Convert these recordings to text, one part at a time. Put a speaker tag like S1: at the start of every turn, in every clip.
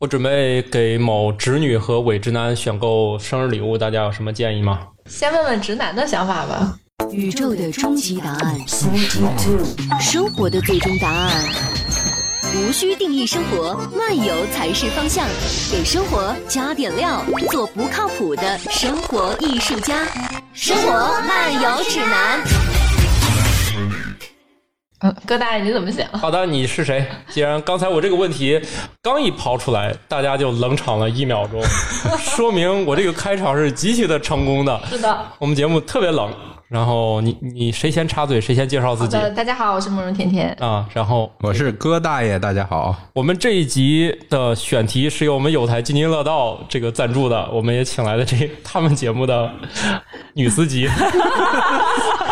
S1: 我准备给某直女和伪直男选购生日礼物，大家有什么建议吗？
S2: 先问问直男的想法吧。
S3: 宇宙的终极答案，生活的最终答案。无需定义生活，漫游才是方向。给生活加点料，做不靠谱的生活艺术家。生活漫游指南。
S2: 嗯，哥大爷你怎么想？
S1: 好的，你是谁？既然刚才我这个问题刚一抛出来，大家就冷场了一秒钟，说明我这个开场是极其的成功的。
S2: 是的，
S1: 我们节目特别冷，然后你你谁先插嘴，谁先介绍自己
S2: 呃，大家好，我是慕容甜甜。
S1: 啊？然后
S4: 我是哥大爷，大家好。
S1: 我们这一集的选题是由我们有台津津乐道这个赞助的，我们也请来了这他们节目的女司机。
S5: 嗯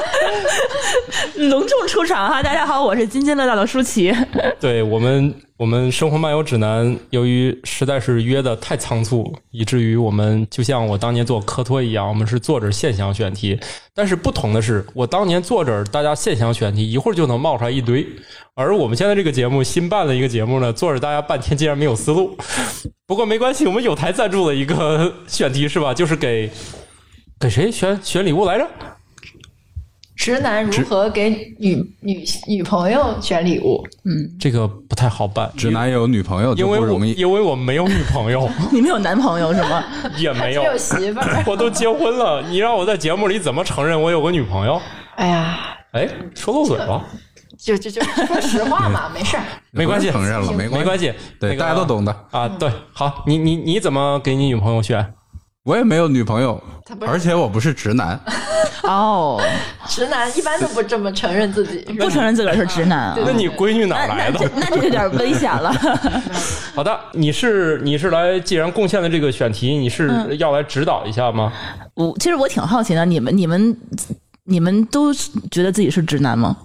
S5: 隆重出场哈！大家好，我是津津乐道的舒淇。
S1: 对我们，我们《生活漫游指南》由于实在是约的太仓促，以至于我们就像我当年做科托一样，我们是坐着现象选题。但是不同的是，我当年坐着大家现象选题，一会儿就能冒出来一堆，而我们现在这个节目新办的一个节目呢，坐着大家半天竟然没有思路。不过没关系，我们有台赞助的一个 选题是吧？就是给给谁选选礼物来着？
S2: 直男如何给女女女朋友选礼物？嗯
S1: 这个不太好办，
S4: 直男有女朋友
S1: 因
S4: 就
S1: 为
S4: 不
S1: 我
S4: 容易，
S1: 因为我没有女朋 友，
S5: 你们有男朋友是吗？
S1: 也没 有
S2: 只有媳 妇儿。
S1: 我都结婚了，你让我在节目里怎么承认我有个女朋友？
S2: 哎呀，
S1: 哎，说漏嘴了，
S2: 就就就说实话嘛，
S1: 嗯
S2: 没事儿。
S1: 没关系，
S4: 承认了，没
S1: 没关
S4: 系，
S1: 系，那
S4: 对，
S1: 个
S4: 大家都懂的。
S1: 啊。对，好，你你你怎么给你女朋友选？
S5: 嗯
S4: 我也没有女朋友
S2: 他，不是
S4: 而且我不是 直男，
S5: 哦，
S2: 直男一般都不这么承认自 己。
S5: 不承认自个儿是直男啊
S2: 对？
S1: 那你闺女哪儿
S5: 那
S1: 来
S5: 那这
S1: 的？
S5: 那这有点危险了。
S1: 好的，你是你是来，既然贡献了这个选题，你
S5: 嗯
S1: 是要来指导一下吗？
S5: 我其实我挺好奇的，你们你们你们都觉得自己是直男吗？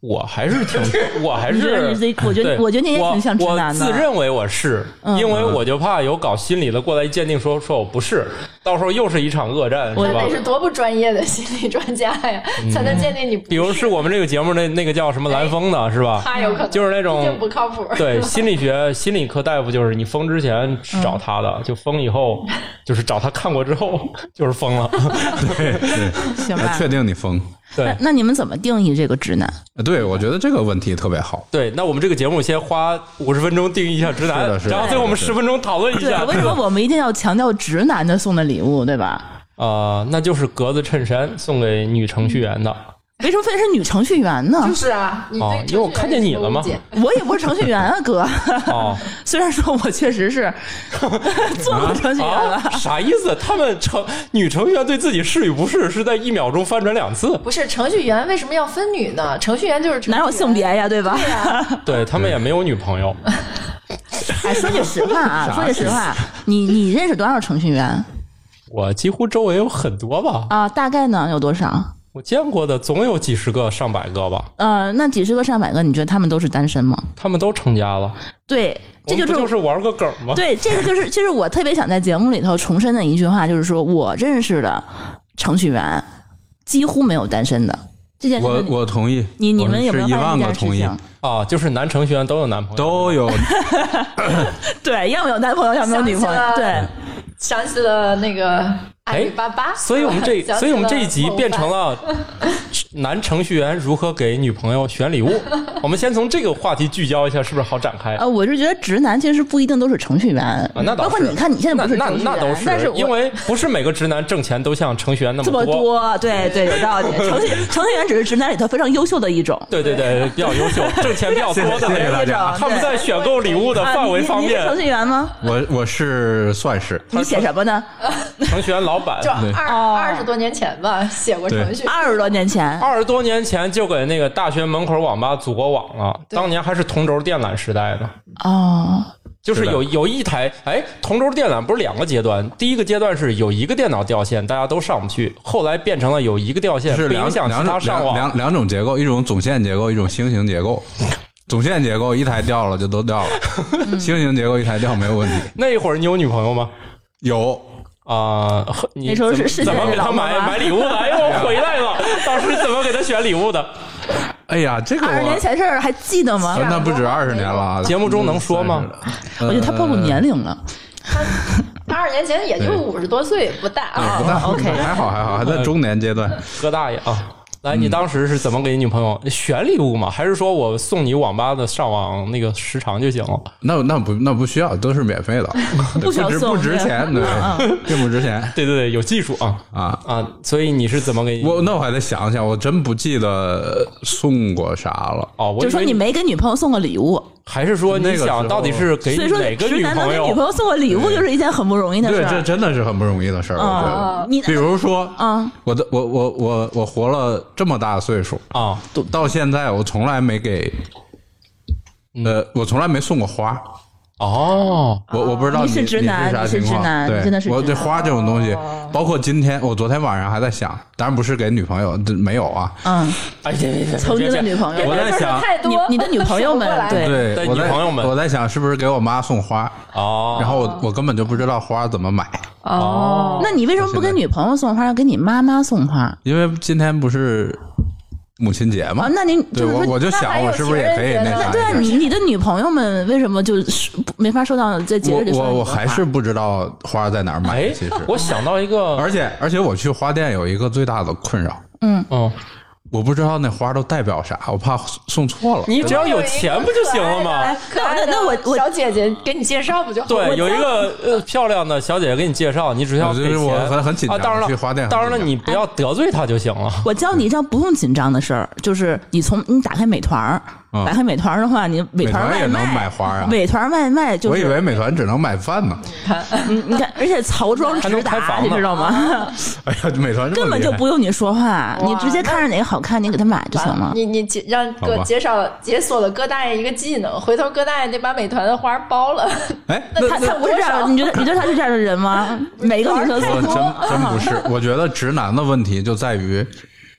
S1: 我还是 挺，我还
S5: 你觉得
S1: 是
S5: 你自己我觉得
S1: 对
S5: 我觉得你也挺像直男的
S1: 我自认为我是，
S5: 嗯
S1: 因为我就怕有搞心理的过来鉴定说说我不是，到时候又是一场恶战，
S5: 我
S1: 是吧？嗯
S2: 那是多不专业的心理专家呀，才能鉴定你不
S1: 比如是我们这个节目那那个叫什么蓝峰的是吧？
S2: 他有可能
S1: 就是那
S2: 一
S1: 种
S2: 定不靠谱。
S1: 对心理学 心理科大夫，就是你疯之前是找他的，
S4: 嗯
S1: 就疯以后就是找他看过之后 就是疯了。
S5: 行
S4: 那
S5: 吧。
S4: 确定你疯。
S1: 对
S5: 那那你们怎么定义这个直男？
S4: 对，我觉得这个问题特别好。
S1: 对，那我们这个节目先花五十分钟定义一下直男
S4: 是的，是的
S1: 然后最后我们
S4: 是
S1: 十
S4: 的
S1: 分钟讨论一
S5: 对
S1: 下，。
S5: 为什么我们一定要强调直男的送的礼物，对吧？
S1: 啊？那就是格子衬衫送给女程序员的
S5: 为什么非得是女程序员呢
S2: 就？是啊，你
S1: 哦
S2: 对，
S1: 因为我看见你了嘛
S2: 程序员有什么误解
S5: 我也不是程序员 啊，哥。
S4: 嗯
S1: 哦
S5: 虽然说我确实是做过程序员了
S1: 啊，，啥意思？他们程女程序员对自己是与不是是在一秒钟翻转两次，
S2: 不是程序员为什么要分女呢？程序员就是程序员
S5: 哪有性别？呀，对吧？
S1: 对他们也没有女朋 友。
S5: 哎，说句实话啊，说句实话， 你你认识多少程序员
S1: 我几乎周围有很多吧，
S5: 啊？大概呢有多少？
S1: 我见过的总有几十个、上百个吧，
S5: 呃，那几十个、上百个，你觉得他们都是单身吗？
S1: 他们都成家了，
S5: 对，这
S1: 哦我们不
S5: 就。
S1: 就是是玩个梗吗？
S5: 对，这个就是，就是我特别想在节目里头重申的一句话，就是说我认识的程序员几乎没有单身的这件事
S4: 我
S5: 情
S4: 我同意，
S5: 你你们
S4: 我
S5: 有没
S4: 是
S5: 有
S4: 一
S5: 发
S4: 万
S5: 现这
S4: 个
S5: 件事
S4: 同意
S5: 情，？
S1: 啊，就是男程序员都有男朋友，
S4: 都 有。
S5: 对，要么有男朋友，要么有女朋友
S2: 想起了。
S5: 对，
S2: 想起了那个阿里巴巴，
S1: 哎所以我们这，
S2: 想起了
S1: 所以我们这一集
S2: 孟凡
S1: 变成了 男程序员如何给女朋友选礼 物。我们先从这个话题聚焦一下，是不是好展开？
S5: 呃，我是觉得直男其实不一定都是程序员
S1: 啊，那倒
S5: 包
S1: 是
S5: 括你看你现在
S1: 那
S5: 不是
S1: 那
S5: 程序
S1: 那
S5: 员，
S1: 都
S5: 但是我
S1: 因为不是每个直男挣钱都像程序员那
S5: 这么
S1: 多。
S5: 多，对对，有 道理。程序程序员只是直男里头非常优秀的一种。
S1: 对对对，比较优秀，挣钱比较多的，
S4: 谢谢大家
S1: 啊他们在选购礼物的
S5: 啊
S1: 范围
S5: 你
S1: 方
S5: 你是程
S1: 面，
S5: 序员吗？
S4: 我我是算是
S5: 你写什么呢？
S1: 程序员老板
S2: 就二
S5: 哦
S2: 二十多年前吧，写过程序。
S5: 二十多年前，
S1: 二十多年前就给那个大学门口网吧组过网了，当年还是同轴电缆时代呢。
S5: 哦，
S1: 就是
S4: 是的
S1: 有有一台，哎，同轴电缆不是两个阶段，第一个阶段是有一个电脑掉线，大家都上不去，后来变成了有一个掉线
S4: 是
S1: 不
S4: 两
S1: 影响其
S4: 两
S1: 他
S4: 种
S1: 上
S4: 两
S1: 网。
S4: 两两种结构，一种总线结构，一种星形结构。总线结构一台掉了就都掉了， 星形结构一台掉没有问题。
S1: 那会儿你有女朋友吗？
S4: 有
S1: 啊、呵你
S5: 那时候是
S1: 怎么
S5: 是
S1: 怎么给
S5: 老
S1: 她
S5: 妈
S1: 买
S5: 妈
S1: 买礼物的？哎呦，我回来了，当时怎么给她选礼物的？
S4: 哎呀，这个
S5: 二十年
S4: 我
S5: 前事儿还记得吗？
S4: 那不止二十年了嗯啊，
S1: 节目中能说吗
S5: 我觉得他暴露年龄了。
S2: 他二十年前也就五十多岁，不大啊。
S4: 不大
S5: OK
S4: 呃还好还好，还在中年阶段。
S1: 哥大爷啊！嗯来，你当时是怎么给你女朋友选礼物吗？还是说我送你网吧的上网那个时长就行了？
S4: 那那不那不需要，都是免费的，对
S5: 不
S4: 不
S5: 需要
S4: 值
S5: 送
S4: 不值钱，对，
S5: 嗯
S4: 并不值钱
S1: 对对对，有技术啊
S4: 啊。
S1: 啊！所以你是怎么给你
S4: 我那我还得想想，我真不记得送过啥了。
S1: 哦，我以
S5: 就
S1: 为
S5: 说你没给女朋友送过礼物，
S1: 还是说
S4: 那
S1: 你
S4: 个时
S1: 想
S4: 候
S1: 到底是哎给
S5: 所以说
S1: 哪个
S5: 直
S1: 女
S5: 男能
S1: 朋
S5: 给
S1: 友
S5: 女？朋友送过礼物，就是一件很不容易的
S4: 对
S5: 事，
S4: 这
S5: 儿。
S4: 真的是很不容易的事儿，我觉
S5: 啊
S4: 得。，
S5: 你
S4: 比如说，
S5: 啊，
S4: 我的我我我我活了这么大岁数，
S1: 啊，
S4: 都到现在我从来没给，呃，我从来没送过花。
S1: 哦，
S4: 我我不知道
S5: 你是直男
S4: 你啥
S5: 你是
S4: 情况
S5: 直男
S4: 对
S5: 你真的是
S4: 我
S5: 直男
S4: 对花这种东西，
S1: 哦
S4: 包括今天，我昨天晚上还在想，当然不是给女朋友，这没有啊。
S5: 嗯，
S1: 哎，别别别，
S5: 曾经的女朋友
S1: 我在想，
S2: 太多
S5: 你你的女朋友们
S2: 数不过来
S5: 对
S4: 对，
S1: 对
S4: 我在
S1: 女朋友们
S4: 我在想是不是给我妈送花，
S1: 哦，
S4: 然后我我根本就不知道花怎么买，
S2: 哦，
S5: 那你为什么不给女朋友送花，要给你妈妈送花啊？
S4: 因为今天不是母亲节嘛，
S5: 哦那您
S4: 对
S5: 就是
S4: 我
S5: 说，
S4: 我就想我是不是也可以那啥一下？
S5: 对啊，你你的女朋友们为什么就是不没法收到在节
S4: 我
S5: 日里收到
S4: 我
S5: 你
S4: 我
S5: 的花
S4: 还是不知道花在哪儿买，
S1: 哎
S4: 其实，
S1: 我想到一个，
S4: 而且而且我去花店有一个最大的困扰，
S1: 嗯，
S4: 我不知道那花都代表啥，我怕送错了。
S1: 你只要有钱不就行了
S5: 哎
S1: 吗？
S2: 可爱的
S5: 那我那我我
S2: 哎小姐姐给你介绍不就 好？
S1: 对，有一个呃漂亮的小姐姐给你介绍，你只需要
S4: 我
S1: 给
S4: 就是
S1: 钱。
S4: 我很很紧张
S1: 啊，当然了，
S4: 去花店很
S1: 当然了，
S4: 紧张
S1: 你不要得罪她就行了。
S5: 我教你一件不用紧张的事儿，就是你从你打开美团儿，
S4: 嗯
S5: 打开美团儿的话，你美
S4: 团
S5: 团
S4: 儿
S5: 外
S4: 也能
S5: 卖
S4: 买花啊
S5: 美团外卖就
S4: 我
S5: 是
S4: 以为美团只能买饭呢，
S5: 你你看，而且曹庄
S1: 还能
S5: 直
S1: 开
S5: 达，
S1: 房
S5: 你
S1: 呢
S5: 知道吗？
S4: 哎呀，美团这么
S5: 根本
S4: 厉害
S5: 就不用你说话，
S2: 哇
S5: 你直接看着哪个好看，你给他买就行了。
S2: 你你解让
S4: 好
S2: 哥
S4: 吧
S2: 介绍解锁了哥大爷一个技能，回头哥大爷得把美团的花包了。
S4: 哎，
S2: 那
S5: 他
S2: 那
S5: 他不是 这样的，你觉得你觉得他是这样的人吗？每一个女生
S4: 我
S5: 都
S4: 真真不是，我觉得直男的问题就在于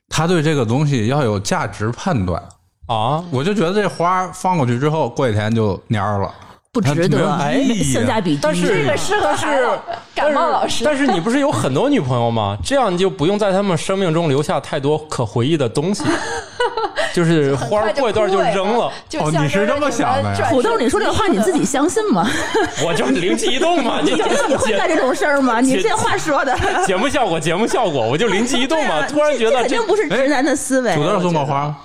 S4: 他对这个东西要有价值判断。
S1: 啊，
S4: 我就觉得这花放过去之后，过几天就蔫了。
S5: 不值
S4: 没有
S5: 得啊
S4: 哎，呀
S5: 性价比低。
S1: 但是
S2: 这个适合孩子感冒老师，
S1: 但是你不是有很多女朋友吗？这样你就不用在她们生命中留下太多可回忆的东西，就是花儿
S2: 快就
S1: 过一段就
S2: 枯萎
S1: 扔了，
S2: 就
S4: 哦
S2: 象
S4: 你是
S2: 征着
S4: 这么
S2: 你
S4: 想的呀
S2: 转
S5: 土豆，你说这话你自己相信吗？
S1: 我就是灵机一动嘛，你
S5: 你会干这
S1: 节
S5: 种事儿吗？你
S1: 姐
S5: 这话说的，
S1: 节目效果，节目效果，我就灵机一动 嘛，突然觉
S5: 啊
S1: 得
S5: 这肯
S1: 这
S5: 定不是直男的思维。
S4: 土豆送过
S5: 哎我觉得，
S4: 花吗，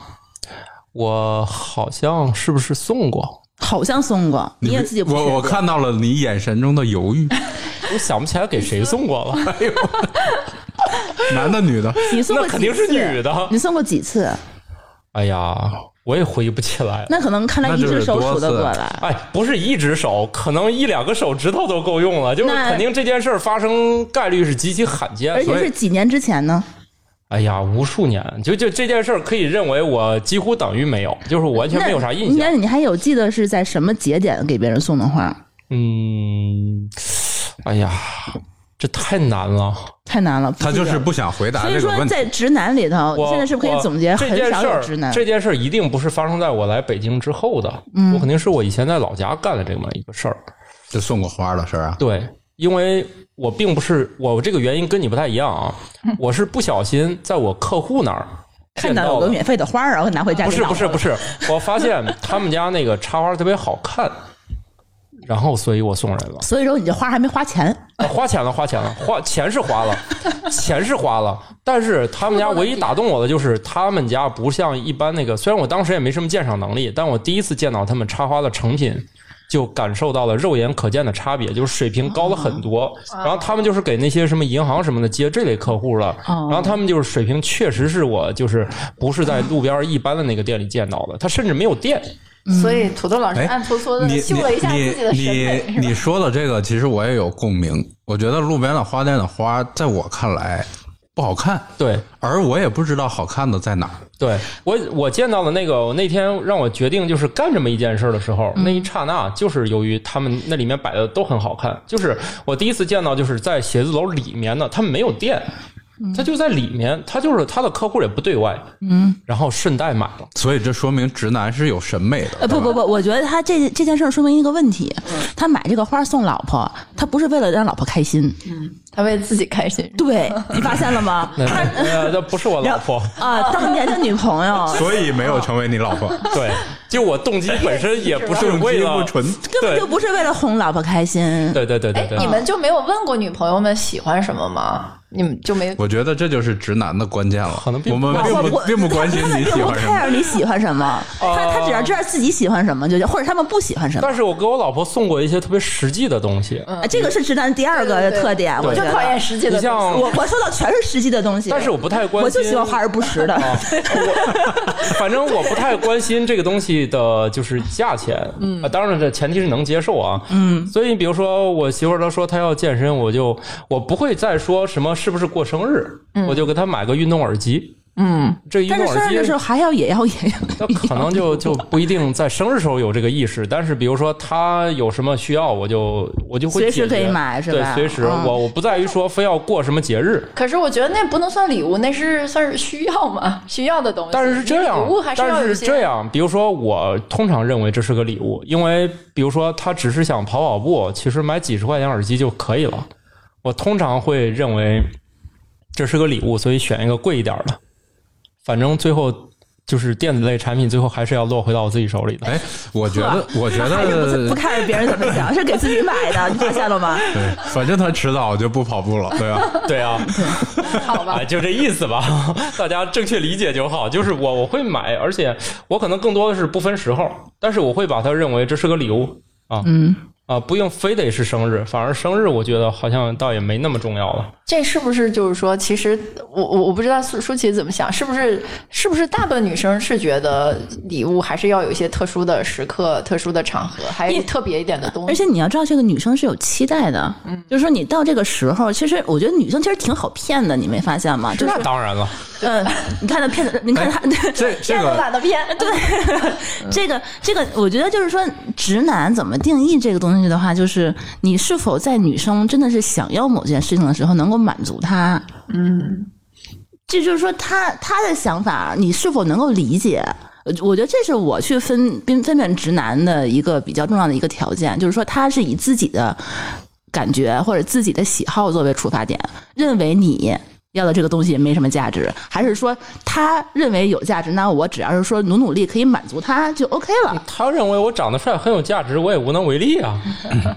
S1: 我好像是不是送过？
S5: 好像送过，你也
S4: 不
S5: 自己不确
S4: 我我
S5: 定
S4: 看到了你眼神中的犹 豫。
S1: 我想不起来给谁送过了，
S4: 男的女的，
S5: 你送过
S1: 那肯定是
S5: 几次
S1: 女的
S5: 你送过几次？
S1: 哎呀，我也回忆不起来了。
S5: 那可能看来
S4: 那
S5: 一
S4: 就是
S5: 只手
S4: 多
S5: 数得
S4: 次
S5: 过来。
S1: 哎，不是一只手，可能一两个手指头都够用了，就是
S5: 那
S1: 肯定这件事儿发生概率是极其罕见
S5: 而
S1: 的。
S5: 且是几年之前呢？
S1: 哎呀，无数年，就就这件事儿可以认为我几乎等于没有，就是我完全
S5: 那
S1: 没有啥印
S5: 那
S1: 象。
S5: 你还有记得是在什么节点给别人送的花？
S1: 嗯，哎呀，这太难了。
S5: 太难了，
S4: 他
S5: 记
S4: 就
S5: 得
S4: 是不想回答
S5: 所以
S4: 这个
S5: 说
S4: 问题。
S5: 在直男里头，
S1: 我
S5: 现在是不是可以
S1: 我
S5: 总结
S1: 这
S5: 很
S1: 件
S5: 少
S1: 事
S5: 有
S1: 儿？
S5: 直男？
S1: 这件事儿一定不是发生在我来北京之后的，
S5: 嗯
S1: 我肯定是我以前在老家干的这么一个事儿。
S4: 就送过花的事儿啊，
S1: 对，因为我并不是我这个原因跟你不太一样 啊，我是不小心在我客户那儿
S5: 看
S1: 见
S5: 到有
S1: 了
S5: 个免费的花儿，然后拿回家
S1: 不
S5: 给
S1: 是
S5: 老
S1: 不
S5: 婆
S1: 是不是，我发现他们家那个插花特别好看，然后所以我送人了，
S5: 所以说你这花还没花钱，
S1: 啊花钱了花钱了，花钱是花了，钱是花了，但是他们家唯一打动我的就是他们家不像一般那个，虽然我当时也没什么鉴赏能力，但我第一次见到他们插花的成品。就感受到了肉眼可见的差别，就是水平高了很多。然后他们就是给那些什么银行什么的接这类客户了，
S5: 哦
S1: 然后他们就是水平确实是我就是不是在路边一般的那个店里见到的，他甚至没有店。
S2: 所以土豆老 师
S4: 哎
S2: 暗搓搓的
S4: 你
S2: 秀了一下
S4: 你
S2: 自己的审美，
S4: 你你你说的这个，其实我也有共鸣。我觉得路边的花店的花，在我看来不好看，
S1: 对，
S4: 而我也不知道好看的在哪儿。
S1: 对我我见到的那个，我那天让我决定就是干这么一件事儿的时候，那
S5: 嗯
S1: 一刹那就是由于他们那里面摆的都很好看，就是我第一次见到就是在写字楼里面的，他们没有店。
S5: 嗯
S1: 他就在里面，他就是他的客户也不对外，嗯，然后顺带买了，
S4: 所以这说明直男是有审美的。
S5: 呃，不不不，我觉得他这这件事儿说明一个问题，他买这个花送老婆，他不是为了让老婆开心，
S1: 嗯
S2: 他为自己开心。
S5: 对你发现了吗？
S1: 那呃那那不是我老婆，
S5: 啊，当年的女朋友
S4: 所以没有成为你老 婆，
S1: 对，就我动机本身也不是
S4: 动
S1: 为
S4: 机
S1: 了
S4: 不，纯。
S5: 根本就不哎是为了哄老婆开心，
S1: 对对对对对，
S2: 哎你们就没有问过女朋友们喜欢什么吗？你们就没
S4: 我觉得这就是直男的关键了。
S1: 可能并
S4: 我们
S1: 不
S4: 并
S5: 啊我
S4: 不
S5: 我
S4: 并不关心
S5: 他们
S4: 你
S5: 并
S4: 喜
S5: 不
S4: 欢什么，
S5: care 你喜欢什么，他他只要知道自己喜欢什么就行，或者他们不喜欢什么。
S1: 但是我给我老婆送过一些特别实际的东西，
S5: 啊，这个是直男第二个特点，
S2: 我
S5: 我
S2: 就
S5: 觉
S2: 讨
S5: 得。
S2: 厌实际
S1: 你
S2: 的东西。
S1: 像
S5: 我我收到全是实际的东西，
S1: 但是我不太关心
S5: 我就喜欢华而不实的。
S1: 啊，我反正我不太关心这个东西的，就是价钱。嗯、啊，当然这前提是能接受啊。嗯，所以比如说我媳妇儿她说她要健身，我就我不会再说什么是不是过生日，我就给她买个运动耳机。嗯，这个运
S5: 嗯但是
S1: 动
S5: 生
S1: 耳
S5: 日的时
S1: 机
S5: 候。还要也要也要，
S1: 那可能 就就不一定在生日时候有这个意识，但是比如说她有什么需要，我就我就会
S5: 随时
S1: 解决
S5: 可以买是
S1: 对，
S5: 吧
S1: 随时、
S5: 嗯
S1: 我我不在于说非要过什么节日，
S2: 可是我觉得那不能算礼物，那是算是需要嘛，需要的东西。
S1: 但是是这样
S2: 礼物还，是要
S1: 但
S2: 有一
S1: 是
S2: 些
S1: 这样，比如说我通常认为这是个礼物，因为比如说他只是想跑跑步，其实买几十块钱耳机就可以了。我通常会认为这是个礼物，所以选一个贵一点的。反正最后就是电子类产品，最后还是要落回到我自己手里的。
S4: 哎，我觉 得，我觉
S5: 还是不是
S4: 得，
S5: 不看别人怎么想，是给自己买的，你发现了吗？
S4: 对，反正他迟早就不跑步了，对 吧？
S1: 对啊，
S2: 好吧
S1: 哎，？就这意思吧，大家正确理解就好。就是我我会买，而且我可能更多的是不分时候，但是我会把它认为这是个礼物啊，嗯啊，不用非得是生日，反而生日我觉得好像倒也没那么重要了。
S2: 这是不是就是说，其实我我我不知道舒舒淇怎么想，是不是是不是大部分女生是觉得礼物还是要有一些特殊的时刻、特殊的场合，还有特别一点的东西。
S5: 而且你要知道，这个女生是有期待的，就是说你到这个时候，其实我觉得女生其实挺好骗的，你没发现吗？就是
S1: 那当然了，
S5: 嗯，你看她骗的，你看她
S4: 这这
S2: 骗都
S4: 个
S2: 懒得骗， 对，
S5: 这个这个，我觉得就是说，直男怎么定义这个东西的话，就是你是否在女生真的是想要某件事情的时候能够满足她。嗯，这就是说他他的想法，你是否能够理解？呃我觉得这是我去分分分辨直男的一个比较重要的一个条件，就是说他是以自己的感觉或者自己的喜好作为出发点，认为你要的这个东西没什么价值，还是说他认为有价值？那我只要是说努努力可以满足他就 OK 了。
S1: 他认为我长得帅很有价值，我也无能为力啊。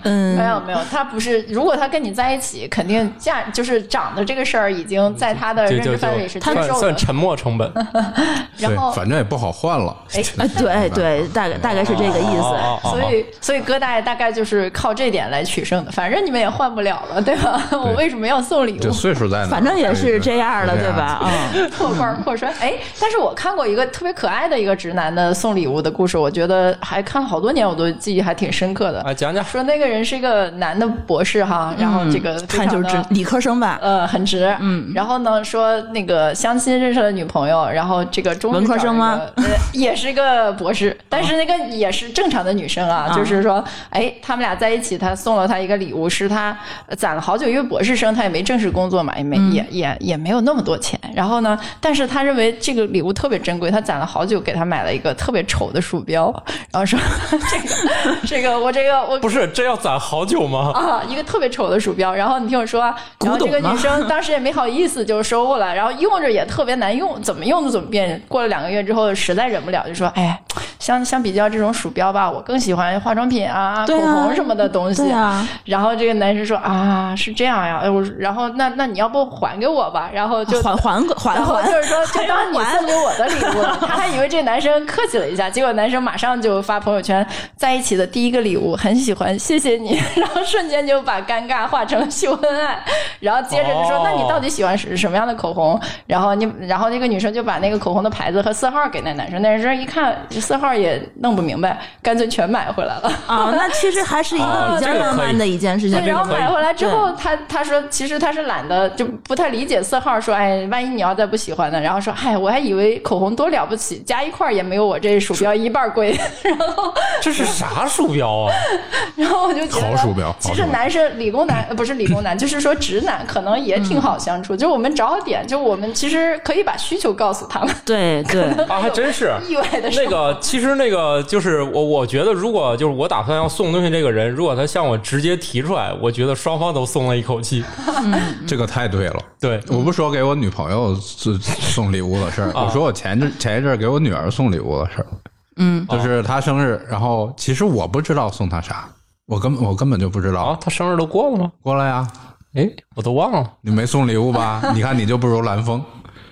S5: 嗯，
S2: 没有没有，他不是，如果他跟你在一起，肯定价就是长的这个事儿已经在他的
S1: 就
S2: 认
S1: 就
S2: 知
S1: 就
S2: 范围是接
S1: 算
S2: 受
S1: 算
S2: 的，
S1: 沉没成本，
S5: 嗯
S2: 然后
S4: 对，反正也不好换了。
S5: 啊， 对对，大概大概是这个意思。
S1: 哦哦哦
S2: 所以，所以哥大爷大概就是靠这点来取胜的。反正你们也换不了了，对吧？我为什么要送礼
S4: 这
S2: 物？
S4: 岁数在哪儿，
S5: 反正也是这样的，
S4: 可以
S5: 对吧？？ 嗯，
S2: 破罐破摔。哎，但是我看过一个特别可爱的一个直男的送礼物的故事，我觉得还看了好多年，我都记忆还挺深刻的
S1: 啊，。讲讲
S2: 说那个人是一个男的博士哈，然嗯后这个非
S5: 看
S2: 常
S5: 就是
S2: 的
S5: 这理科生吧，
S2: 呃，很直，嗯。然后呢，说那个相亲认识了女朋友，然后这个中
S5: 文科生吗？哦
S2: 呃， 也是个博士，但是那个也是正常的女生啊，
S5: 啊
S2: 就是说，哎，他们俩在一起，他送了她一个礼物，是他攒了好久，因为博士生他也没正式工作嘛，也
S5: 嗯
S2: 没、也也也没有那么多钱。然后呢，但是他认为这个礼物特别珍贵，他攒了好久，给他买了一个特别丑的鼠标，然后说 这个这个我这个我
S1: 不是这要攒好久 吗？
S2: 啊，一个特别丑的鼠标。然后你听我说啊，然后这个
S5: 古董吗
S2: 女 生当时也没好意思，就收过来，然后用着也特别难用，怎么用都怎么变。过了两个月之后，实在忍不了，就说：“哎，相相比较这种鼠标吧，我更喜欢化妆品啊、
S5: 对
S2: 口
S5: 啊
S2: 红什么的东西。
S5: 对啊，
S2: 然后这个男生说：“啊，是这样呀。”哎，我说然后那那你要不还给我吧？然后就
S5: 啊还还个还
S2: 然后
S5: 还，
S2: 就是说，就
S5: 还
S2: 当你
S5: 还
S2: 送给我的礼物了，他还以为这男生客气了一下，结果男生马上就发朋友圈，在一起的第一个礼物很喜欢，谢谢你， 然后瞬间就把尴尬化成了秀恩爱，然后接着就说，
S1: 哦
S2: 那你到底喜欢是什么样的口红？然后你，然后那个女生就把那个口红的牌子和色号给那男生，那男生一看色号儿也弄不明白，干脆全买回来了。
S5: 啊，那其实还是一个
S1: 哦
S5: 比较
S1: 这个
S5: 浪
S1: 可以
S5: 漫的一件事情。
S2: 对，然后
S1: 可以嗯
S2: 买回来之后，他他说其实他是懒得，就不太理解色号，说哎，万一你要再不喜欢呢？然后说哎，我还以为口红多了不起，加一块儿也没有我这鼠标一半儿贵。 然后
S1: 这是啥鼠标啊？
S2: 然后我就觉得，
S4: 好鼠标好
S2: 其
S4: 鼠
S2: 实
S4: 标
S2: 男生理工男呃不是理工男，就是说直男可能也挺
S1: 嗯
S2: 好相处。就我们找好点，就我们其实可以把需求告诉他们。
S5: 对对，
S1: 啊，还真是
S2: 意外的
S1: 那个，其实那个就是我，我觉得如果就是我打算要送东西这个人，如果他向我直接提出来，我觉得双方都松了一口 气。嗯
S4: 这个太对了。
S1: 对，
S4: 我不说给我女朋友送 送礼物的事儿，
S1: 啊
S4: 我说我前阵前一阵给我女儿送礼物的事儿，
S5: 嗯，
S4: 就是她生日，然后其实我不知道送她啥，我根本我根本就不知
S1: 啊
S4: 道。，
S1: 他生日都过了吗？
S4: 过来呀，
S1: 哎，我都忘了
S4: 你没送礼物 吧？你看你就不如蓝风，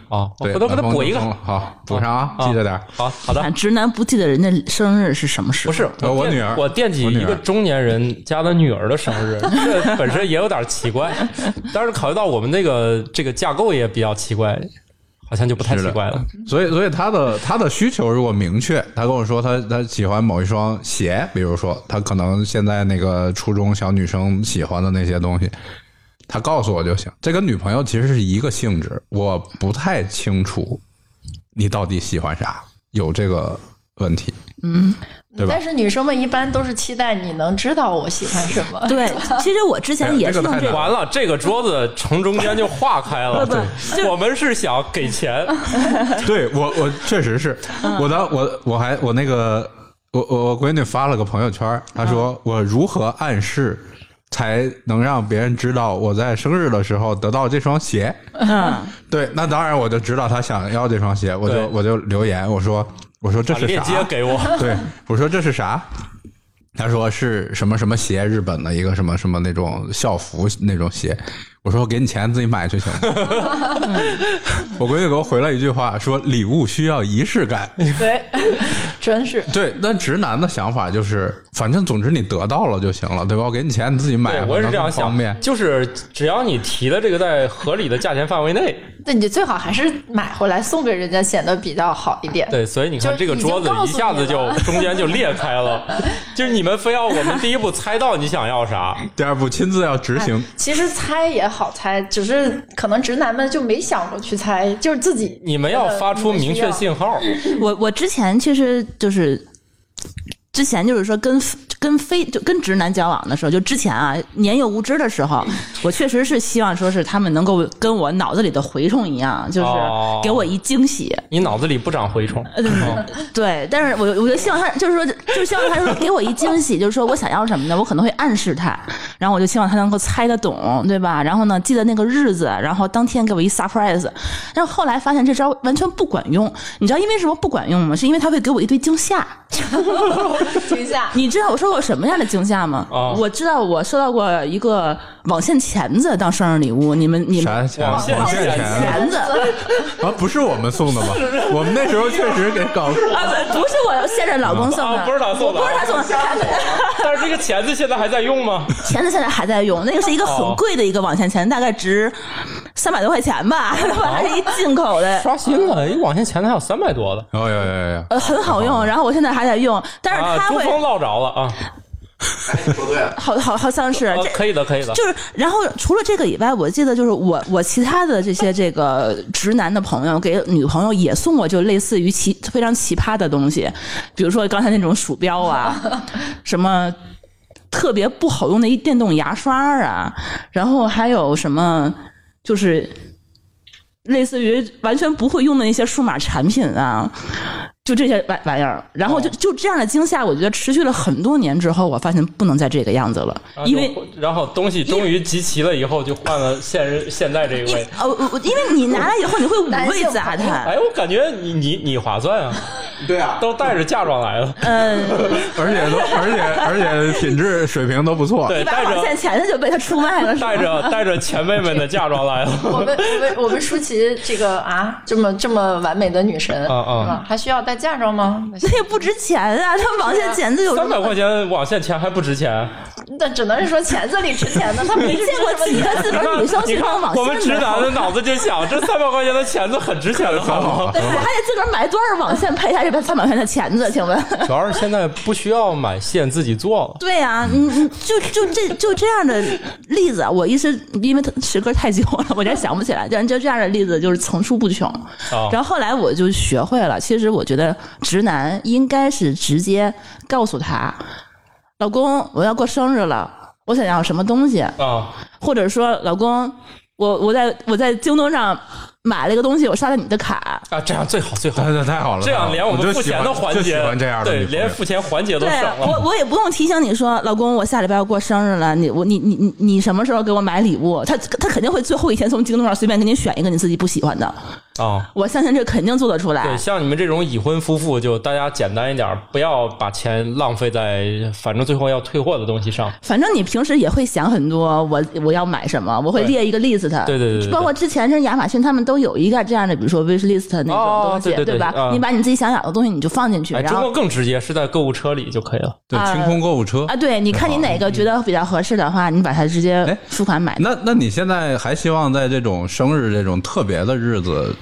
S1: 啊，我
S4: 对，
S1: 回头给他
S4: 蓝风
S1: 补一
S4: 就
S1: 个
S4: 送。了好，补上啊，
S1: 啊
S4: 记着点儿。
S1: 好好的
S5: 啊，，直男不记得人家生日是什么时
S1: 不
S5: 候，
S1: 是
S4: 呃我
S1: 惦
S4: 女儿
S1: 我惦记
S4: 我女儿
S1: 一个中年人家的女儿的生日， 这本身也有点奇怪。但是考虑到我们这个这个架构也比较奇怪，好像就不太
S4: 是
S1: 奇
S4: 的
S1: 怪了。
S4: 所以，所以他的他的需求如果明确，他跟我说他他喜欢某一双鞋，比如说他可能现在那个初中小女生喜欢的那些东西，他告诉我就行。这跟女朋友其实是一个性质，我不太清楚你到底喜欢啥，有这个问题。对吧
S2: 但是女生们一般都是期待你能知道我喜欢什么。
S5: 对，其实我之前也
S4: 哎呀
S5: 是
S4: 这个
S5: 用
S4: 太
S5: 这
S4: 难
S5: 个，
S1: 完了，这个桌子从中间就化开了。
S5: 不
S1: 对，我们是想给钱，
S4: 对我，我确实是我当我我还我那个我我我闺女发了个朋友圈，她说我如何暗示才能让别人知道我在生日的时候得到这双鞋？
S5: 嗯，
S4: 对，那当然我就知道她想要这双鞋，我
S1: 对
S4: 就我就留言我说我说这
S1: 把
S4: 是
S1: 链接
S4: 啥？
S1: 给我。
S4: 对，我说这是啥？她说是什么什么鞋，日本的一个什么什么那种校服那种鞋。我说我给你钱自己买去行吗？ 我闺女给我回了一句话，说礼物需要仪式感。
S2: 对， 真是。
S4: 对，但直男的想法就是，反正总之你得到了就行了，对吧？我给你钱，你自己买，
S1: 对，我也是这样
S4: 反正更方便
S1: 想，。就是只要你提的这个在合理的价钱范围内，
S2: 那你最好还是买回来送给人家，显得比较好一点。
S1: 对，所以你看
S2: 就
S1: 这个桌子
S2: 已经告
S1: 一
S2: 诉
S1: 下子
S2: 你
S1: 就
S2: 了
S1: 中间就裂开了，就是你们非要我们第一步猜到你想要啥，
S4: 第二步，亲自要执
S5: 哎
S4: 行。
S2: 其实猜也好猜，只是可能直男们就没想过去猜，就是自己
S1: 你们要发出明确信号。
S5: 我我之前其实就是。之前就是说跟跟非就跟直男交往的时候，就之前啊年幼无知的时候，我确实是希望说是他们能够跟我脑子里的蛔虫一样，就是
S1: 哦
S5: 给我一惊喜。
S1: 你脑子里不长蛔虫，啊
S5: 对，但是我我就希望他，就是说，就希望他说给我一惊喜，就是说我想要什么呢？我可能会暗示他，然后我就希望他能够猜得懂，对吧？然后呢，记得那个日子，然后当天给我一 surprise。但是后来发现这招完全不管用，你知道因为什么不管用吗？是因为他会给我一堆惊吓。
S2: 惊 吓。
S5: 你知道我受过什么样的惊吓吗？
S1: 啊
S5: 我知道我收到过一个网线钳子当生日礼物，你们你
S4: 啥
S5: 们
S4: 钱？
S1: 网线
S4: 网线
S1: 钱
S4: 钱
S5: 钳子。
S4: 啊，不是我们送 的吗？我们那时候确实给搞。
S5: 啊，不不是我现任老公送的，
S1: 啊不是他送的
S5: 我不是他送的，
S1: 但是这个钳子现在还在用吗？
S5: 钳子现在还在用，那个是一个
S1: 哦
S5: 很贵的一个网线钳，大概值三百多块钱吧，
S1: 哦
S5: 还是一进口的。
S1: 刷新了，一网线钳子还有三百多的
S4: 哦有有有有，
S5: 呃，很好用，然后我现在还在用，但
S1: 哦啊
S5: 是，它
S1: 珠
S5: 会、
S1: 峰落着了啊，
S5: 好好好像是、
S1: 啊
S5: 这，
S1: 可以的，可以的。
S5: 就是，然后除了这个以外，我记得就是我我其他的这些这个直男的朋友给女朋友也送过，就类似于奇非常奇葩的东西，比如说刚才那种鼠标啊，什么特别不好用的一电动牙刷啊，然后还有什么就是。类似于完全不会用的那些数码产品啊，就这些玩玩意儿，然后就就这样的惊吓，我觉得持续了很多年之后，我发现不能再这个样子了，
S1: 啊
S5: 因为
S1: 就然后东西终于集齐了以后，就换了现任现在这一
S5: 因为
S1: 位。
S5: 呃，我我因为你拿来以后你会五味杂
S1: 哎，
S5: 陈，
S1: 我感觉你你你划算啊，
S4: 对啊，
S1: 都带着嫁妆来了，
S5: 嗯，
S4: 而且 都而且而且品质水平都不错。
S1: 对，带
S5: 把网
S1: 着
S5: 线钳子就被他出卖 了，是吧
S1: 带着带着前辈 们的嫁妆来了。
S2: 我们我们我们舒淇这个啊，这么这么完美的女神，
S1: 啊啊
S2: 是吧还需要带嫁妆吗？
S5: 那也不值钱啊，他网线钳子有什
S1: 三
S5: 么
S1: 百块钱网线钱还不值钱，
S2: 那只能是说钳子里值钱的，他没 见过
S5: 几个自个儿女生去帮网
S1: 我
S5: 线
S1: 们直
S5: 的，
S1: 男的脑子就想，这三百块钱的钳子很值钱的，
S4: 哦
S1: 好吗？
S5: 对，我还得自个儿买多少网线配一下这边三百块钱的钳子？请问？
S1: 主要是现在不需要买线自己做了。
S5: 对呀、你你就就这就这样的例子啊，我一时因为它时隔太久了，我这想不起来。但就这样的例子就是层出不穷。
S1: 啊
S5: 然后后来我就学会了，其实我觉得直男应该是直接告诉他，老公，我要过生日了，我想要什么东西，
S1: 啊，
S5: 或者说老公，我我在我在京东上买了一个东西，我刷了你的卡。
S1: 啊，这样最好最 好
S4: 太，太太好了，
S1: 这样连我们
S4: 就
S1: 付
S4: 喜
S1: 钱
S4: 欢
S1: 的环
S4: 就喜
S1: 节
S4: 欢这样的
S1: 对，
S4: 女朋友，
S1: 连
S5: 呃
S1: 付钱环节都
S5: 对
S1: 省
S5: 我，
S1: 了。
S5: 我也不用提醒你说，老公，我下礼拜要过生日了，你我你你你你什么时候给我买礼物？他他肯定会最后一天从京东上随便给你选一个你自己不喜欢的，
S1: 啊。
S5: 我相信这肯定做得出
S1: 对，
S5: 来。
S1: 像你们这种已婚夫妇，就大家简单一点，不要把钱浪费在反正最后要退货的东西上。
S5: 反正你平时也会想很多，我我要买什么，我会
S1: 对
S5: 列一个 list 的。
S1: 对对对对对
S5: 包括之前是亚马逊他们都有一个这样的，比如说 wish list 那
S1: 哦
S5: 种东西，
S1: 对对对
S5: 吧？
S1: 嗯
S5: 你把你自己想要的东西你就放进去，
S1: 哎，
S5: 然
S1: 中
S5: 后
S1: 国更直接，是在购物车里就可以了。
S4: 对清空购物车
S5: 啊，对，你看你哪个觉得比较合适的话，你把它直接
S4: 哎
S5: 付款买。
S4: 那那你现在还希望在这种生日这种特别的日子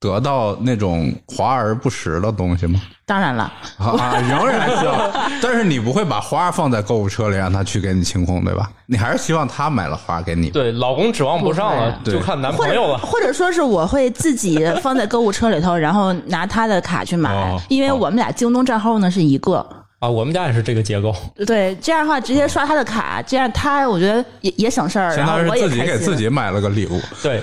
S4: 得到那种华而不实的东西吗？
S5: 当然了，
S4: 啊，仍然希望，但是你不会把花放在购物车里让他去给你清空，对吧？你还是希望他买了花给 你。
S1: 对，老公指望不上了，
S4: 不会
S1: 就看男朋友啊了。
S5: 或者说是我会自己放在购物车里头，然后拿他的卡去买
S4: 哦，
S5: 因为我们俩京东账号呢是一个。
S1: 啊，我们家也是这个结构。
S5: 对，这样的话直接刷他的卡，这样他我觉得也也省事儿，
S4: 相
S5: 然后
S4: 当于是
S5: 我也
S4: 自己
S5: 开
S4: 给
S5: 心
S4: 自。己买了个礼物，
S1: 对，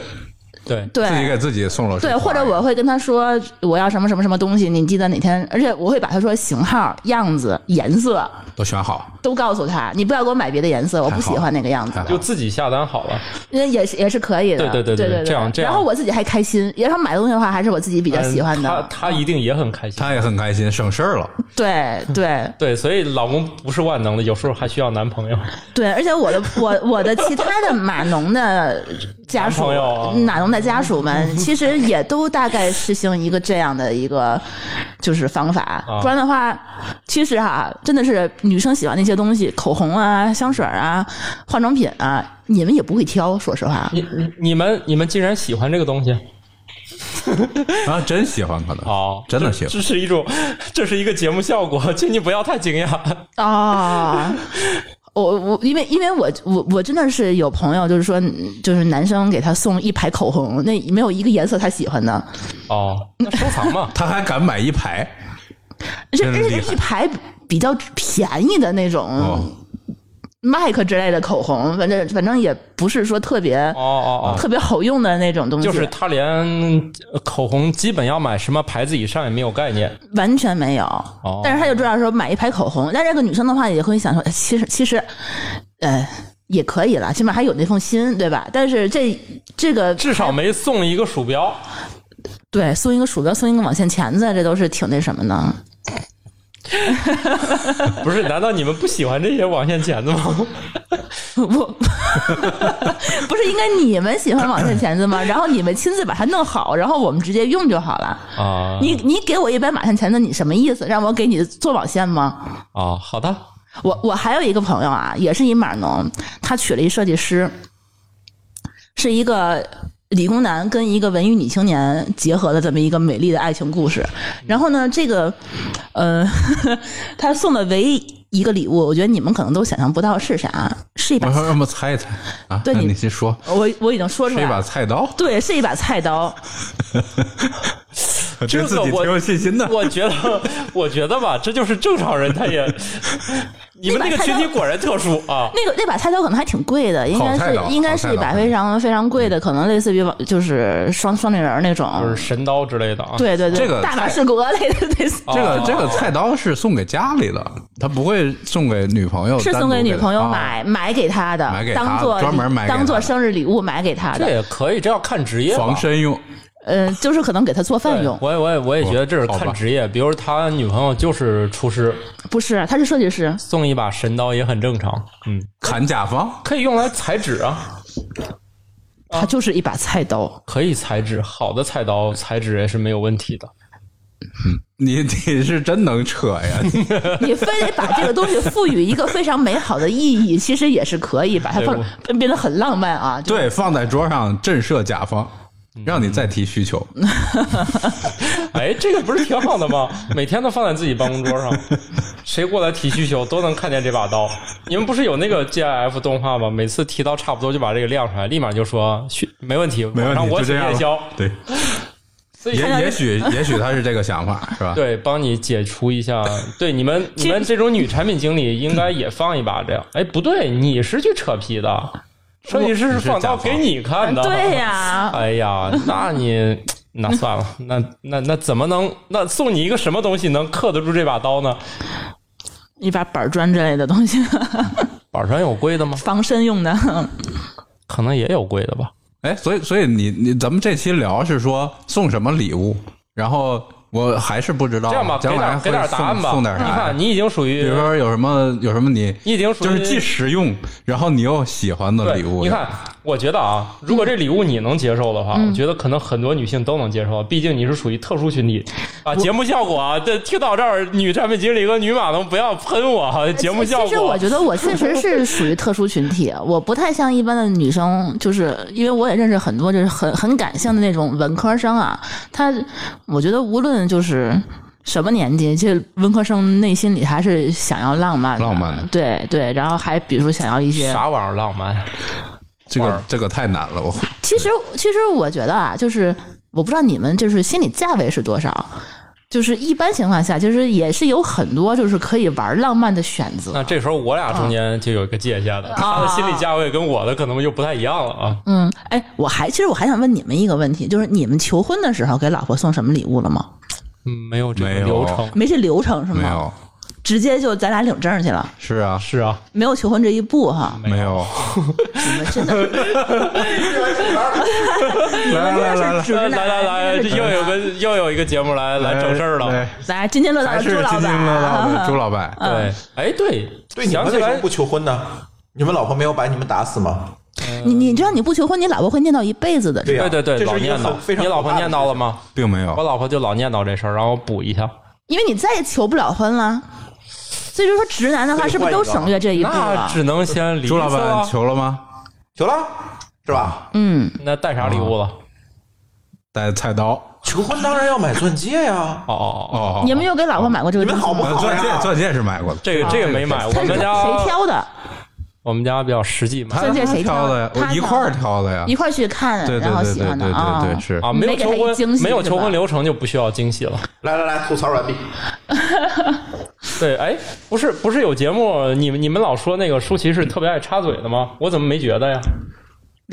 S1: 对，
S5: 对，
S4: 自己给自己送了束
S5: 对，
S4: 花
S5: 或者我会跟他说我要什么什么什么东西，你记得哪天，而且我会把他说型号、样子、颜色
S4: 都选好，
S5: 都告诉他，你不要给我买别的颜色，我不喜欢那个样子
S4: 太好
S5: 的，
S1: 就自己下单好了。
S5: 因为也是也是可以的，
S1: 对对对
S5: 对
S1: 对
S5: 对
S1: 这样这样
S5: 然后我自己还开心，然后买东西的话还是我自己比较喜欢
S1: 嗯
S5: 的，
S1: 他他一定也很开心。
S4: 他也很开心，省事 儿了。
S5: 对对
S1: 对，所以老公不是万能的，有时候还需要男朋友。
S5: 对，而且我的我我的其他的码农的家
S1: 男
S5: 属
S1: 朋友啊，
S5: 码农的家属们， 其实也都大概实行一个这样的一个就是方法，
S1: 啊
S5: 不然的话，其实哈、真的是女生喜欢那些东西，口红啊、香水啊、化妆品啊，你们也不会挑，说实话。
S1: 你你你们你们竟然喜欢这个东西？
S4: 啊，真喜欢可能，
S1: 哦，
S4: 真的
S1: 这
S4: 喜欢。
S1: 这是一种，这是一个节目效果，请你不要太惊讶。
S5: 啊、我我因为因为我我我真的是有朋友，就是说嗯就是男生给他送一排口红，那没有一个颜色他喜欢的，
S1: 哦，那收藏嘛
S4: 他还敢买一排，
S5: 而且
S4: 真
S5: 而
S4: 是厉害
S5: 且一排比较便宜的那
S4: 哦
S5: 种麦克之类的口红，反正反正也不是说特别
S1: 哦哦
S5: 特别好用的那种东
S1: 哦，
S5: 西，
S1: 就是他连呃口红基本要买什么牌子以上也没有概 念。
S5: 完全没有。
S1: 哦
S5: 但是他就知道说买一排口红，但这个女生的话也会想说，哎其实其实，呃。也可以了，起码还有那封信，对吧？但是这这个
S1: 至少没送一个鼠标。
S5: 对，送一个鼠标，送一个网线钳子，这都是挺那什么的。
S1: 不是？难道你们不喜欢这些网线钳子吗？
S5: 我 不是应该你们喜欢网线钳子吗？然后你们亲自把它弄好，然后我们直接用就好了。
S1: 啊
S5: 你
S4: 嗯
S5: 你给我一百马线钳子，你什么意思？让我给你做网线吗？
S1: 啊，好的。
S5: 我我还有一个朋友啊，也是一码农，他娶了一设计师，是一个理工男跟一个文艺女青年结合的这么一个美丽的爱情故事。
S4: 嗯
S5: 然后呢，这个呃， 他送的唯一一个礼物，我觉得你们可能都想象不到是啥，是一把
S4: 我说让我猜一猜啊，
S5: 对
S4: 那
S5: 你
S4: 你先说，
S5: 我我已经说出
S4: 是一
S5: 来
S4: 把
S5: 了。
S4: 菜刀，
S5: 对，是一把菜刀。
S4: 对自
S1: 个
S4: 己
S1: 我
S4: 挺有信心的。
S1: 我觉得，我觉得吧，这就是正常人，他 也，你们这个群体果然特殊啊。
S5: 那个那把菜刀可能还挺贵的，应该
S4: 好菜
S5: 是
S4: 刀
S5: 应该
S4: 好
S5: 是
S4: 菜
S5: 一
S4: 刀嗯
S5: 把非常非常贵的，可能类似于往就是双双立人那种。
S1: 就是神刀之类的啊，，
S5: 对对对，
S4: 这个
S5: 大马
S4: 菜
S5: 士革类的类似。
S4: 这个
S1: 哦
S4: 这个菜刀是送给家里的，他不会送给啊女朋友，
S5: 是送给女朋友买、买给她的，
S4: 买给她
S5: 当做
S4: 专门买给她的
S5: 当做生日礼物买给她
S1: 这
S5: 的。
S1: 也可以，这要看职业吧
S4: 防身用。
S5: 呃，就是可能给她做饭用，
S1: 我也我也我也觉得这是
S4: 哦好
S1: 看
S4: 吧
S1: 职业，比如他女朋友就是厨师，
S5: 不是，她是设计
S4: 啊
S5: 师。
S1: 送一把神刀也很正常，嗯，
S4: 砍甲方，
S1: 可以用来裁纸啊，
S5: 她就是一把菜刀，
S1: 可以裁纸，好的菜刀裁纸也是没有问题的。
S4: 你 你是真能扯 呀！你
S5: 你非得把这个东西赋予一个非常美好的意义，其实也是可以把它
S1: 对
S5: 放
S1: 我
S5: 变变得很浪漫啊。就，
S4: 对，放在桌上震慑甲方，让你再提需 求。
S1: 哎，这个不是挺好的 吗？每天都放在自己办公桌上，谁过来提需求都能看见这把刀。你们不是有那个 GIF 动画吗？每次提到差不多就把这个亮出来，立马就说需没问题，
S4: 没
S1: 马
S4: 问
S1: 上
S4: 题，
S1: 我
S4: 就
S1: 请
S4: 这样
S1: 夜
S4: 吧
S1: 宵。
S4: 对，
S1: 所以
S4: 也
S1: 看到
S4: 也许也许他是这个想法，是吧？，
S1: 对，帮你解除一下。对，你们你 们这种女产品经理应该也放一把这样。哎，不对，你是去扯皮的，设计师是放刀给你看的。
S5: 对呀、
S4: 啊
S1: 哎呀，那你那算了， 那那那怎么能那送你一个什么东西能克得住这把刀呢？
S5: 一把板砖之类的东西，
S1: 板上有贵的吗？
S5: 防身用的。
S1: 可能也有贵的吧。
S4: 哎，所以所以你你咱们这期聊是说送什么礼物，然后我还是不知道，
S1: 这样吧，给
S4: 哦将来
S1: 点给
S4: 会
S1: 点
S4: 送
S1: 答案吧。
S4: 送点啥
S1: 你
S4: 呀？
S1: 看，你已经属
S4: 比
S1: 于
S4: 如说有什么有什么你
S1: 你已经属于
S4: 就是既实用，然后你又喜欢的
S1: 对，
S4: 礼物，
S1: 你看，我觉得啊，如果这礼物你能接受的话，
S5: 嗯
S1: 我觉得可能很多女性都能接受，毕竟你是属于特殊群体啊。节目效果啊，这听到这儿，女产品经理和女码农不要喷我哈， 节目效
S5: 其实
S1: 果
S5: 我。觉得我确实是属于特殊群体，我不太像一般的女生，就是因为我也认识很多就是很很感性的那种文科生啊。他，我觉得无论就是什么年纪，这文科生内心里还是想要浪漫的，
S4: 浪漫的
S5: 对对，然后还比如说想要一些
S1: 啥玩意儿浪漫？
S4: 啊这
S1: 玩儿
S4: 个这个太难了，我
S5: 其实，其实我觉得啊，就是我不知道你们就是心理价位是多少，就是一般情况下，就是也是有很多就是可以玩浪漫的选择。
S1: 那这时候我俩中间就有一个界限了，他的心理价位跟我的可能就不太一样了啊。
S5: 啊嗯，哎，我还其实我还想问你们一个问题，就是你们求婚的时候给老婆送什么礼物了吗？
S1: 嗯，没有这个
S4: 没有
S1: 流程，
S5: 没这流程是吗？
S4: 没有，
S5: 直接就咱俩领证去了，
S4: 是 啊，
S1: 是啊，
S5: 没有求婚这一步哈。
S4: 没有，
S5: 你们真的
S4: 来来来来
S5: 是直
S1: 来
S5: 男，
S1: 来来，
S5: 真的是直
S1: 又
S5: 男
S1: 有个又有一个节目来来整事儿了
S4: 哎
S6: 哎
S4: 对。
S5: 来津津乐道
S4: 还
S5: 的
S4: 是
S5: 朱老
S4: 津
S5: 板，啊
S4: 津乐道 的朱老板，
S5: 嗯
S1: 对，哎对，
S6: 对，你
S1: 想
S6: 们
S1: 起
S6: 为什么
S1: 来
S6: 不求婚呢？你们老婆没有把你们打死吗？
S5: 你你知道你不求婚，你老婆会念叨一辈子的。
S6: 对呀、
S1: 对对对，
S6: 这
S1: 老
S6: 是一
S1: 念
S6: 个
S1: 叨
S6: 很非，常
S1: 你老婆
S6: 可怕
S1: 念
S6: 的
S1: 叨了
S6: 事情？
S1: 吗？
S4: 并没
S1: 我
S4: 有，
S1: 老婆就老念叨这事儿，让我补一下。
S5: 因为你再也求不了婚了。所以就说直男的话，
S6: 所以
S5: 是不是都省略这一步啊
S1: 那
S5: 了？
S1: 只能先离啊
S4: 朱老板
S1: 了。
S4: 求了吗？
S6: 求了是吧？
S5: 嗯，
S1: 那带啥礼物了？
S6: 啊
S4: 带菜刀
S6: 求婚当然要买钻戒呀、
S1: 哦哦哦，
S4: 哦，
S5: 你们有给老婆买过这个
S6: 你
S5: 东
S6: 们
S5: 西
S6: 好不
S5: 吗？
S4: 呃
S6: 好
S4: 钻戒
S6: 呀？
S4: 钻戒是买过的，
S6: 啊
S1: 这个这个没买，我
S5: 他是
S1: 们
S5: 谁
S1: 家
S5: 挑的？
S4: 啊
S1: 我们家比较实际嘛
S5: 钻戒谁挑
S4: 挑
S5: 的
S4: 的呀？我
S5: 他
S4: 一
S5: 挑
S4: 块儿
S5: 的
S4: 挑的呀，
S5: 一块儿去看，
S4: 对对
S5: 然后
S4: 对
S5: 喜
S4: 对
S5: 欢的
S4: 对
S5: 啊。
S4: 对对是
S1: 啊，没有
S5: 没给
S1: 求
S5: 他一惊
S1: 婚，
S5: 喜
S1: 没有
S5: 是
S1: 求
S5: 吧
S1: 婚流程就不需要惊喜了。
S6: 来来来，吐槽完毕。
S1: 对，哎，不是不是有节目，你们你们老说那个舒淇是特别爱插嘴的吗？我怎么没觉得呀？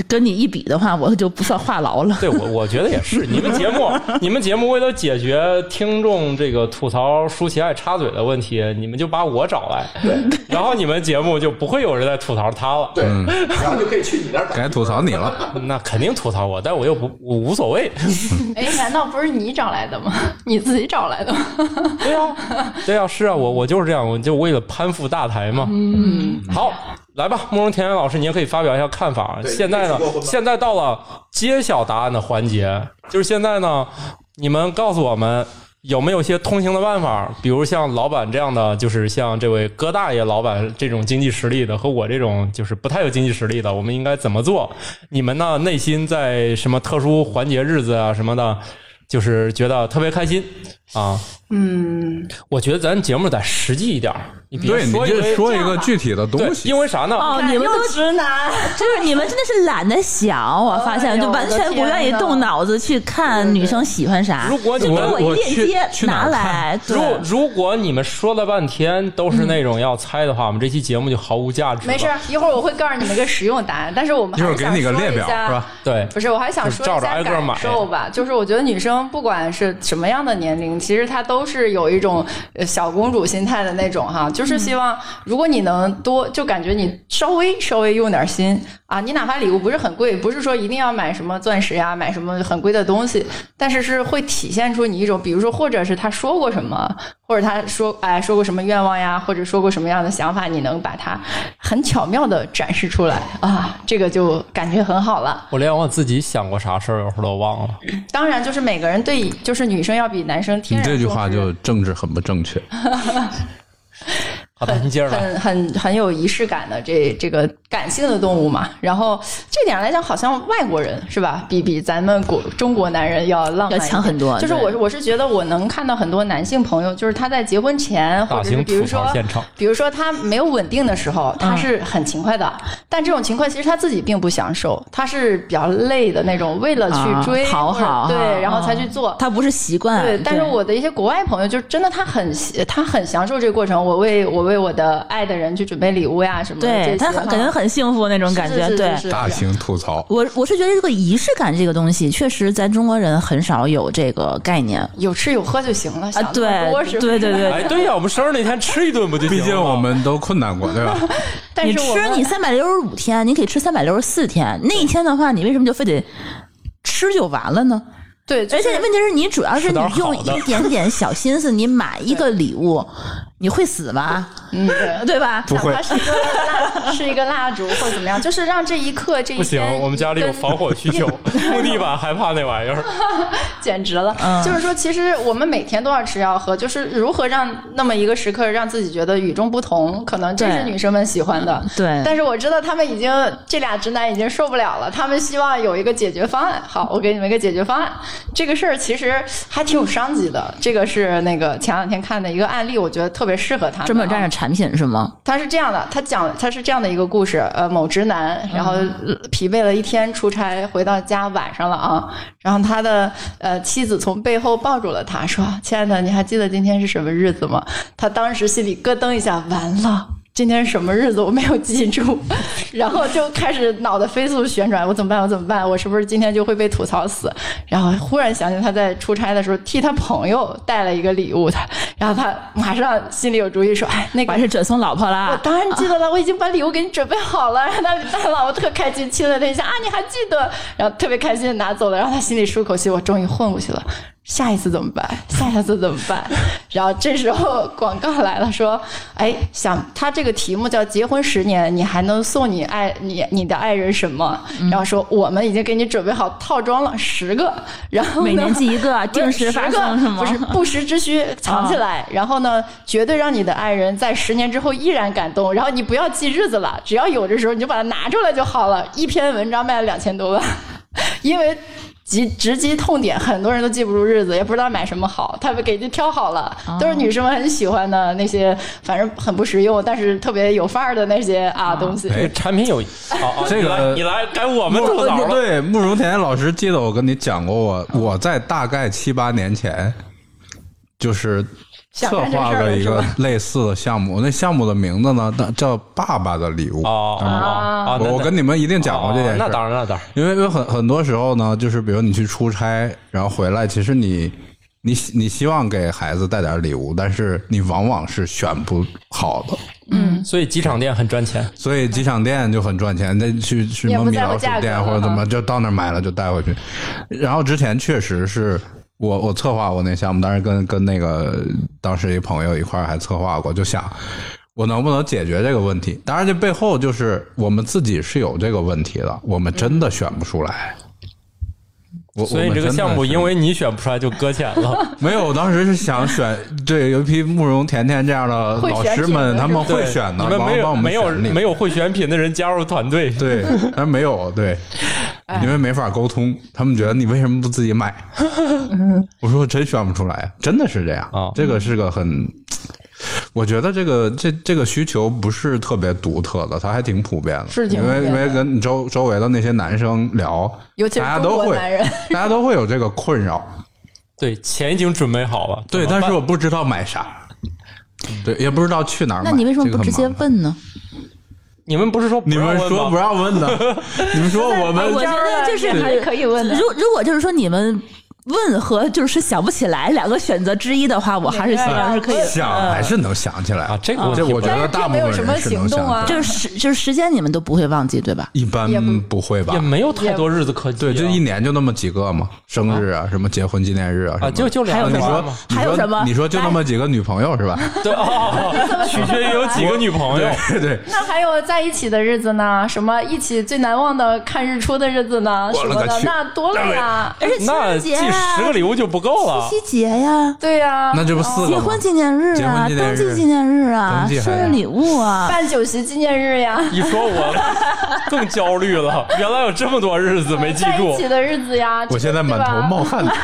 S5: 跟你一比的话，我就不算话痨了。
S1: 对我我觉得也是，你们节目你们节目为了解决听众这个吐槽舒淇爱插嘴的问题，你们就把我找来，然后你们节目就不会有人再吐槽他了。
S6: 对，然后就可以去你那儿打。
S4: 该吐槽 你了，
S1: 那肯定吐槽我，但我又不我无所谓。
S2: 哎，难道不是你找来的吗？ 你自己找来的吗？
S1: 对啊，对啊，是啊，我我就是这样，我就为了攀附大台嘛。嗯，好，来吧，慕容田园老师，你也可以发表一下看法。
S6: 对
S1: 现在呢
S6: 你可以说过，吧
S1: 现在到了揭晓答案的环节，就是现在呢，你们告诉我们。有没有一些通行的办法？比如像老板这样的，就是像这位戈大爷老板这种经济实力的，和我这种就是不太有经济实力的，我们应该怎么做？你们呢，内心在什么特殊环节、日子啊什么的，就是觉得特别开心啊？
S2: 嗯，
S1: 我觉得咱节目得实际一点儿，你别
S4: 对，你
S1: 说一
S4: 就
S1: 堆
S4: 说一个具体的
S1: 对
S4: 东，西，
S1: 因为啥呢？
S5: 哦，你们都直
S4: 啊
S5: 男，就是你们真的是懒得想，我发
S2: 哎
S5: 现
S2: 呦
S5: 就完全不愿意动脑子去看女生喜欢啥。
S1: 如果你
S5: 就给
S1: 们
S5: 我
S4: 我
S5: 一
S4: 去
S5: 链接
S4: 去哪
S5: 拿
S4: 儿
S5: 来，对
S1: 如，如果你们说了半天都是那种要猜的话，我们这期节目就毫无价值。
S2: 没事，，一会儿我会告诉你们一个实用答案，但是我们
S4: 一会儿
S2: 还是
S4: 给你个
S2: 想说
S4: 列
S2: 一
S4: 表
S2: 下
S4: 是吧？
S1: 对，
S2: 不是，我还想
S1: 就是
S2: 说
S1: 照
S2: 一
S1: 着
S2: 下
S1: 挨个儿
S2: 感
S1: 买
S2: 受吧，就是我觉得女生不管是什么样的年龄，其实她都是有一种呃小公主心态的那种哈，就是希望如果你能多，就感觉你稍微稍微用点心啊，你哪怕礼物不是很贵，不是说一定要买什么钻石呀，买什么很贵的东西，但是是会体现出你一种，比如说或者是她说过什么，或者她说哎说过什么愿望呀，或者说过什么样的想法，你能把它很巧妙的展示出来啊，这个就感觉很好了。
S1: 我连我自己想过啥事儿，有时候都忘了。
S2: 当然，就是每个人对就是女生要比男生
S4: 你
S2: 天然
S4: 这句话
S2: 重视
S4: 就政治很不正确。
S1: 好的，你接着 来。
S2: 很很很有仪式感的这这个感性的动物嘛。然后这点上来讲，好像外国人是吧，比比咱们国中国男人要浪漫一点
S5: 要强很多
S2: 就是我
S5: 对
S2: 我是觉得我能看到很多男性朋友，就是他在结婚前或
S1: 大
S2: 者是
S1: 型
S2: 比
S1: 吐
S2: 如说
S1: 槽现场，
S2: 比如说他没有稳定的时候，他是很勤快的，但这种勤快其实他自己并不享受，他是比较累的那种，为了
S5: 啊
S2: 去追
S5: 讨
S2: 或者
S5: 好，
S2: 对，然后才去
S5: 嗯
S2: 做。
S5: 他不是习惯，
S2: 对，但是我的一些国外朋友，就真的他很喜他很享受这个过程。我为我为我的爱的人去准备礼物呀什么的，
S5: 对
S2: 这些
S5: 他很
S2: 哈
S5: 感觉很幸福那种感
S2: 是
S5: 觉，
S2: 是是
S5: 对
S2: 是。是
S4: 大型吐槽，
S5: 我我是觉得这个仪式感这个东西，确实咱中国人很少有这个概念
S2: 有吃有喝就行了
S5: 啊
S2: 想。
S5: 对
S2: 那么多是吧
S5: 对对对，
S1: 哎，对呀、我们生日那天吃一顿不就行
S4: 毕
S1: 了吗？
S4: 竟我们都困难过，对吧？
S2: 但
S5: 你
S2: 是我
S5: 吃
S2: 们
S5: 你三百六十五天，你可以吃三百六十四天。那一天的话，你为什么就非得吃就完了呢？
S2: 对，就
S5: 而
S2: 是
S5: 且问题是你主要是
S1: 吃
S5: 你
S1: 点好
S5: 用
S1: 的
S5: 一点点小心思，你买一个礼物，你会死吗？
S2: 嗯 对。
S5: 对吧？
S4: 不会
S2: 哪怕，是一个蜡，是一个蜡烛或者怎么样，就是让这一刻这一
S1: 不行
S2: 天，
S1: 我们家里有
S2: 跟
S1: 防火需 求，木地板害怕那玩意儿。
S2: 简直了。
S5: 嗯
S2: 就是说，其实我们每天都要吃要喝，就是如何让那么一个时刻让自己觉得与众不同，可能这
S5: 对
S2: 是女生们喜欢的。
S5: 嗯对
S2: 但是我知道他们已经这俩直男已经受不了了，他们希望有一个解决方案。好，我给你们一个解决方案。这个事儿其实还挺有商机的，这个是那个前两天看的一个案例，我觉得特别适合他们。啊
S5: 专门有这样的产品是吗？
S2: 他是这样的，他讲他是这样的一个故事，呃，某直男，然后呃疲惫了一天出差，回到家晚上了啊，然后他的呃妻子从背后抱住了他，说：“亲爱的，你还记得今天是什么日子吗？”他当时心里咯噔一下，完了。今天是什么日子？我没有记住， 然后就开始脑袋飞速旋转，我怎么办？我怎么办？我是不是今天就会被吐槽死？然后忽然想起他在出差的时候替他朋友带了一个礼物，他，然后他马上心里有主意，说：“哎，那个
S5: 完事转送老婆
S2: 我
S5: 啦。
S2: 当然记得了，我已经把礼物给你准备好了，让他带了，我特开心，亲了他一下啊，你还记得？然后特别开心的拿走了，然后他心里舒口气，我终于混过去了。下一次怎么办？下一次怎么办？ 然后这时候广告来了，说：“哎，想他这个题目叫‘结婚十年，你还能送你爱你你的爱人什么’，
S5: 嗯
S2: 然后说我们已经给你准备好套装了，十个，然后呢
S5: 每年寄一个，啊定时发送是吗？啊
S2: 不是不时之 需藏起来，然后呢，绝对让你的爱人在十年之后依然感动。然后你不要记日子了，只要有的时候你就把它拿出来就好了。一篇文章卖了两千多万， 因为。直直击痛点，很多人都记不住日子，也不知道买什么好。他们给你挑好了，
S5: 啊
S2: 都是女生们很喜欢的那些，反正很不实用，但是特别有范儿的那些啊东西。
S1: 这哎产品有，哦哦
S4: 这个
S1: 你来，你来该 我们吐 槽了。
S4: 对，慕容田老师记得我跟你讲过我，我在大概七八年前，就是策划了一个 类似的项目，那项目的名字呢叫《爸爸的礼物》啊
S1: 哦哦
S2: 啊
S1: 哦，
S4: 我我跟你们一定讲过这件事。
S1: 那当然，那当然。
S4: 因为因为很很多时候呢，就是比如你去出差，然后回来，其实你你你希望给孩子带点礼物，但是你往往是选不好的，
S1: 所以机场店很赚钱，
S4: 所以机场店就很赚钱。那去去
S2: 也
S4: 猫
S2: 不
S4: 咪
S2: 在乎
S4: 老鼠
S2: 价格
S4: 店或者
S2: 了
S4: 怎么，
S2: 嗯
S4: 就到那儿买了就带回去。然后之前确实是。我我策划过那项目，当时跟跟那个当时一朋友一块儿还策划过，就想我能不能解决这个问题。当然，这背后就是我们自己是有这个问题的，我们真的选不出来。我
S1: 所以这个项目因为你选不出来就搁浅了。
S4: 没有，我当时是想选，对，有一批慕容甜甜这样的
S2: 会
S4: 老
S2: 选
S4: 师
S2: 品
S4: 们，
S2: 的
S4: 他们
S1: 对
S4: 会选的，
S1: 你们
S4: 帮
S1: 没
S4: 帮
S1: 有
S4: 我们
S1: 没有
S4: 选那个
S1: 没有会选品的人加入团队，
S4: 对，但是没有对，
S2: 哎
S4: 因为没法沟通，他们觉得你为什么不自己 买？我说我真选不出来，真的是这样
S1: 哦
S4: 这个是个很，我觉得这个这这个需求不是特别独特的，它还挺普遍的，
S2: 是挺
S4: 因为
S2: 普遍
S4: 因
S2: 的
S4: 为跟你周周围的那些男生聊，
S2: 尤其是
S4: 大家都
S2: 中国
S4: 会
S2: 男人，
S4: 大家都会有这个困扰，
S1: 对，钱已经准备好了。
S4: 对，
S1: 怎么
S4: 但是嗯
S1: 办
S4: 我不知道买啥。对，也不知道去哪儿买。
S5: 那你为什么
S4: 这个
S5: 不
S4: 很
S5: 直接
S4: 麻烦
S5: 问呢？
S1: 你们不是说不
S4: 你
S1: 让
S4: 们
S1: 问
S4: 说
S1: 吗
S4: 不让问 的，你 们说啊我们
S5: 我觉得就是
S2: 还是可以问的
S5: 啊如如果就是说你们问和就是想不起来两个选择之一的话，我还是希望是可以。
S4: 想还是能想起来
S1: 啊这个问题
S4: 这我觉
S2: 呃但是
S4: 得大
S2: 并
S4: 部
S2: 没
S4: 分
S2: 有
S4: 人
S2: 什
S4: 是
S2: 么行
S4: 能想起
S2: 动啊
S4: 来，
S5: 就是时就是时间你们都不会忘记对吧？
S4: 一般
S2: 也不
S4: 不会吧
S1: 也？没有太多日子可记啊。
S4: 对，就一年就那么几个嘛，生日啊，什么结婚纪念日啊，什
S1: 啊，
S4: 么
S1: 就就
S5: 还有
S1: 两
S5: 什
S1: 个
S5: 么
S1: 嘛。
S4: 你
S5: 还有
S4: 说
S5: 什么
S4: 你说就那么几个女朋友是吧？
S1: 对 哦，取决于有几个女朋 友。
S4: 对 对，
S2: 那还有在一起的日子呢？什么一起最难忘的看日出的日子呢？
S4: 我
S2: 什
S4: 勒
S2: 么
S4: 个
S2: 的
S4: 去，
S2: 那多了呀。
S5: 而且情
S1: 那
S5: 人节
S1: 既十个礼物就不够了
S5: 七。夕节呀，
S2: 对呀、
S4: 那这不四
S5: 结
S4: 个吗
S5: 婚？纪念日
S4: 结
S5: 啊，
S4: 婚纪念
S5: 登
S4: 日
S5: 记纪念日啊
S4: 登，记还
S5: 生日礼物啊，
S2: 办酒席纪念日呀，
S1: 一说我 更焦虑了，原来有这么多日子没记
S2: 在一
S1: 住
S2: 起。的日子呀，
S4: 我现在满头冒
S2: 对吧，
S4: 汗，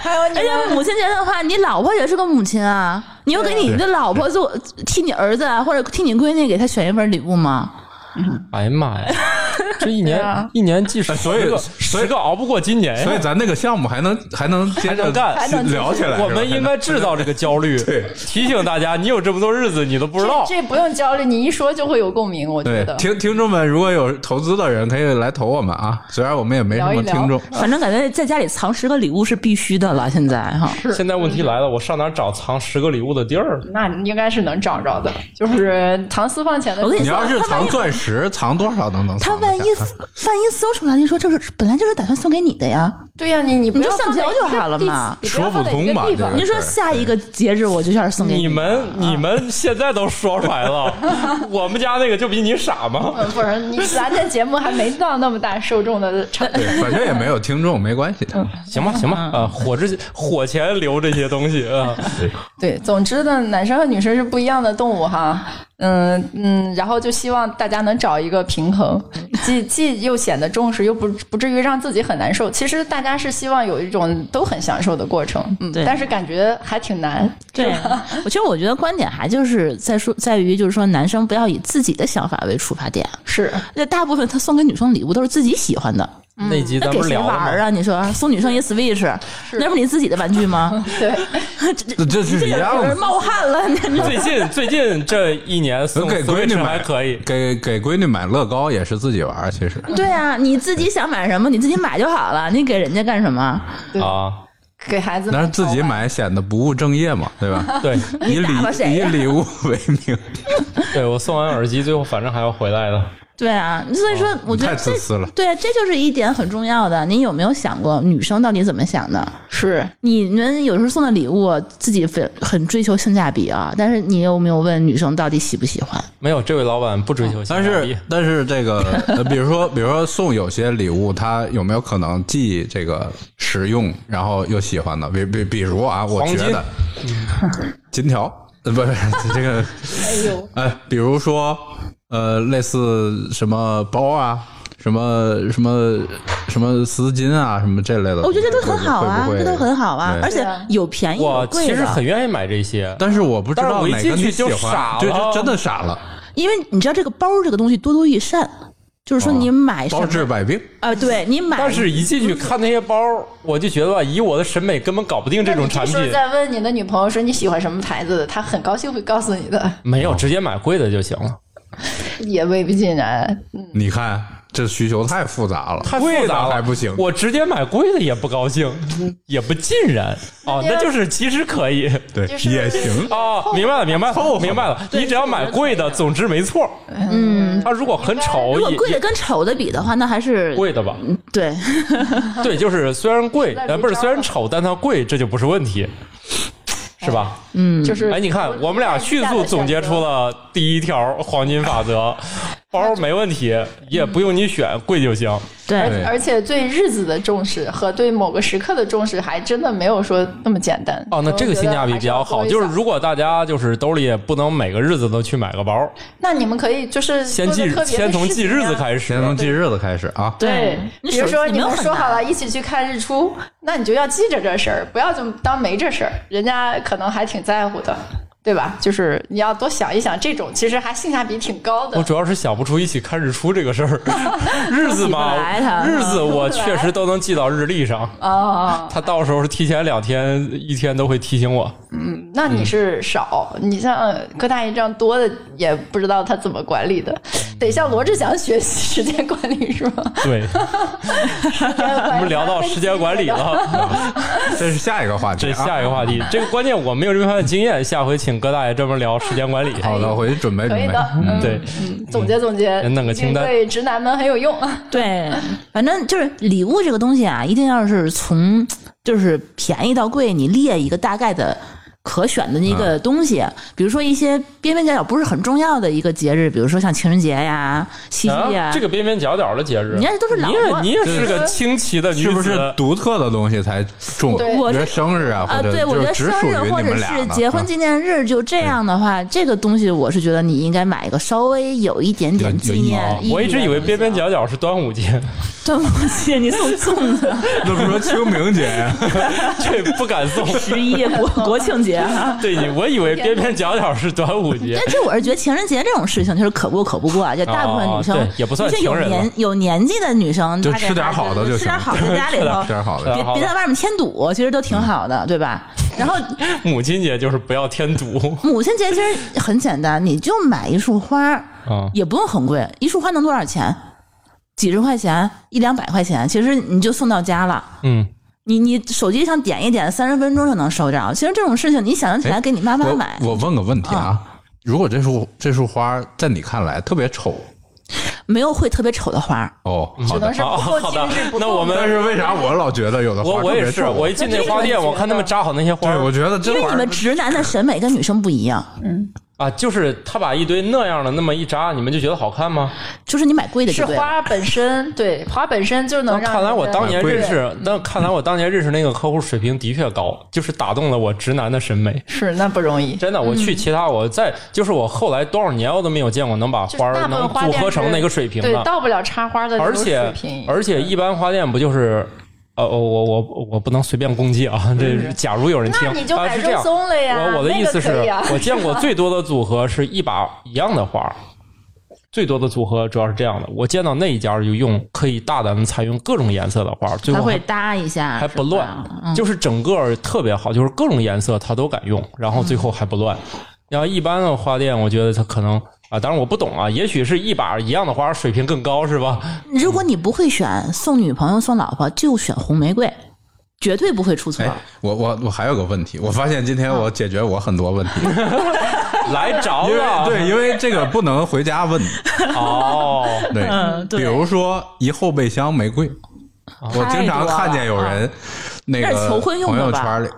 S2: 还有你
S5: 而
S1: 哎
S5: 且
S2: 们
S5: 哎母亲节的话，你老婆也是个母亲啊，你又给你的老婆做替你儿子啊，或者替你闺女给她选一份礼物吗？
S1: 哎呀妈呀，这一
S2: 对啊
S1: 年一年记十
S4: 哎所以
S1: 个，
S4: 所以
S1: 十个熬不过今年呀。
S4: 所以咱那个项目还能还能接
S1: 还
S4: 着
S1: 能干还
S2: 能
S4: 聊起来。
S1: 我们应该制造这个焦虑，
S4: 对
S1: 提醒大家，你有这么多日子你都不知道。
S2: 这不用焦虑，你一说就会有共鸣，我觉
S4: 对
S2: 得。
S4: 听听众们，如果有投资的人可以来投我们啊，虽然我们也没什
S2: 聊
S4: 么
S2: 一聊
S4: 听众，
S1: 啊
S5: 反正感觉在家里藏十个礼物是必须的了，现在哈。
S1: 现在问题来了，我上哪儿找藏十个礼物的地儿？
S2: 那你应该是能找着的，就是藏私房钱的。
S5: 我跟
S4: 你
S5: 你
S4: 要
S5: 说，
S4: 是藏钻 石，藏多少都能
S5: 他
S4: 藏得下。
S1: 哎
S5: 万一万一搜出来，你说这是本来就是打算送给你的呀，
S2: 对呀、你你不
S5: 你就
S2: 要
S5: 橡胶
S2: 放在一个
S5: 就好了
S2: 地
S5: 嘛
S2: 你要放在一个
S4: 说不通嘛
S2: 地方
S4: 对
S5: 你就说
S4: 是
S5: 下一个节日我就要是送给啊
S1: 你
S5: 的
S1: 们你们现在都说出来 了，我们家那个就比你傻吗？
S2: 嗯，不是你，咱这节目还没到那么大受众的程度。
S4: 对，反正也没有听众，没关系。
S5: 嗯
S1: 行吧行吧，啊，火之火前留这些东西啊，
S2: 对，总之呢，男生和女生是不一样的动物哈。嗯嗯，然后就希望大家能找一个平衡，既既又显得重视，又不不至于让自己很难受。其实大家是希望有一种都很享受的过程，嗯，
S5: 对
S2: 但是感觉还挺难。
S5: 对，我其实我觉得观点还就是在说，在于就是说，男生不要以自己的想法为出发点，
S2: 是，
S5: 那大部分他送给女生礼物都是自己喜欢的，
S1: 那集
S5: 嗯那
S1: 咱
S5: 给
S1: 不是
S5: 谁
S1: 聊
S5: 玩
S1: 了
S5: 儿
S1: 吗？
S5: 啊？你说送女生一 Switch，那不是你自己的玩具吗？
S2: 对，
S4: 这这是一样
S5: 有人
S4: 的。
S5: 冒汗了，你这
S1: 最近最近这一年送
S4: 给闺女
S1: Switch 还
S4: 买
S1: 可以，
S4: 给给闺女买乐高也是自己玩儿，其实
S5: 对啊，你自己想买什么，你自己买就好了，你给人家干什么？
S1: 啊，
S2: 给孩子，
S4: 但是自己。买显得不务正业嘛，对 吧？
S1: 对
S4: 以礼
S5: 打发谁
S4: 以
S5: 呀
S4: 礼物为名，
S1: 对，我送完耳机，最后反正还要回来的。
S5: 对啊，所以说我觉
S4: 哦
S5: 得
S4: 太
S5: 这
S4: 自私了。
S5: 对啊，这就是一点很重要的。你有没有想过女生到底怎么想的？
S2: 是
S5: 你们有时候送的礼物自己很很追求性价比啊，但是你有没有问女生到底喜不喜欢？
S1: 没有，这位老板不追求性
S4: 但
S1: 价
S4: 是
S1: 比，
S5: 哎
S4: 但是 这个，呃比如说比如说送有些礼物，它有没有可能既这个实用，然后又喜欢的？比比比如啊，我
S1: 黄
S4: 觉
S1: 金
S4: 得 金条，呃，不不 这个， 哎，比如说呃，类似什么包啊。什么什么什么丝巾啊，什么这类的，
S5: 我觉得这都很好啊，
S4: 会不会
S5: 这都很好啊
S4: 对，
S5: 而且
S2: 对啊
S5: 有便宜
S1: 我
S5: 有贵
S1: 其实
S5: 的。
S1: 很愿意买这些，
S4: 但是我不知
S1: 但是
S4: 道
S1: 我一
S4: 哪
S1: 进
S4: 个你
S1: 去
S4: 喜
S1: 就傻
S4: 欢，就
S1: 了
S4: 就真的傻了，
S5: 因为你知道这个包这个东西多多益善，就是说
S4: 哦
S5: 你买什
S4: 包治
S5: 么
S4: 百病。
S5: 啊，对你买，
S1: 但是一进
S5: 嗯
S1: 去看那些包，我就觉得吧，以我的审美根本搞不定这种产
S2: 那你这时
S1: 品
S2: 候。再问你的女朋友说你喜欢什么牌子的，她很高兴会告诉你的，
S1: 没
S4: 哦
S1: 有，直接买贵的就行了。
S2: 也未必尽然。嗯
S4: 你看这需求太复杂了，
S1: 太复
S4: 贵的
S1: 杂了，
S4: 还不行。
S1: 我直接买贵的也不高兴， 也不尽然。哦，那就是其实可以。
S4: 对
S2: 就是
S4: 也 行，
S1: 哦，明白了，明白了，明白了。你只要买贵的，总之没错。
S5: 嗯，
S1: 它如果很丑，
S5: 如果
S1: 也
S5: 贵的嗯
S1: 也
S5: 跟丑的比的话，那还是
S1: 贵的吧？
S5: 对，
S1: 对，就是虽然 贵，呃，不是虽然丑，但它贵，这就不是问题，是吧？
S5: 嗯
S2: 就是
S1: 哎，你看，我们俩迅速总结出了第一条黄金法 则：包没问题，也不用你选，贵就行。
S5: 对，
S4: 对
S2: 而且对日子的重视和对某个时刻的重视，还真的没有说那么简单。
S1: 哦，那这个性价比比较好。就是如果大家就是兜里也不能每个日子都去买个包，
S2: 那你们可以就是
S1: 先
S2: 做
S1: 记
S2: 个特别的
S1: 先从
S2: 事
S1: 记
S2: 情
S1: 日子
S2: 啊。
S1: 开
S4: 先
S1: 始。
S4: 从记日子开始啊。
S2: 对，
S5: 你
S2: 比如
S5: 嗯手
S2: 说
S5: 机
S2: 你
S5: 没有
S2: 们
S5: 很
S2: 说好
S5: 大
S2: 了一起去看日出，那你就要记着这事儿，不要就当没这事儿，人家可能还挺在乎的，对吧？就是你要多想一想，这种其实还性价比挺高的
S1: 我。主要是想不出一起看日出这个事儿，日子嘛
S5: 记不来它，
S1: 日子我确实都能记到日历上。
S2: 啊，
S1: 他到时候是提前两天、一天都会提醒我。
S2: 那
S1: 嗯
S2: 你是少，你像柯大爷这样多的，也不知道他怎么管理的，
S1: 嗯
S2: 得向罗志祥学习时间管理是吗？
S1: 对， 我
S2: 我
S1: 们聊到时间管理，了。
S4: 这是下一个话题
S1: 这
S4: 啊。
S1: 下一个话题，这个关键我没有这方面经验，下回请哥大爷专门聊时间管理。
S4: 好的，回去准备
S2: 可
S4: 准
S2: 以
S4: 备
S2: 的。，嗯，
S1: 对，
S2: 嗯总结总结，
S1: 先弄个清单
S2: 一定对直男们很有用。啊
S5: 对，反正就是礼物这个东西啊，一定要是从就是便宜到贵，你列一个大概的可选的一
S1: 嗯
S5: 个东西，比如说一些边边角角不是很重要的一个节日，比如说像情人节呀、七夕哎呀，
S1: 啊，这个边边角角的节日，
S5: 你看都是老
S1: 你也
S5: 婆
S1: 你也是个清奇的女子，
S4: 是不是独特的东西才重？
S2: 对
S5: 我
S4: 觉得
S5: 是
S4: 生日啊，
S5: 啊，
S4: 或者
S5: 对，我觉
S4: 就
S5: 得
S4: 只
S5: 生
S4: 属
S5: 日
S4: 于
S5: 或
S4: 你
S5: 者
S4: 们俩
S5: 是
S4: 呢
S5: 结
S1: 嗯
S5: 婚
S4: 啊
S5: 纪念日，就这样的话，这个东西我是觉得你应该买一个稍微有一点
S4: 有
S5: 点
S4: 有
S5: 纪
S4: 意义
S5: 念
S4: 啊
S5: 意义的东西啊。
S1: 我一直以为边边角角是端午节，
S5: 端午节你送粽子，
S4: 那不说清明节 呀，
S1: 这不敢 送。
S5: 十 一国国庆节啊。
S1: 对你，我以为边边角角是端午节
S5: 但。是我是觉得情人节这种事情就是可过可不过啊，就大部分女生，
S1: 哦对也不算
S5: 尤其有
S1: 情人了
S5: 年有年纪的女生，
S4: 就
S5: 大概
S4: 吃点
S5: 还是
S4: 好的就
S5: 吃点
S4: 行
S5: 好的，在家里头
S4: 这点好的嗯
S5: 别别在外面添堵，其实都挺好的，对吧？然后
S1: 母亲节就是不要添堵
S5: 母亲节其实很简单，你就买一束花，
S1: 啊。
S5: 也不用很贵，一束花能多少钱？几十块钱，一两百块钱，其实你就送到家了。
S1: 嗯，
S5: 你你手机上点一点，三十分钟就能收着。其实这种事情，你想得起来给你妈妈买，
S4: 哎我我问个问题啊，如果这束这束花在你看来特别丑
S5: 没有会特别丑的花。
S4: 哦，好
S2: 只
S4: 的
S2: 能，是不
S1: 好
S2: 够
S1: 好
S2: 精
S1: 的
S2: 致，不，
S1: 那
S2: 够
S1: 嗯我
S4: 但是
S1: 们
S4: 为啥我老觉得有的
S1: 我
S4: 花
S1: 我
S4: 特别
S1: 也是，
S4: 丑？啊
S1: 我一进那花店，我看他们扎好那些花
S4: 对，我
S1: 儿
S4: 觉得这
S5: 因为
S4: 玩
S5: 你
S4: 意儿
S5: 们直男的审美跟女生不一样，
S1: 啊，就是他把一堆那样的那么一扎，你们就觉得好看吗？
S5: 就是你买贵的
S2: 是
S5: 就对了。
S2: 花本身， 对花本身就能
S1: 那
S2: 让
S1: 看来我
S2: 人嗯
S1: 当年
S4: 买贵
S1: 认识，那看来我当年认识那个客户水平的确高，就是打动了我直男的审美。
S2: 是那不容易，
S1: 真的，我
S2: 嗯
S1: 去其他，我再就是我后来多少年我都没有见过能把
S2: 就是
S1: 花
S2: 大
S1: 儿
S2: 部
S1: 能
S2: 分花
S1: 组
S2: 店
S1: 合成
S2: 是
S1: 那个水平
S2: 对，
S1: 的，
S2: 到不了插花的那
S1: 而
S2: 种
S1: 且
S2: 水平，
S1: 而且一般花店不就是。呃，我我我我不能随便攻击啊！这是假如有人听
S2: 嗯那你就
S1: 啊，
S2: 买
S1: 是这样
S2: 肉。松了呀
S1: 我我的
S2: 那
S1: 意
S2: 个
S1: 思是
S2: 可以啊，
S1: 我见过最多的组合是一把一样的花儿，最多的组合主要是这样的。我见到那一家就用，可以大胆的采用各种颜色的花儿，最
S5: 还
S1: 后
S5: 会
S1: 还
S5: 搭一下，
S1: 还不
S5: 是
S1: 乱嗯
S5: 吧，
S1: 就是整个特别好，就是各种颜色它都敢用，然后最后还不乱。
S2: 嗯
S1: 然后一般的花店，我觉得它可能啊，当然我不懂啊，也许是一把一样的花水平更高是吧？
S5: 如果你不会选送女朋友、送老婆，就选红玫瑰，绝对不会出错。
S4: 哎，我我我还有个问题，我发现今天
S5: 嗯
S4: 我解决我很多 问题，
S1: 来着
S4: 因为
S5: 啊
S1: 了，
S4: 对，因为这个不能回家问，
S1: 哦，
S4: 对，
S5: 嗯
S4: 比
S5: 对哦
S4: 如说一后备箱玫瑰，我经常看见有人那
S5: 那是
S4: 个
S5: 求婚用
S4: 朋
S5: 的
S4: 友
S5: 吧
S4: 圈里。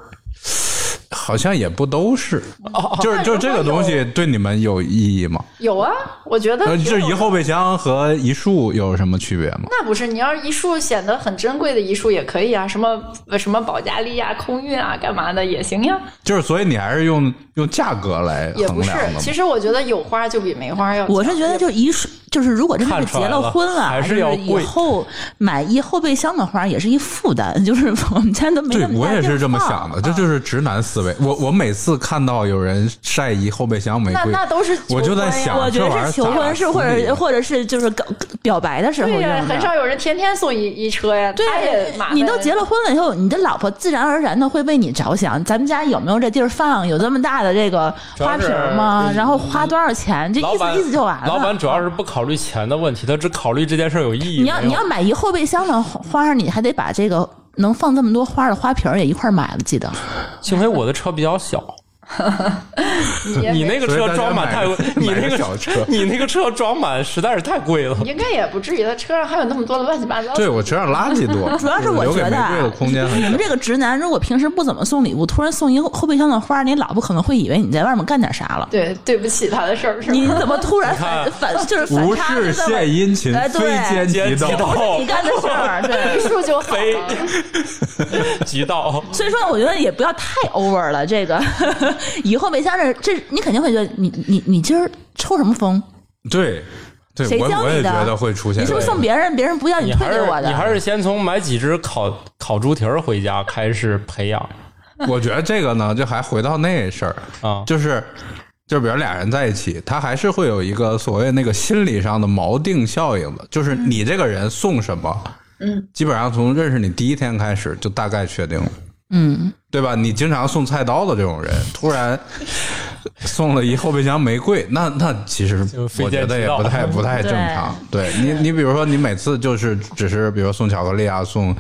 S4: 好像也不都是，
S5: 哦
S4: 就是就这个东西对你们有意义吗？
S2: 有啊，我觉得
S4: 呃，
S2: 挺
S4: 这
S2: 有
S4: 一后备箱和一束有什么区别吗？
S2: 那不是，你要是一束显得很珍贵的一束也可以啊，什么什么保加利亚空运啊，干嘛的也行呀，
S4: 就是所以你还是用用价格来
S2: 也
S4: 衡
S2: 不是
S4: 量的。吗
S2: 其？实我觉得有花就比没花要强，
S5: 我是觉得就一瞬就是如果真的
S1: 看
S5: 是
S1: 出
S5: 结
S1: 来了
S5: 了婚了，
S1: 还是
S5: 就是
S1: 要贵
S5: 以后买一后备箱的花也是一负担，就是我们家都没
S4: 对
S5: 那，么
S4: 我
S5: 大
S4: 也
S5: 地儿啊
S4: 是这么
S5: 放
S4: 想的，这就是直男思维。我我每次看到有人晒一后备箱玫
S2: 那
S4: 瑰，
S2: 那都是
S4: 我就在想
S5: 我觉
S4: 这玩意
S5: 得
S4: 儿
S5: 是求
S4: 咋
S5: 婚是或
S4: 处理
S5: 者或者是就是搞表白的时候
S2: 对
S5: 用
S2: 呀、
S5: 的，
S2: 很少有人天天送一一车呀，
S5: 对
S2: 他也麻烦
S5: 你都结了婚了以后，你的老婆自然而然的会为你着想。咱们家有没有这地儿放？有这么大的这个花瓶吗？然后花多少钱？就
S1: 老
S5: 意
S1: 板
S5: 思意思就完了。
S1: 老板主要是不考虑钱的问题，他只考虑这件事儿有意义没有。
S5: 你要你要买一后备箱的花，你还得把这个能放这么多花的花瓶儿也一块儿买了，记得。
S1: 幸亏我的车比较小，
S2: 也
S1: 你那个
S4: 所以
S1: 车
S4: 大家
S1: 装满
S4: 买
S1: 太
S4: 个，
S1: 你
S4: 买
S1: 那
S4: 个
S1: 个
S4: 小车
S1: 你那个车装满实在是太贵 了。
S2: 应该也不至于，他车上还有那么多的乱七八糟的。
S4: 对我觉得垃圾多，
S5: 主要是我
S4: 留
S5: 觉
S4: 给玫
S5: 得啊
S4: 瑰的空间很
S5: 你
S4: 小
S5: 们这个直男，如果平时不怎么送礼物，突然送一个后备箱的花，你老婆可能会以为你在外面干点啥了。
S2: 对，对不起他的事儿是吧？
S5: 你怎么突然
S1: 你
S5: 反反就是反
S4: 无
S5: 差就
S4: 事
S5: 这么
S4: 献殷勤
S5: 哎，对
S4: 非奸即
S1: 奸即
S4: 盗
S1: 盗。
S5: 你干的事儿，对
S2: 一。束就好
S1: 非
S2: 了。
S1: 急 到，
S5: 所以说，我觉得也不要太 over 了。这个以后没像这这，你肯定会觉得你你你今儿抽什么风？
S4: 对，对
S5: 谁
S4: 我
S5: 教
S4: 我也
S5: 你的
S4: 觉得会出现。
S5: 你是不是送别人，别人不要
S1: 你
S5: 退
S1: 还
S5: 给
S1: 是
S5: 我的？
S1: 你还是先从买几只烤烤猪蹄儿回家开始培养
S4: 我觉得这个呢，就还回到那事儿，
S1: 啊。
S4: 就是。就比如俩人在一起，他还是会有一个所谓那个心理上的锚定效应的，就是你这个人送什么，嗯，基本上从认识你第一天开始就大概确定了，
S5: 嗯，
S4: 对吧？你经常送菜刀的这种人，突然 送了一后备箱玫瑰，那那其实
S1: 就非
S4: 我觉
S1: 奸
S4: 得
S1: 即
S4: 也
S1: 盗
S4: 不太哎不太正常。对你，你比如说你每次就是只是比如送巧克力啊，送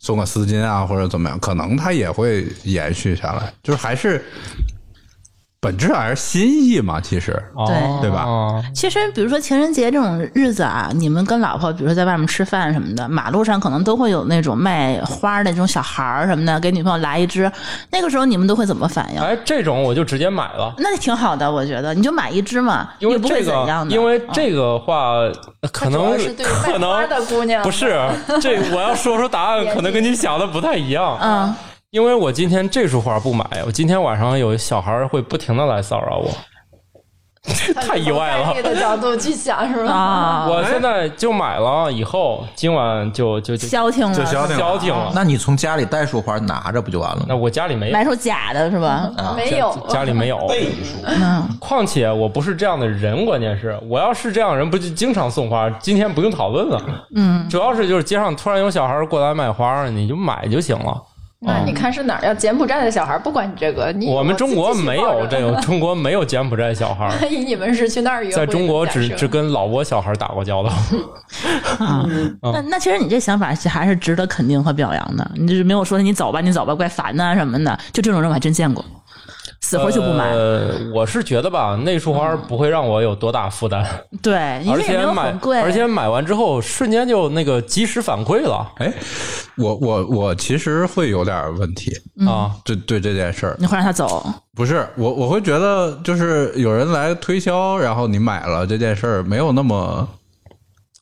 S4: 送个丝巾啊，或者怎么样，可能他也会延续下来，就是还是。本质还是心意嘛，其实
S1: 哦
S4: 对吧
S1: 哦
S5: 其实，比如说情人节这种日子啊，你们跟老婆，比如说在外面吃饭什么的，马路上可能都会有那种卖花儿的那种小孩儿什么的，给女朋友来一支。那个时候你们都会怎么反应？
S1: 哎，这种我就直接买了。
S5: 那挺好的，我觉得，你就买一支嘛，
S1: 因为
S5: 也不会
S1: 这
S5: 怎
S1: 个
S5: 样，的。
S1: 因为
S5: 嗯、
S1: 这个话，呃可
S2: 主
S1: 能
S2: 要是对
S1: 可
S2: 卖花
S1: 能
S2: 的姑娘
S1: 不是这，我要说出 答案，
S2: 年纪
S1: 可能跟你想的不太一样。
S5: 嗯，
S1: 因为我今天这束花不买，我今天晚上有小孩会不停的来骚 扰我，太意外
S2: 从
S1: 了
S2: 概率。的角度去想是吧？
S5: 啊，
S1: 我现在就买了，以后今晚就就就
S5: 消停了，嗯
S4: 就消停
S1: 消停了。
S7: 哦那你从家里带束花拿着不就完了
S1: 那
S7: 吗？
S1: 我家里没有
S5: 买首假的是吧？
S7: 啊
S2: 没有，
S1: 家里没有。
S6: 背一束，
S5: 嗯
S1: 况且我不是这样的人，关键是我要是这样的人，不就经常送花？今天不用讨论了。嗯，主要是就是街上突然有小孩过来买花，你就买就行了。
S2: 那你看是哪儿？要柬埔寨的小孩不管你这个，
S5: 哎
S2: 你
S1: 我们中国没有这
S2: 个。
S1: 个， 中国没有柬埔寨小孩儿，
S2: 万一你们是去那儿约会
S1: 在
S2: 的
S1: 中国只
S2: 假设
S1: 只跟老挝小孩打过 交道。
S5: 啊，那那其实你这想法是还是值得肯定和表扬的。你就是没有说你走吧，你走吧，怪烦呐、什么的，就这种人我还真见过，死活就不买。
S1: 呃，我是觉得吧，那束花不会让我有多大负担，
S5: 对，因
S1: 而
S5: 为也
S1: 且
S5: 没有
S1: 买
S5: 很贵，，
S1: 而且买完之后瞬间就那个及时反馈了
S4: 哎，我我我其实会有点问题，
S5: 嗯
S1: 啊。
S4: 对对这件事儿，
S5: 你会让他走。
S4: 不是我我会觉得就是有人来推销，然后你买了这件事儿没有那么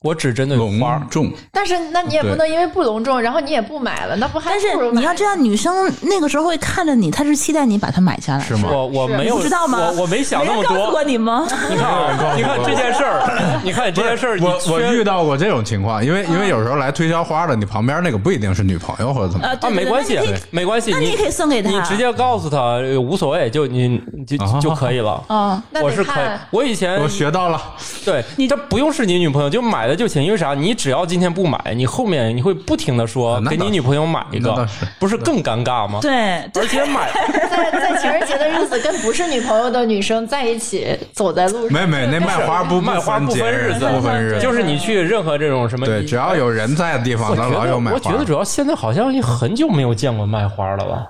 S1: 我只针对
S4: 隆
S1: 花儿，
S4: 重，
S2: 但是那你也不能因为不隆重，然后你也不买了，那不还
S5: 但是
S2: 不如买
S5: 你要知道，女生那个时候会看着你，她是期待你把它买下来，
S4: 是吗？
S1: 我我没
S5: 你
S1: 有
S5: 不知道吗？
S1: 我我没想那么
S5: 人家告诉过
S1: 多。
S5: 你吗？
S1: 你看啊，你看这件事儿，你看这件事儿，
S4: 我
S1: 你缺
S4: 我遇到过这种情况，因为
S5: 啊
S4: 因为有时候来推销花的，你旁边那个不一定是女朋友或者怎么
S5: 呃，
S4: 样，
S5: 对
S1: 啊，没关系，没关系，
S5: 那你也可以送给他
S1: 你直接告诉他呃无所谓，就你你就
S4: 啊
S1: 就可以了。
S5: 啊，
S2: 那得
S1: 我是可以
S2: 看，
S1: 我以前
S5: 呃
S4: 我学到了，
S1: 对，这不用是你女朋友，就买了就行。因为啥？你只要今天不买，你后面你会不停的说
S4: 啊那
S1: 给
S4: 倒
S1: 你
S4: 是
S1: 女朋友买一
S4: 那
S1: 个
S4: 倒是，
S1: 不是更尴尬吗？
S5: 对对
S1: 而且买
S2: 在在情人节的日子跟不是女朋友的女生在一起走在路上，
S4: 没 没，那卖花不
S1: 卖花不
S4: 节
S1: 分
S4: 日
S1: 日子，啊
S4: 不分日子，
S1: 就是你去任何这种什么
S4: 对，只要有人在的地方，
S1: 我
S4: 咱
S1: 觉
S4: 老
S1: 得
S4: 有买
S1: 我
S4: 花
S1: 觉。得主要现在好像也很久没有见过卖花了吧？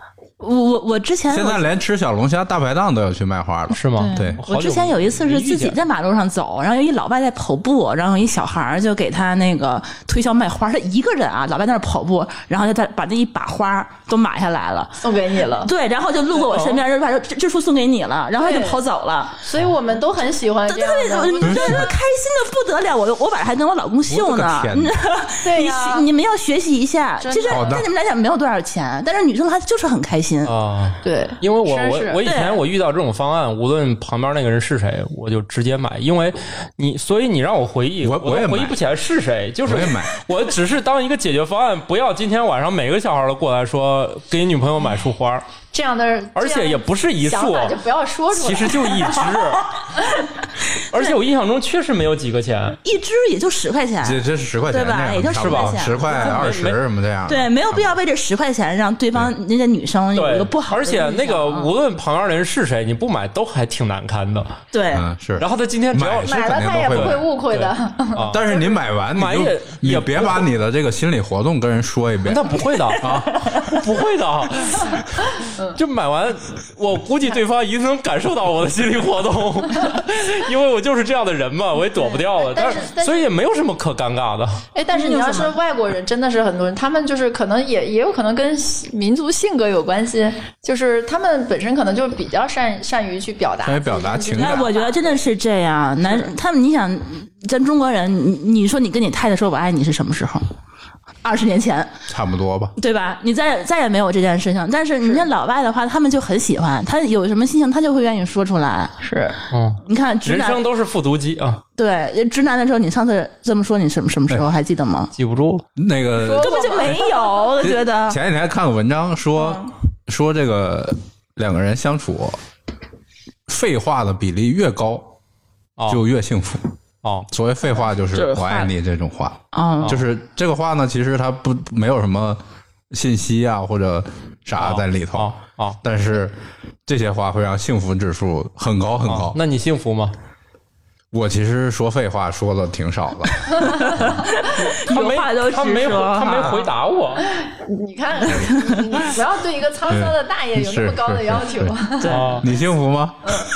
S5: 我我我之前
S4: 现在连吃小龙虾大排档都有去卖花的，
S1: 是吗？
S4: 对
S1: 好久
S5: 我之前有一次是自己在马路上走，然后有一老外在跑步，然后一小孩儿就给他那个推销卖花，他一个人啊，老外在那儿跑步，然后就在把那一把花都买下来了。
S2: 送给你了。
S5: 对，然后就路过我身
S4: 哦
S5: 边，就把这这束送给你了，然后他就
S2: 对
S5: 跑走了，
S2: 所以我们都很喜欢
S5: 特
S2: 这样
S5: 别我
S2: 的。
S5: 你知道他开心的不得了，我我把它还跟我老公秀呢
S4: 我的天，
S5: 你知道
S2: 对呀
S5: 你你们要学习一下，
S2: 真的
S5: 其实
S4: 好的哦
S5: 对你们来讲没有多少钱，但是女生她就是很开心，
S1: 啊。
S2: 对，
S1: 因为我
S2: 真是
S1: 我我以前
S5: 对
S1: 我遇到这种方案，无论旁边那个人是谁，我就直接买，因为你，所以你让我回忆，
S4: 我
S1: 我
S4: 我也
S1: 都
S4: 买
S1: 回忆不起来是谁，就是
S4: 我也买，
S1: 我只是当一个解决方案，不要今天晚上每个小孩都过来说给你女朋友买束花，
S5: 嗯
S2: 这样的，
S1: 而且也不是一
S2: 这样的
S1: 束
S2: 想，法就不要说出来。
S1: 其实就 一支，而且我印象中确实没有几个钱，
S5: 一支也就十块钱，
S4: 这这是十块钱
S5: 对吧
S4: 这样
S5: 也就
S4: 差不多
S5: 10块钱
S4: 十块二十
S1: 没
S4: 什么这样的。
S5: 对，没有必要为这十块钱让对方人家女生哎有一
S1: 对
S5: 个不，好的
S1: 而
S5: 印象
S1: 且
S5: 啊。
S1: 那个无论旁边的人是谁，你不买都还挺难堪的。
S5: 对，
S4: 嗯，是。
S1: 然后他今天只要
S4: 买是
S2: 买了他也不会误会的。
S1: 啊，
S4: 但是你买完，你
S1: 买
S4: 就
S1: 也
S4: 你
S1: 也
S4: 别
S1: 不
S4: 把你的这个心理活动跟人说一遍
S1: 那。不会的 啊，不会的。
S5: 嗯
S1: 就买完，我估计对方一定能感受到我的心理活 动，因为我就是这样的人嘛，我也躲不掉了。
S2: 但是但是
S1: 所以也没有什么可尴尬的。
S2: 哎，但是你要
S5: 那
S2: 是
S5: 有什
S2: 外国人，真的是很多人，他们就是可能也也有可能跟民族性格有关系，就是他们本身可能就比较善善于去表达
S4: 善于表达
S2: 自己
S4: 情感
S5: 哎，我觉得真的是这样。男，他们你想，咱中国人，你你说你跟你太太说我爱你是什么时候？二十年前，
S4: 差不多吧。
S5: 对吧？你再再也没有这件事情。但是人家老外的话，他们就很喜欢，他有什么心情，他就会愿意说出来。
S2: 是
S1: 嗯，
S5: 你看直
S1: 人
S5: 男
S1: 生，都是复读机啊，
S5: 对直男的时候，你上次这么说，你什么什么时候还记得吗？
S1: 记不住了。
S4: 那个
S5: 根本就没有，我觉得
S4: 前几天看个文章说说这个两个人相处，废话的比例越高
S1: 哦，
S4: 就越幸福。
S1: 哦，
S4: 所谓废话就是
S5: 就是
S4: “我爱
S5: 话
S4: 你”这种话，
S5: 嗯，
S4: 就是这个话呢，其实它不没有什么信息啊或者啥在里头
S1: 哦，哦，
S4: 但是这些话会让幸福指数很高很
S1: 哦
S4: 高。
S1: 那你幸福吗？
S4: 我其实说废话说的挺少的，
S1: 他没
S5: 有话都直
S1: 他没回
S5: 说
S1: 他没回答 我，
S2: 你看，你你不要对一个沧桑的大爷有那么高的要求。
S4: 是是是
S1: 啊，
S4: 你幸 福吗？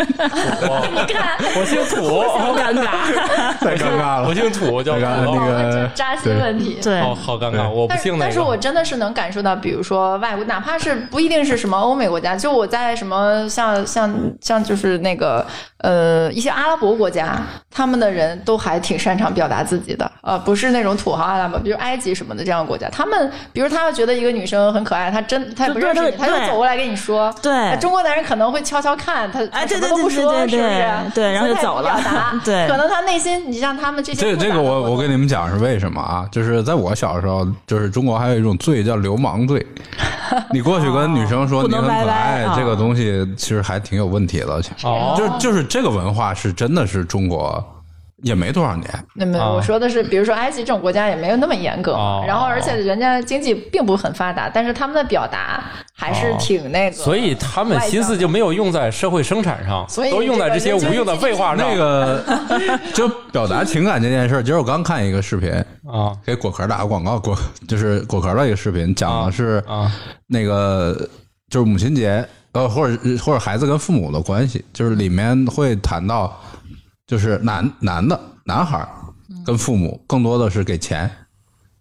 S2: 你看，
S1: 我姓土，
S5: 好尴尬。
S4: 太尴尬
S1: 我
S4: 了，
S1: 姓土，我叫
S4: 太
S1: 土
S4: 尴尬
S1: 豆
S4: 那
S1: 儿。
S4: 个
S2: 这扎心问题。
S5: 对，
S1: 哦，好尴尬，
S4: 对
S1: 我不
S2: 但是
S1: 姓那个。
S2: 但是我真的是能感受到，比如说外国，哪怕是不一定是什么欧美国家，就我在什么像像像就是那个呃一些阿拉伯国家，他们的人都还挺擅长表达自己的，呃，不是那种土豪阿拉伯，比如埃及什么的这样的国家，他们比如他要觉得一个女生很可爱，他真他也不
S5: 对
S2: 认识
S5: 对
S2: 你，他就
S5: 对
S2: 走过来跟你说。
S5: 对
S2: 哎中国男人可能会悄悄看他，他
S5: 哎
S2: 什
S5: 对
S2: 么都
S5: 对
S2: 不
S5: 对
S2: 说，
S5: 对对
S2: 是不是
S5: 对？对然后就
S2: 他也不
S5: 走了
S2: 表达
S5: 对
S2: 可能他内心，你像他们这些
S4: 这
S2: 复杂
S4: 这
S2: 的
S4: 个我
S2: 活
S4: 我
S2: 动
S4: 跟你们讲是为什么啊？就是在我小时候，就是中国还有一种罪叫流氓 罪，你过去跟女生说
S5: 不
S4: 你
S5: 能
S4: 很可
S5: 歪歪
S4: 爱
S5: 啊，
S4: 这个东西其实还挺有问题的，其实
S1: 哦
S4: 就就是这个文化是真的是中国也没多少年，
S2: 那么
S1: 啊
S2: 我说的是，比如说埃及这种国家也没有那么严格嘛
S1: 哦，
S2: 然后而且人家经济并不很发达，但是他们的表达还是挺那个，
S1: 哦所以他们心思就没有用在社会生产上，
S2: 所以
S1: 都用在这些无用的废话上。
S4: 那 个就表达情感这件事儿，今儿我刚看一个视频，
S1: 啊
S4: 给果壳打个广告，果 就是果壳的一个视频，讲的是
S1: 啊
S4: 那个就是母亲节，呃，或者或者孩子跟父母的关系，就是里面会谈到，就是男男的男孩儿跟父母更多的是给钱，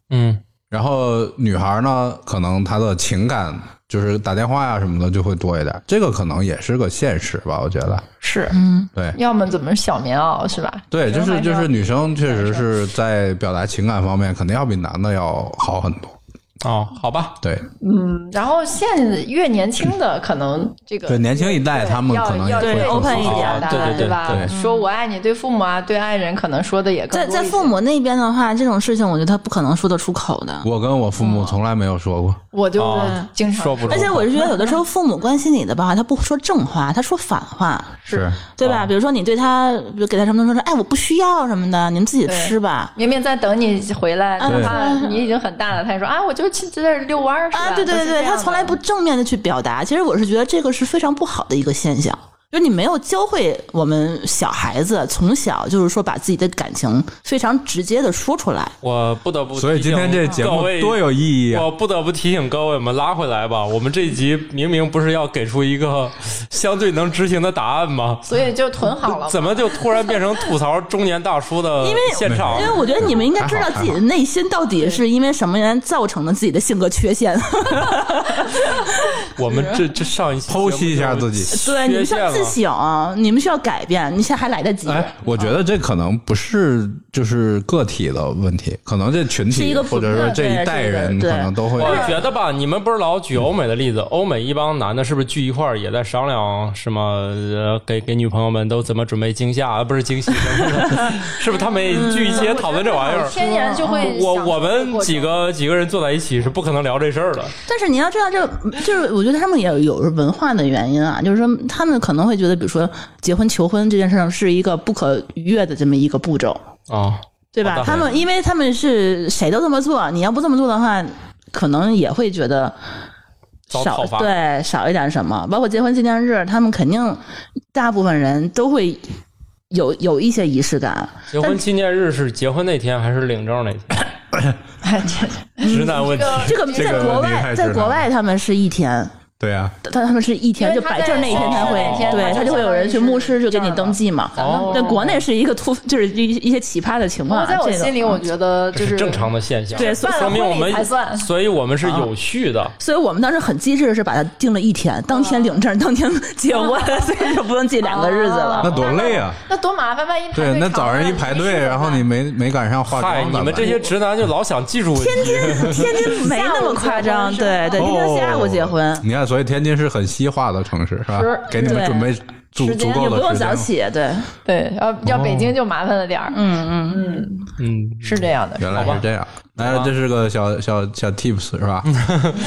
S1: 嗯
S4: 然后女孩呢，可能她的情感就是打电话呀、什么的就会多一点，这个可能也是个现实吧，我觉得，
S2: 是
S1: 嗯
S4: 对。
S2: 要么怎么小棉袄是吧？
S4: 对，就
S2: 女生
S4: 是
S2: 还
S4: 就是
S2: 要
S4: 女生确实是在表达情感方面，肯定要比男的要好很多。
S1: 哦，好吧，
S4: 对，
S2: 嗯，然后现在越年轻的可能这个
S4: 对年轻一代
S2: 对
S4: 他们
S2: 要
S4: 可能也
S2: 要
S4: 会
S2: 越
S4: 更
S5: ，open 一点
S2: 表达
S1: 哦对对对
S2: 吧
S4: 嗯
S1: 对？
S2: 说我爱你，对父母啊，对爱人可能说的也更
S5: 在
S2: 多
S5: 在
S2: 一些
S5: 父母那边的话，这种事情我觉得他不可能说得出口的。
S4: 我跟我父母从来没有说过，
S2: 我就
S1: 哦
S2: 经常
S1: 说不出口。
S5: 而且我是觉得，有的时候父母关心你的吧，他不说正话，他说反话，
S4: 是
S5: 对吧？比如说你对他，比如给他什么东西，说，哎，我不需要什么的，你们自己
S2: 对
S5: 吃吧。
S2: 明明在等你回来，
S5: 啊
S2: 哪怕你已经很大了，他也说啊，我就去在这儿遛弯儿是吧
S5: 啊，对对对对，他从来不正面的去表达。其实我是觉得这个是非常不好的一个现象，就是你没有教会我们小孩子从小就是说把自己的感情非常直接的说出来。
S1: 我不得不提醒
S4: 所以今天这节目
S1: 各位
S4: 多有意义啊！
S1: 我不得不提醒各位，我们拉回来吧。我们这一集明明不是要给出一个相对能执行的答案吗？
S2: 所以就囤好了 嘛。
S1: 怎么就突然变成吐槽中年大叔的现场
S5: 因？为我觉得你们应该知道自己的内心到底是因为什么原因造成的自己的性格缺陷。
S1: 我们这这上一期
S4: 剖析一下自己
S5: 对，你
S1: 缺
S5: 们需
S1: 陷
S5: 要
S1: 了
S5: 自省，你们需要改变，你现在还来得及。
S4: 哎，我觉得这可能不是就是个体的问题，可能这群
S5: 是一
S4: 体
S5: 个
S4: 或
S5: 普遍
S4: 者说这一代人
S5: 对对对
S4: 可能都会。
S1: 我觉得吧，你们不是老举欧美的例子，欧美一帮男的是不是聚一块儿也在商量什么、呃、给给女朋友们都怎么准备惊吓，啊、不是惊喜， 是不是他们也
S2: 嗯
S1: 聚一起也讨论这玩意儿？
S2: 天然就会
S1: 我
S2: 想
S1: 我们
S2: 过
S1: 几
S2: 程
S1: 个几个人坐在一起是不可能聊这事儿的。
S5: 但是你要知道这，就是我觉得他们也有文化的原因啊，就是说他们可能会觉得，比如说结婚求婚这件事儿是一个不可逾越的这么一个步骤，
S1: 哦，
S5: 对
S1: 哦
S5: 吧？
S1: 当然
S5: 他们因为他们是谁都这么做，你要不这么做的话，可能也会觉得
S1: 遭
S5: 少
S1: 讨伐
S5: 对少一点什么。包括结婚纪念日，他们肯定大部分人都会有有一些仪式感。
S1: 结婚纪念日是结婚那天还是领证那天？
S2: 哎这
S1: 直男问题。
S5: 这个
S4: 这个
S5: 在国
S4: 问题
S5: 外，
S4: 太
S5: 在
S4: 直
S5: 国
S4: 男
S5: 外他们是一天。
S4: 对啊，
S5: 他他们是一天
S2: 因
S5: 就
S2: 为他
S5: 摆证那一天才会
S2: 在，哦
S5: 对
S2: 哦
S5: 他就会有人去牧师就给你登记嘛。
S1: 哦
S5: 但国内是一个突， 就是一一些奇葩的情
S2: 不
S5: 况
S2: 过
S5: 啊。
S2: 在我
S5: 这个
S2: 心里，我觉得
S1: 这
S2: 就
S1: 是
S2: 是
S1: 正常的现象，
S5: 对所以
S1: 说明我
S2: 办了婚
S1: 们
S2: 礼才算
S1: 所以我们是有序的。
S5: 所以我们当时很机智，是把它定了一天，当天领证，当天结婚，所以就不用记两个日子了。
S4: 那多累啊！
S2: 那多麻烦，万一排
S4: 对，啊
S2: 队
S4: 那
S2: 长
S4: 早上
S2: 了
S4: 一排
S2: 是
S4: 队，
S2: 吧
S4: 然后你没没赶上化
S1: 嗨，
S4: 妆，
S1: 你们这些直男就老想技术问题。
S5: 天津没那么夸张，对对，
S4: 哦
S5: 天津下午结婚，
S4: 你看，所以天津是很西化的城市，是吧
S2: 是？
S4: 给你们
S5: 对
S4: 准备足
S2: 时
S4: 足
S2: 间
S4: 够
S5: 也不
S4: 的
S5: 用
S4: 时
S5: 早
S4: 间。
S5: 起，对，
S2: 对，要要北京就麻烦了点儿，嗯，
S1: 嗯，
S2: 是这样的，
S4: 原来是这样，哎，这是个小小小 tips 是吧？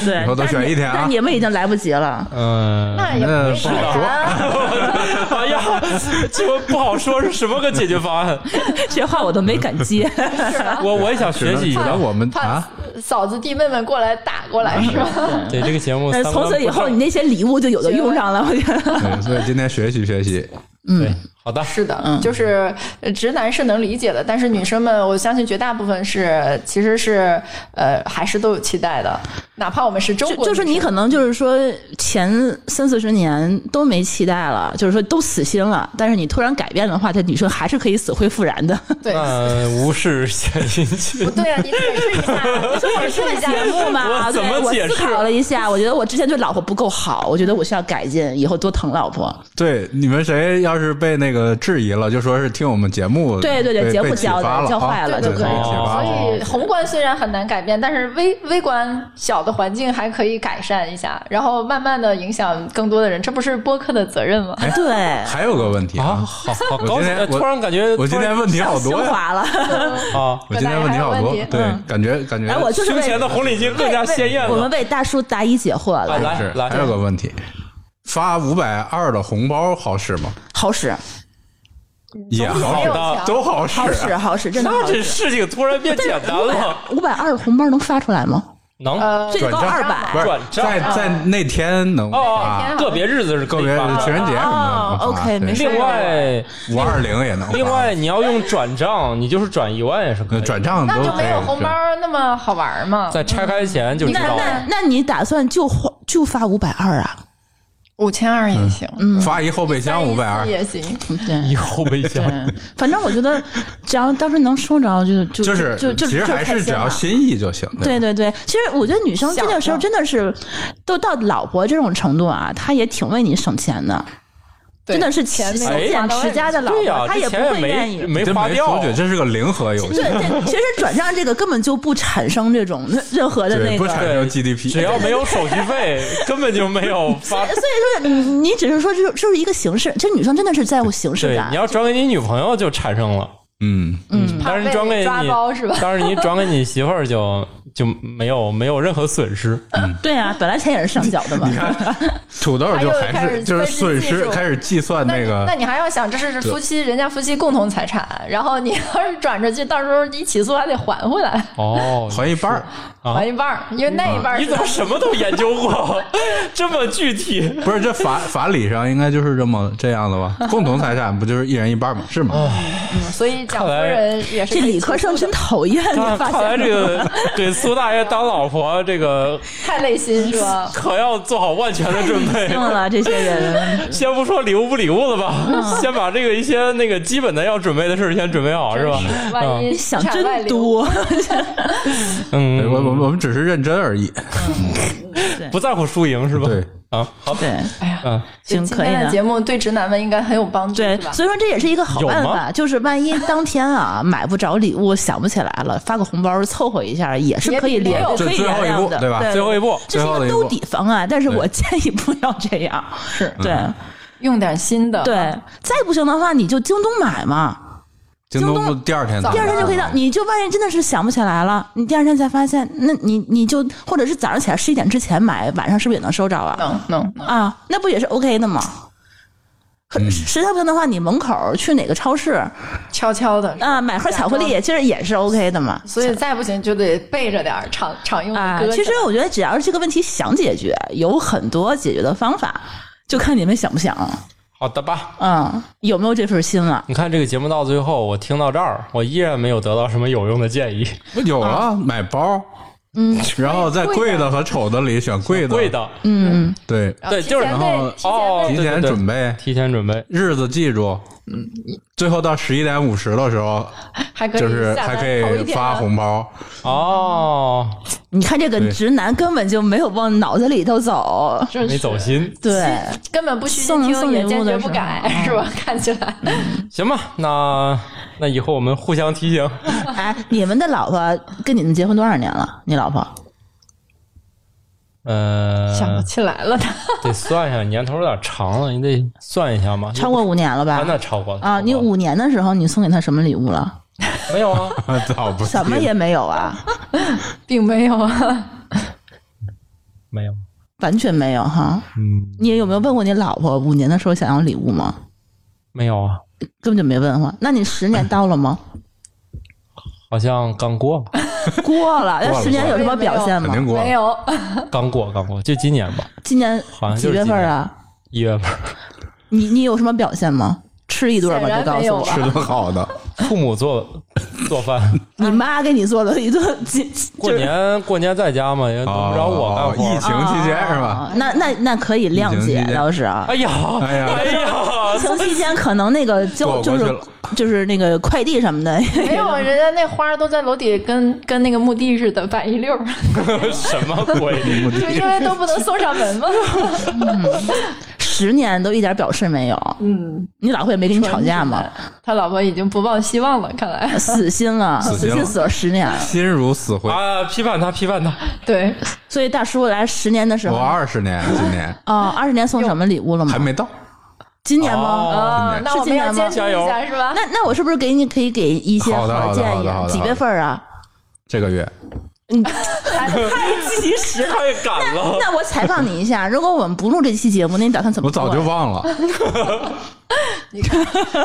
S5: 对
S4: 以后，都
S5: 但
S4: 选一天啊
S5: 但你们已经来不 及了。
S1: 嗯，
S2: 那也
S4: 那
S2: 没
S4: 不好
S2: 办法啊
S1: 哎呀，就不好说是什么个解决方案。
S5: 这话我都没敢接，啊
S1: 我我也想学习一
S4: 然
S1: 下
S4: 后。我们
S2: 怕
S4: 啊，
S2: 嫂子弟妹们过来打过来是吧？
S1: 对这个节目
S5: 但
S1: 三
S5: 是
S1: 观
S5: 呃从
S1: 不正，
S5: 此以后你那些礼物就有的用上了，我觉得。嗯
S4: 对，所以今天学习学习，
S1: 对，好的，
S2: 是的，就是呃直男是能理解的，但是女生们，我相信绝大部分是其实是呃还是都有期待的，哪怕我们是中
S5: 就
S2: 国
S5: 就是
S2: 女
S5: 你
S2: 生
S5: 可能就是说前三四十年都没期待了，就是说都死心了，但是你突然改变的话，这女生还是可以死灰复燃的。
S2: 对。
S1: 嗯，无视献殷勤
S2: 不。对啊，你解释一下，你解释 一下
S5: 节目嘛，
S1: 我怎么
S5: 对
S1: 解释
S5: 我思考了一下，我觉得我之前对老婆不够好，我觉得我需要改进，以后多疼老婆。
S4: 对，你们谁要是被那个质疑了，就说是听我们节目被，
S5: 对对对
S4: 被
S5: 节目
S4: 启
S5: 教的
S4: 发了
S5: 教坏
S4: 啊
S5: 了
S4: 对
S5: 就
S4: 对
S5: 可以
S4: 对启发
S2: 所
S4: 了
S1: 哦
S2: 以宏观虽然很难改变，但是微微观小的环境还可以改善一下，然后慢慢的影响更多的人，这不是播客的责任
S1: 哎
S2: 吗？
S5: 对，
S4: 还有个问题
S1: 啊，
S4: 啊，
S1: 好好
S4: 我
S1: 高兴！
S4: 今天
S1: 呃
S4: 我
S1: 突然感觉
S4: 我今天问题好多
S5: 升
S4: 呀，
S5: 华了。
S1: 啊，
S4: 我今天题好
S2: 本来还有
S4: 多
S2: 问题，
S4: 对，感觉感觉
S5: 哎，我就是
S1: 胸前的
S5: 为
S1: 红领巾更加鲜艳
S5: 我们
S1: 了。
S5: 为大叔答疑解惑
S1: 啊
S5: 了，
S1: 来
S4: 是
S1: 来，
S4: 还有个问题，发五百二的红包好使吗？
S5: 好
S1: 啊
S5: 使，
S4: 也好
S1: 好
S4: 使
S1: 的，
S4: 都好使啊，
S5: 好使，好使，真的
S1: 那
S5: 好
S1: 这
S5: 使。
S1: 事情突然变简单了，
S5: 五百二红包能发出来吗？
S1: 能哦
S2: 呃，
S5: 最高
S4: 转
S5: 二
S4: 账
S5: 百
S4: 不。是
S1: 转账
S4: 在在那天能
S1: 哦
S4: 发
S2: 天，
S1: 个别日子是可
S4: 啊个
S1: 以
S4: 别
S1: 发的
S4: 情人节什么的
S5: 哦，OK，没事
S1: 另外，
S4: 五二零也能发，
S1: 另外你要用转账，你就是转一万也是可以的。
S4: 转账
S2: 那
S4: 都
S2: 就
S4: 可
S2: 没有
S4: 以
S2: 红包那么好玩嘛。
S1: 在拆开前就知
S5: 那
S1: 道
S5: 那
S1: 了。
S5: 那你打算就花就发五百二啊？
S2: 五千二也行，
S4: 是发一后备箱五百二，
S2: 也行。
S5: 对
S1: 以后备箱
S5: 对，嗯反正我觉得只要当时能收着，就就
S4: 就是
S5: 就就
S4: 其实
S5: 就
S4: 还
S5: 开
S4: 是
S5: 心
S4: 只要
S5: 了
S4: 心意就行。
S5: 对对对，其实我觉得女生这个时候真的是，都到老婆这种程度啊，她也挺为你省钱的，
S2: 对
S5: 真的是
S2: 钱
S5: 勤
S2: 没有
S5: 勤俭
S2: 花到
S5: 持家的老
S1: 对呀
S5: 婆，，她也
S1: 这
S5: 不
S1: 钱
S5: 会愿
S1: 没
S5: 意。
S1: 没
S4: 真
S1: 花
S4: 索
S1: 掉
S4: 取，，这是个零和游戏
S5: 对，对，其实转账这个根本就不产生这种任何的那
S4: 对，不
S5: 个。
S4: 产生 GDP，
S1: 只要没有手续费，根本就没有发。
S5: 所以说，你你只是说这就是一个形式，这女生真的是在乎形式
S1: 对，
S5: 感
S1: 你。要转给你女朋友就产生了，
S4: 嗯，
S5: 嗯，
S1: 但是你
S2: 怕被
S1: 转给你
S2: 抓包是吧，
S1: 但是你转给你媳妇儿就就没有没有任何损失。
S5: 对啊，本来钱也是上缴的嘛。
S4: 土豆就还
S2: 还有开
S4: 是
S2: 始
S4: 就是
S2: 分析
S4: 损
S2: 技
S4: 失
S2: 术
S4: 开始计算
S2: 那
S4: 那
S2: 你
S4: 个
S2: 那，你还要想，这是夫妻，人家夫妻共同财产，然后你要是转出去，到时候一起诉还得还回来，
S1: 哦，
S4: 还一半儿，
S1: 啊
S2: 还一半儿，因为那一半儿
S1: 你
S2: 是
S1: 怎么什么都研究过，这么具体？
S4: 不是这法法理上应该就是这么这样的吧？共同财产不就是一人一半吗？是吗？
S2: 所以蒋夫
S1: 看来
S2: 人也是
S5: 这
S2: 可以
S5: 理科生
S2: 起诉
S5: 真
S2: 的
S5: 讨厌，
S1: 看
S5: 你发
S1: 看来
S5: 现
S1: 这
S5: 没有？
S1: 个给苏大爷当老婆，这个
S2: 太累心是吧？
S1: 可要做好万全的准备。
S5: 用了这些人，
S1: 先不说礼物不礼物了吧，先把这个一些那个基本的要准备的事儿先准备好，是吧？
S2: 万一
S5: 想
S2: 产外
S5: 真
S2: 流
S5: 多。
S4: 对我
S1: 嗯，
S4: 我我们只是认真而已。
S1: 不在乎输赢是吧？
S4: 对，
S1: 啊，好，
S5: 对，
S2: 哎呀，
S1: 嗯，
S5: 行，
S2: 今
S5: 可以
S2: 天
S5: 的
S2: 的。节目对直男们应该很有帮助，
S5: 对
S2: 是，吧？
S5: 所以说这也是一个好
S1: 有
S5: 办
S1: 吗
S5: 法，就是万一当天啊 买不着礼物，想不起来了，发个红包凑合一下也是
S2: 也
S5: 可以
S2: 比没
S5: 连
S2: 有
S5: 可
S4: 最
S5: 以
S4: 最
S5: 原
S4: 后一
S5: 谅
S4: 步
S5: 的，
S4: 对吧
S5: 对
S1: 最后一步
S5: 这是一
S4: 最后的
S5: 个
S4: 一
S5: 兜
S4: 步
S5: 底方案，但是
S4: 对嗯
S5: 我建议不要这样，是 对
S2: 用点新的，
S5: 对，再不行的话你就京东买嘛，
S4: 京
S5: 京
S4: 东不
S5: 东
S4: 第二天
S5: 第二天就
S4: 啊
S5: 可以到，你就万一真的是想不起来了，你第二天才发现，那你你就或者是早上起来十一点之前买，晚上是不是也能收着啊？
S2: 能能能，
S5: 啊，那不也是 OK 的吗？可实在不行的话，你门口儿去哪个超市
S2: 悄悄的，
S5: 啊买盒巧克力，其实也是 OK 的嘛。
S2: 所以再不行就得备着点儿常常用的
S5: 啊
S2: 歌，
S5: 其实我觉得只要是这个问题想解决，有很多解决的方法，就看你们想不想了。
S1: 好的吧。
S5: 嗯，有没有这份心啊了？
S1: 你看这个节目到最后，我听到这儿，我依然没有得到什么有用的建议。
S4: 有了买包，嗯，然后在贵的和丑的里选贵的，
S1: 贵，的，
S5: 嗯，
S4: 对，
S2: 然后
S1: 对，
S2: 提
S1: 就是
S2: 前
S4: 然
S2: 备
S4: 后
S1: 哦，
S2: 提前
S4: 提
S1: 对
S4: 前准，备
S1: 对对，提前准备。
S4: 日子记住，嗯，最后到十一点五十的时候，
S2: 还可以
S4: 就是
S2: 下单
S4: 还可
S2: 头一
S4: 以
S2: 天
S4: 发
S2: 啊
S4: 红包，
S1: 哦，
S5: 你看这个
S4: 对
S5: 直男根本就没有往脑子里头走，
S2: 嗯
S1: 没走心。
S5: 对，
S2: 根本不虚
S5: 送
S2: 心听，
S5: 送
S2: 也
S5: 礼物
S2: 坚
S5: 的
S2: 决
S5: 时
S2: 不
S5: 候
S2: 改，
S5: 嗯
S2: 是吧？ 看起来，
S4: 嗯
S1: 行吧，那那以后我们互相提醒。
S5: 哎，你们的老婆跟你们结婚多少年了？你老婆
S2: 想不
S1: 呃，
S2: 起来了，
S1: 得算一下，年头有点长了，你得算一下嘛。
S5: 超过五年了吧
S1: 啊，？那超过了
S5: 啊，你
S1: 超过了
S5: 五年的时候你送给她什么礼物了？
S1: 没有啊？
S4: 早不
S5: 什么
S4: 记
S5: 也没有啊，
S2: 并没有啊。
S1: 没有。啊
S5: 完全没有哈。
S1: 嗯，
S5: 你有没有问过你老婆五年的时候想要礼物吗？
S1: 没有啊，
S5: 根本就没问过。那你十年到了吗？
S1: 好像刚过，
S5: 过了。
S4: 过
S5: 那
S4: 了
S5: 十年有什么表现
S4: 肯
S5: 吗
S4: 定？过了
S2: 没有，
S1: 刚过，刚过，就今年吧，
S5: 今年
S1: 好像
S5: 几
S1: 就是
S5: 月
S1: 今
S5: 份
S1: 年
S5: 啊？
S1: 一月份。
S5: 你你有什么表现吗？吃一顿吧，
S2: 显然
S5: 就告
S2: 没
S5: 诉
S2: 有
S5: 我
S2: 啊，
S4: 吃顿 好的，
S1: 父母做做饭，
S5: 你妈给你做的一顿，就
S1: 过年过年在家嘛，也轮不着我干
S4: 哦疫
S1: 活。
S4: 情期间是吧？
S5: 啊那那那可以谅
S4: 疫情
S5: 解
S4: 期，间
S5: 倒是啊
S1: 哎。呀，
S4: 哎呀
S1: 哎
S5: 疫
S1: 呀，
S5: 情期间可能那个就
S4: 躲
S5: 就
S4: 过去
S5: 是
S4: 了
S5: 就是那个快递什么的，
S2: 没有，人家那花儿都在楼底下跟跟那个墓地似的摆一 溜儿，
S1: 什么鬼？
S2: 就因为都不能送上门嘛。
S5: 十年都一点表示没有。
S2: 嗯，
S5: 你老婆也没跟你 吵架吗？
S2: 他老婆已经不抱希望了，看 来
S5: 死心了，
S4: 死心
S5: 死
S4: 了
S5: 心死了十年了。
S4: 心如死灰。
S1: 啊！批判他，批判他，
S2: 对，
S5: 所以大叔来十年的时候
S4: 我，二十年，今年
S5: 哦，二十年送什么礼物了吗？
S4: 还没到，哦
S5: 今年吗？哦
S1: 哦
S2: 啊，
S4: 嗯
S2: 那我们要坚持
S1: 加
S2: 一
S1: 油
S2: 下是吧？
S5: 那那我是不是给你可以给一些
S4: 好的好的
S5: 建
S4: 好
S5: 议
S4: 的好
S5: 啊？
S4: 的
S5: 几月份啊？
S4: 这个月
S5: 及时。
S1: 太赶了。
S5: 那我采访你 一下，如果我们不录这期节目，那你打算怎么
S4: 我
S5: 做呀？啊
S4: 早就忘了。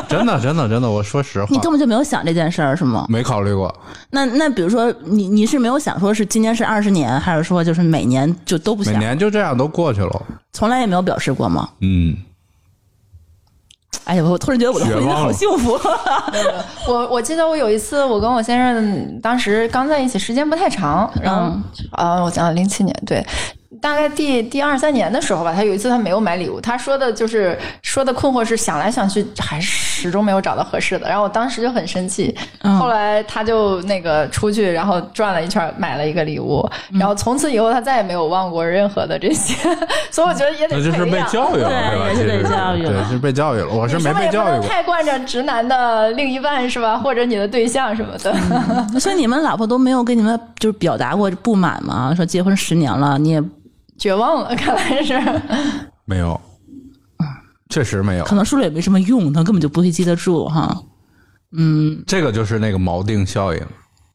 S4: 真的，真的，真的，我说实话
S5: 你，根本就没有想这件事儿，是吗？
S4: 没考虑过。
S5: 那那比如说，你你是没有想说是今年是二十年，还是说就是每年就都不
S4: 每
S5: 想，
S4: 年就这样都过去了。
S5: 从来也没有表示过吗？
S4: 嗯，
S5: 哎呀，我突然觉得我的
S4: 绝
S5: 婚姻
S4: 望
S5: 好
S4: 了
S5: 幸福。
S2: 我我记得我有一次，我跟我先生当时刚在一起，时间不太长，然后
S5: 嗯
S2: 啊、我想想，零七年对。大概第第二三年的时候吧，他有一次他没有买礼物，他说的就是说的困惑是想来想去还是始终没有找到合适的，然后我当时就很生气，
S5: 嗯
S2: 后来他就那个出去，然后转了一圈买了一个礼物，然后从此以后他再也没有忘过任何的这些， 所以我觉得也得
S4: 那就是
S2: 培
S4: 被
S2: 养
S4: 教育了，
S5: 对
S4: 对吧？
S5: 也
S4: 其
S5: 是被
S4: 实
S5: 教育了
S4: 对，是被教育了。我是
S2: 你
S4: 没
S2: 是不是
S4: 被
S2: 也不
S4: 教育
S2: 能
S4: 过。
S2: 太惯着直男的另一半是吧，或者你的对象什么的。
S5: 所以你们老婆都没有跟你们就是表达过不满吗？说结婚十年了，你也
S2: 绝望了，看来是。
S4: 没有，确实没有
S5: 可。能说了也没什么用，她根本就不会记得住哈。嗯，
S4: 这个就是那个锚定效应，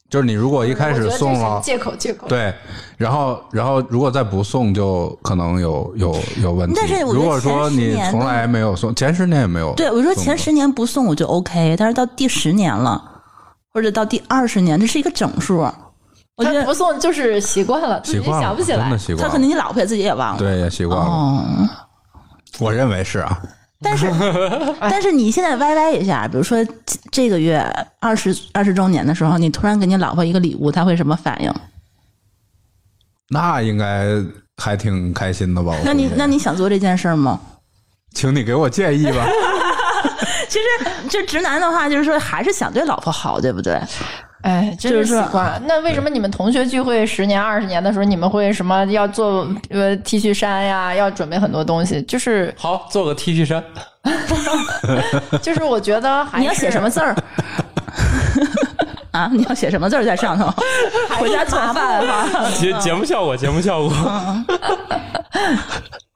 S4: 就是你如果一开始送
S2: 我觉得这
S4: 了
S2: 是，借口借口。
S4: 对，然后然后如果再不送，就可能有有有问题。
S5: 但是我觉得
S4: 如果说
S5: 前十
S4: 你
S5: 年
S4: 从来没有送，前十年也没有。
S5: 对，我说前十年不送我就 OK，但是到第十年了，或者到第二十年，这是一个整数。我觉
S2: 他不
S5: 得
S2: 送就是习惯了，自
S4: 习
S2: 己
S4: 惯了，
S2: 想不起
S4: 真
S2: 来
S4: 的。习惯
S5: 他
S4: 了。
S5: 可能你老婆也自己也忘了。
S4: 对也习惯了，
S5: 哦，
S4: 我认为是啊。
S5: 但是但是你现在歪歪一下，比如说这这个月二十二十周年的时候，你突然给你老婆一个礼物，她会什么反应？
S4: 那应该还挺开心的吧？我
S5: 那你
S4: 估计
S5: 那你想做这件事儿吗？
S4: 请你给我建议吧。
S5: 其实，就直男的话，就是说还是想对老婆好，对不对？
S2: 哎，真
S5: 就是
S2: 习惯了。那为什么你们同学聚会十年、二十年的时候，你们会什么要做呃 T 恤衫呀，要准备很多东西？就是
S1: 好，做个 T 恤衫，
S2: 就是，我觉得还是
S5: 你要写什么 字儿？啊，你要写什么字儿在上头？回家做饭啊哈。
S2: 啊
S1: 节节目效果，节目效果。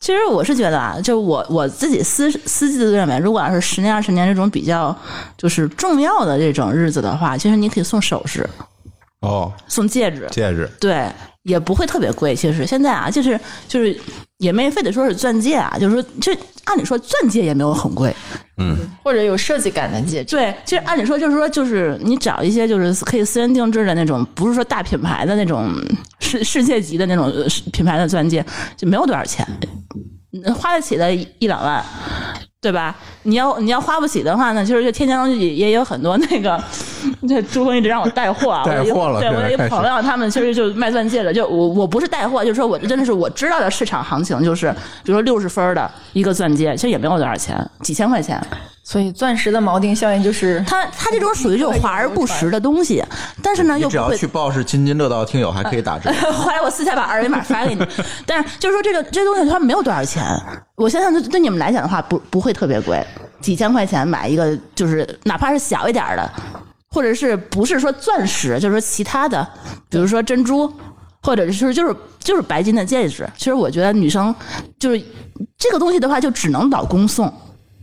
S5: 其实我是觉得啊，就我我自己私私自认为，如果要是十年、二十年这种比较就是重要的这种日子的话，其实你可以送首饰、
S4: 哦，
S5: 送戒指，
S4: 戒指
S5: 对，也不会特别贵。其实现在啊，就是就是也没非得说是钻戒啊，就是说就按理说钻戒也没有很贵，
S2: 或者有设计感的戒指。
S5: 对，其实按理说就是说，就是你找一些就是可以私人定制的那种，不是说大品牌的那种世世界级的那种呃是品牌的钻戒，就没有多少钱，嗯花得起的一一两万，对吧？你要你要花不起的话呢，就是就天津也也有很多那个，这朱峰一直让我带货啊，
S4: 带货了
S5: 我一对
S4: 现在
S5: 我一
S4: 开始
S5: 朋友他们其实就卖钻戒的，就我我不是带货，就是说我真的是我知道的市场行情，就是比如说六十分的一个钻戒，其实也没有多少钱，几千块钱。
S2: 所以钻石的锚定效应就是
S5: 他他这种属于就是华而不实的 东西，但是呢
S7: 你
S5: 又
S7: 只
S5: 不
S7: 要
S5: 会 呃
S7: 去。报是津津乐道听友，还可以打折。
S5: 后来我私下把二维码发给你，但是就是说这个这东西它没有多少钱，我想想对对你们来讲的话不不会特别贵，几千块钱买一个就是哪怕是小一点儿的，或者是不是说钻石，就是说其他的，比如说珍珠，或者是就是就是白金的戒指。其实我觉得女生就是这个东西的话，就只能老公送，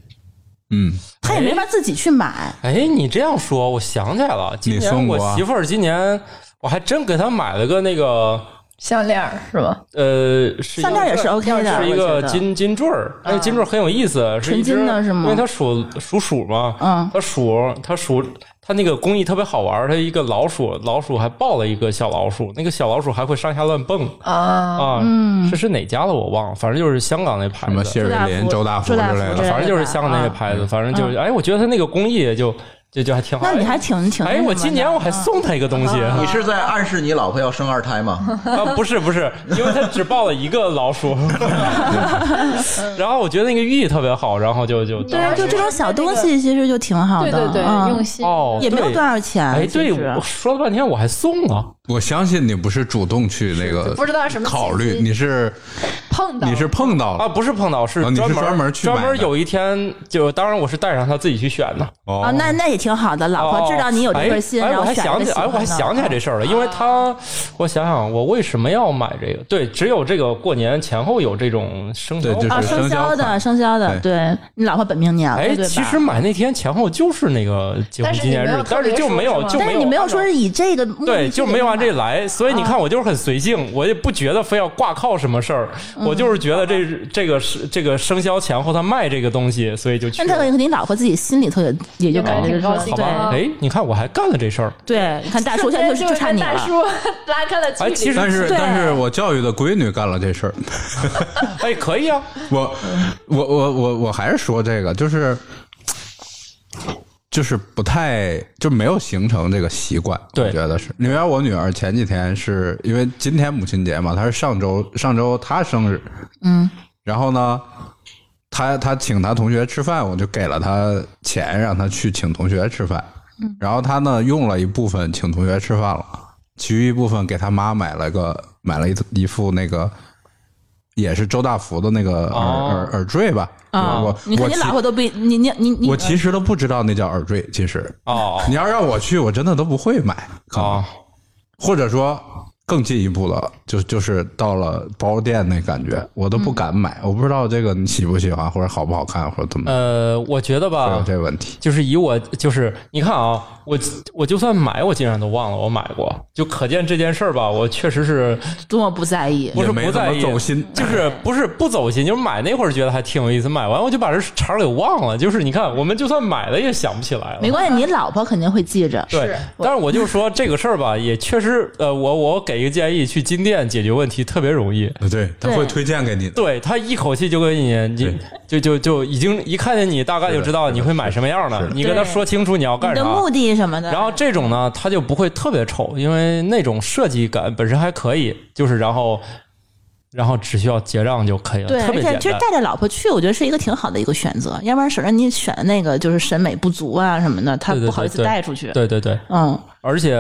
S4: 嗯，
S5: 她也没法自己去买。
S1: 哎，你这样说，我想起来了，今
S4: 你送
S1: 年
S4: 过啊
S1: 我媳妇儿今年我还真给她买了个那个
S2: 项链儿是吧？
S1: 呃，是一
S5: 项链也是 OK 的
S1: 是一
S5: 我觉
S1: 个
S5: 得嗯
S1: 金金坠儿，那个金坠儿很有意思，是一只
S5: 纯金的是吗
S1: 因为它属属鼠嘛，
S5: 嗯
S1: 它鼠它鼠它那个工艺特别好玩儿，它一个老鼠，老鼠还抱了一个小老鼠，那个小老鼠还会上下乱蹦
S2: 啊，
S4: 哦
S1: 啊，
S5: 嗯
S1: 这是哪家的我忘了，反正就是香港那牌
S4: 什么嗯
S1: 子，
S4: 谢瑞麟、周
S5: 周
S4: 大
S5: 大
S4: 福
S5: 福
S4: 之
S5: 周
S4: 类
S5: 大福之类
S4: 的
S5: 的，
S1: 反正就是香港那个
S5: 嗯
S1: 牌子，反正就是哎，我觉得它那个工艺也就就就还挺好。
S5: 那你
S1: 哎
S5: 还挺挺
S1: 哎，
S5: 那
S1: 我
S5: 什么
S1: 今年
S5: 的嗯
S1: 我还送他一个东西，
S7: 你是在暗示你老婆要生二胎吗？
S1: 啊，不是不是，因为他只抱了一个老鼠，然后我觉得那个寓意特别好，然后就就
S5: 对啊，就这种小东西其实就挺好
S2: 对
S5: 的，
S2: 对对，
S5: 嗯
S2: 用心。
S1: 哦，
S5: 也没有
S1: 对
S5: 多少钱。
S1: 哎，
S5: 其
S1: 对，
S5: 实
S1: 我说了半天我还送了，
S4: 我相信你不是主动去那个
S2: 不知道什么
S4: 考
S2: 契
S4: 虑，
S2: 机
S4: 你是
S2: 碰到
S4: 你是碰到
S1: 啊，
S4: 了
S1: 不是碰到，是
S4: 哦你是
S1: 专门
S4: 专门去买的
S1: 专门有一天就，当然我是带上他自己去选的。
S5: 啊，
S4: 哦，
S5: 那那也挺好的，老婆知道你有这份心，
S1: 哦哎哎
S5: 然
S1: 我
S5: 后
S1: 还
S5: 选
S1: 想
S5: 了
S1: 起，
S5: 喜
S1: 哎，
S5: 欢
S1: 我还
S5: 的啊
S1: 想起来这事儿了，因为他，我想想，我为什么要买这个？对，只有这个过年前后有这种生肖
S4: 对就是
S5: 啊，
S1: 款。
S5: 生
S4: 生肖
S5: 肖
S4: 款
S5: 的生肖的，对你老婆本命年了，
S1: 哎
S5: 对，吧
S1: 其实买那天前后就是那个结婚
S2: 但是
S1: 纪念日
S2: 你没有，
S1: 但
S2: 特别
S1: 是就没有
S2: 说是吗
S1: 就
S5: 但
S1: 没
S5: 是
S1: 有
S5: 你没有
S1: 按照
S5: 说是以这个目的啊
S1: 对，
S5: 去
S1: 就没有按这
S5: 买
S1: 来，所以你看，我就是很随性，我也不觉得非要挂靠什么事儿，
S5: 嗯
S1: 我就是觉得这这个是这个生肖前后他卖这个东西，所以就去
S5: 但他
S1: 了。
S5: 跟你老婆自己心里头也也就感觉
S2: 挺
S5: 就
S2: 高
S5: 是
S2: 兴
S1: 好
S5: 对啊
S1: 吧，哎，你看我还干了这事 儿，
S5: 对，你看大叔现在就是就差你
S2: 大
S5: 了，
S2: 叔拉开了距
S1: 哎，
S2: 离。
S1: 其实
S4: 但是
S5: 对啊
S4: 但是我教育的闺女干了这事儿，
S1: 哎可以啊，
S4: 我我我我我还是说这个，就是就是不太就没有形成这个习惯，
S1: 对
S4: 我觉得是。因为我女儿前几天是因为今天母亲节嘛，她是上周上周她生日，
S5: 嗯，
S4: 然后呢，她她请她同学吃饭，我就给了她钱让她去请同学吃饭，然后她呢用了一部分请同学吃饭了，其余一部分给她妈买了个买了一一副那个。也是周大福的那个耳、
S1: 哦
S4: 耳耳坠吧，
S5: 啊
S4: 我
S5: 你
S4: 我
S5: 看你
S4: 其
S5: 老婆都不你你你你
S4: 我其实都不知道那叫耳坠，其实
S1: 哦
S4: 你要让我去，我真的都不会买。可能
S1: 哦，
S4: 或者说更进一步了，就就是到了包店那感觉，我都不敢
S5: 嗯
S4: 买，我不知道这个你喜不喜欢，或者好不好看，或者怎么，
S1: 呃，我觉得
S4: 会有
S1: 吧，
S4: 这问题。
S1: 就是以我就是你看啊，我我就算买，我竟然都忘了我买过，就可见这件事儿吧，我确实是
S5: 多么不在意，
S1: 不是
S4: 也没
S1: 不在
S4: 怎么
S1: 意，
S4: 走心
S1: 就是不是不走心，就是买那会儿觉得还挺有意思，买完我就把这茬儿给忘了。就是你看，我们就算买了也想不起来了。
S5: 没关系，你老婆肯定会记着，
S1: 对，但是我就说这个事儿吧，也确实，呃，我我给一个建议，去金店解决问题特别容易。
S4: 对，他会推荐给你的。
S1: 对他一口气就给你，你就就就已经一看见你，大概就知道你会买什么样的。你跟他说清楚你要
S5: 你
S1: 干啥，
S5: 的目的什么的，
S1: 然后这种呢，它就不会特别丑，因为那种设计感本身还可以，就是然后然后只需要结账就可以了，
S5: 对，
S1: 特
S5: 而
S1: 别
S5: 且其
S1: 简
S5: 实
S1: 单。
S5: 带着老婆去，我觉得是一个挺好的一个选择，要不然省得你选的那个就是审美不足啊什么的，她
S1: 对对
S5: 不好意思
S1: 对
S5: 带出去。
S1: 对对对，
S5: 嗯，
S1: 而且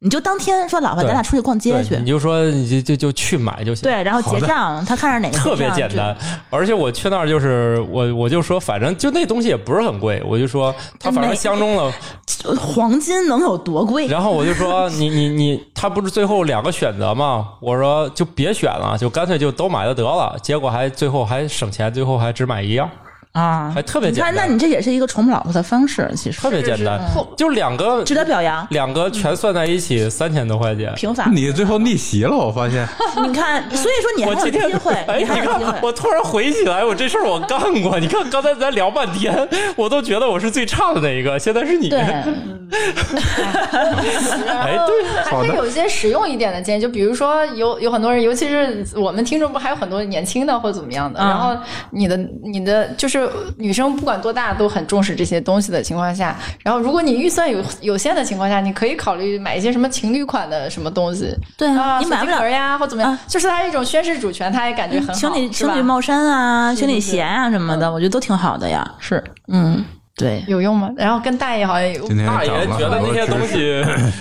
S5: 你就当天说老婆，
S1: 对
S5: 咱俩出去逛街
S1: 对
S5: 去
S1: 你，就说你就就就去买就行。
S5: 对，然后结账，她看上哪个
S1: 特别简
S5: 结账就
S1: 单，而且我去那儿就是我我就说，反正就那东西也不是很贵，我就说它反正相中了，
S5: 就呃黄金能有多贵？
S1: 然后我就说你你你，他不是最后两个选择吗？我说就别选了，就干脆就都买了得了，结果还最后还省钱，最后还只买一样。
S5: 啊，
S1: 还特别简单
S5: 你看，那你这也是一个宠老婆的方式，其实
S1: 特别简单，就两个
S5: 值得表扬，
S1: 两个全算在一起三千多块钱。
S5: 平反。
S4: 你最后逆袭了，我发现
S5: 你看，所以说你
S1: 我
S5: 还
S1: 今
S5: 有
S1: 天
S5: 机会，
S1: 哎，你
S5: 你还有机
S1: 看，
S5: 会。
S1: 我突然回忆起来，我这事儿我干过。你看刚才咱聊半天，我都觉得我是最差的那一个，现在是你。
S5: 对，
S1: 哎， 对，
S2: 还是有一些实用一点的建议，就比如说有有很多人，尤其是我们听众，不还有很多年轻的或怎么样的。
S5: 嗯
S2: 然后你的你的就是女生，不管多大都很重视这些东西的情况下，然后如果你预算有有限的情况下，你可以考虑买一些什么情侣款的什么东西。
S5: 对啊
S2: 啊，
S5: 你买不了
S2: 手机壳呀，或怎么样
S5: 啊，
S2: 就是它一种宣示主权，它也感觉很好，
S5: 情侣
S2: 是吧
S5: 情侣帽衫啊，情侣
S2: 是
S5: 鞋啊什么
S1: 嗯
S5: 的，我觉得都挺好的呀。
S2: 是
S5: 嗯，对，
S2: 有用吗？然后跟大爷好像有
S4: 今天
S1: 大
S4: 长
S1: 爷
S4: 了
S1: 觉得
S4: 很
S1: 那
S4: 多
S1: 些东
S4: 知 识。
S1: 西，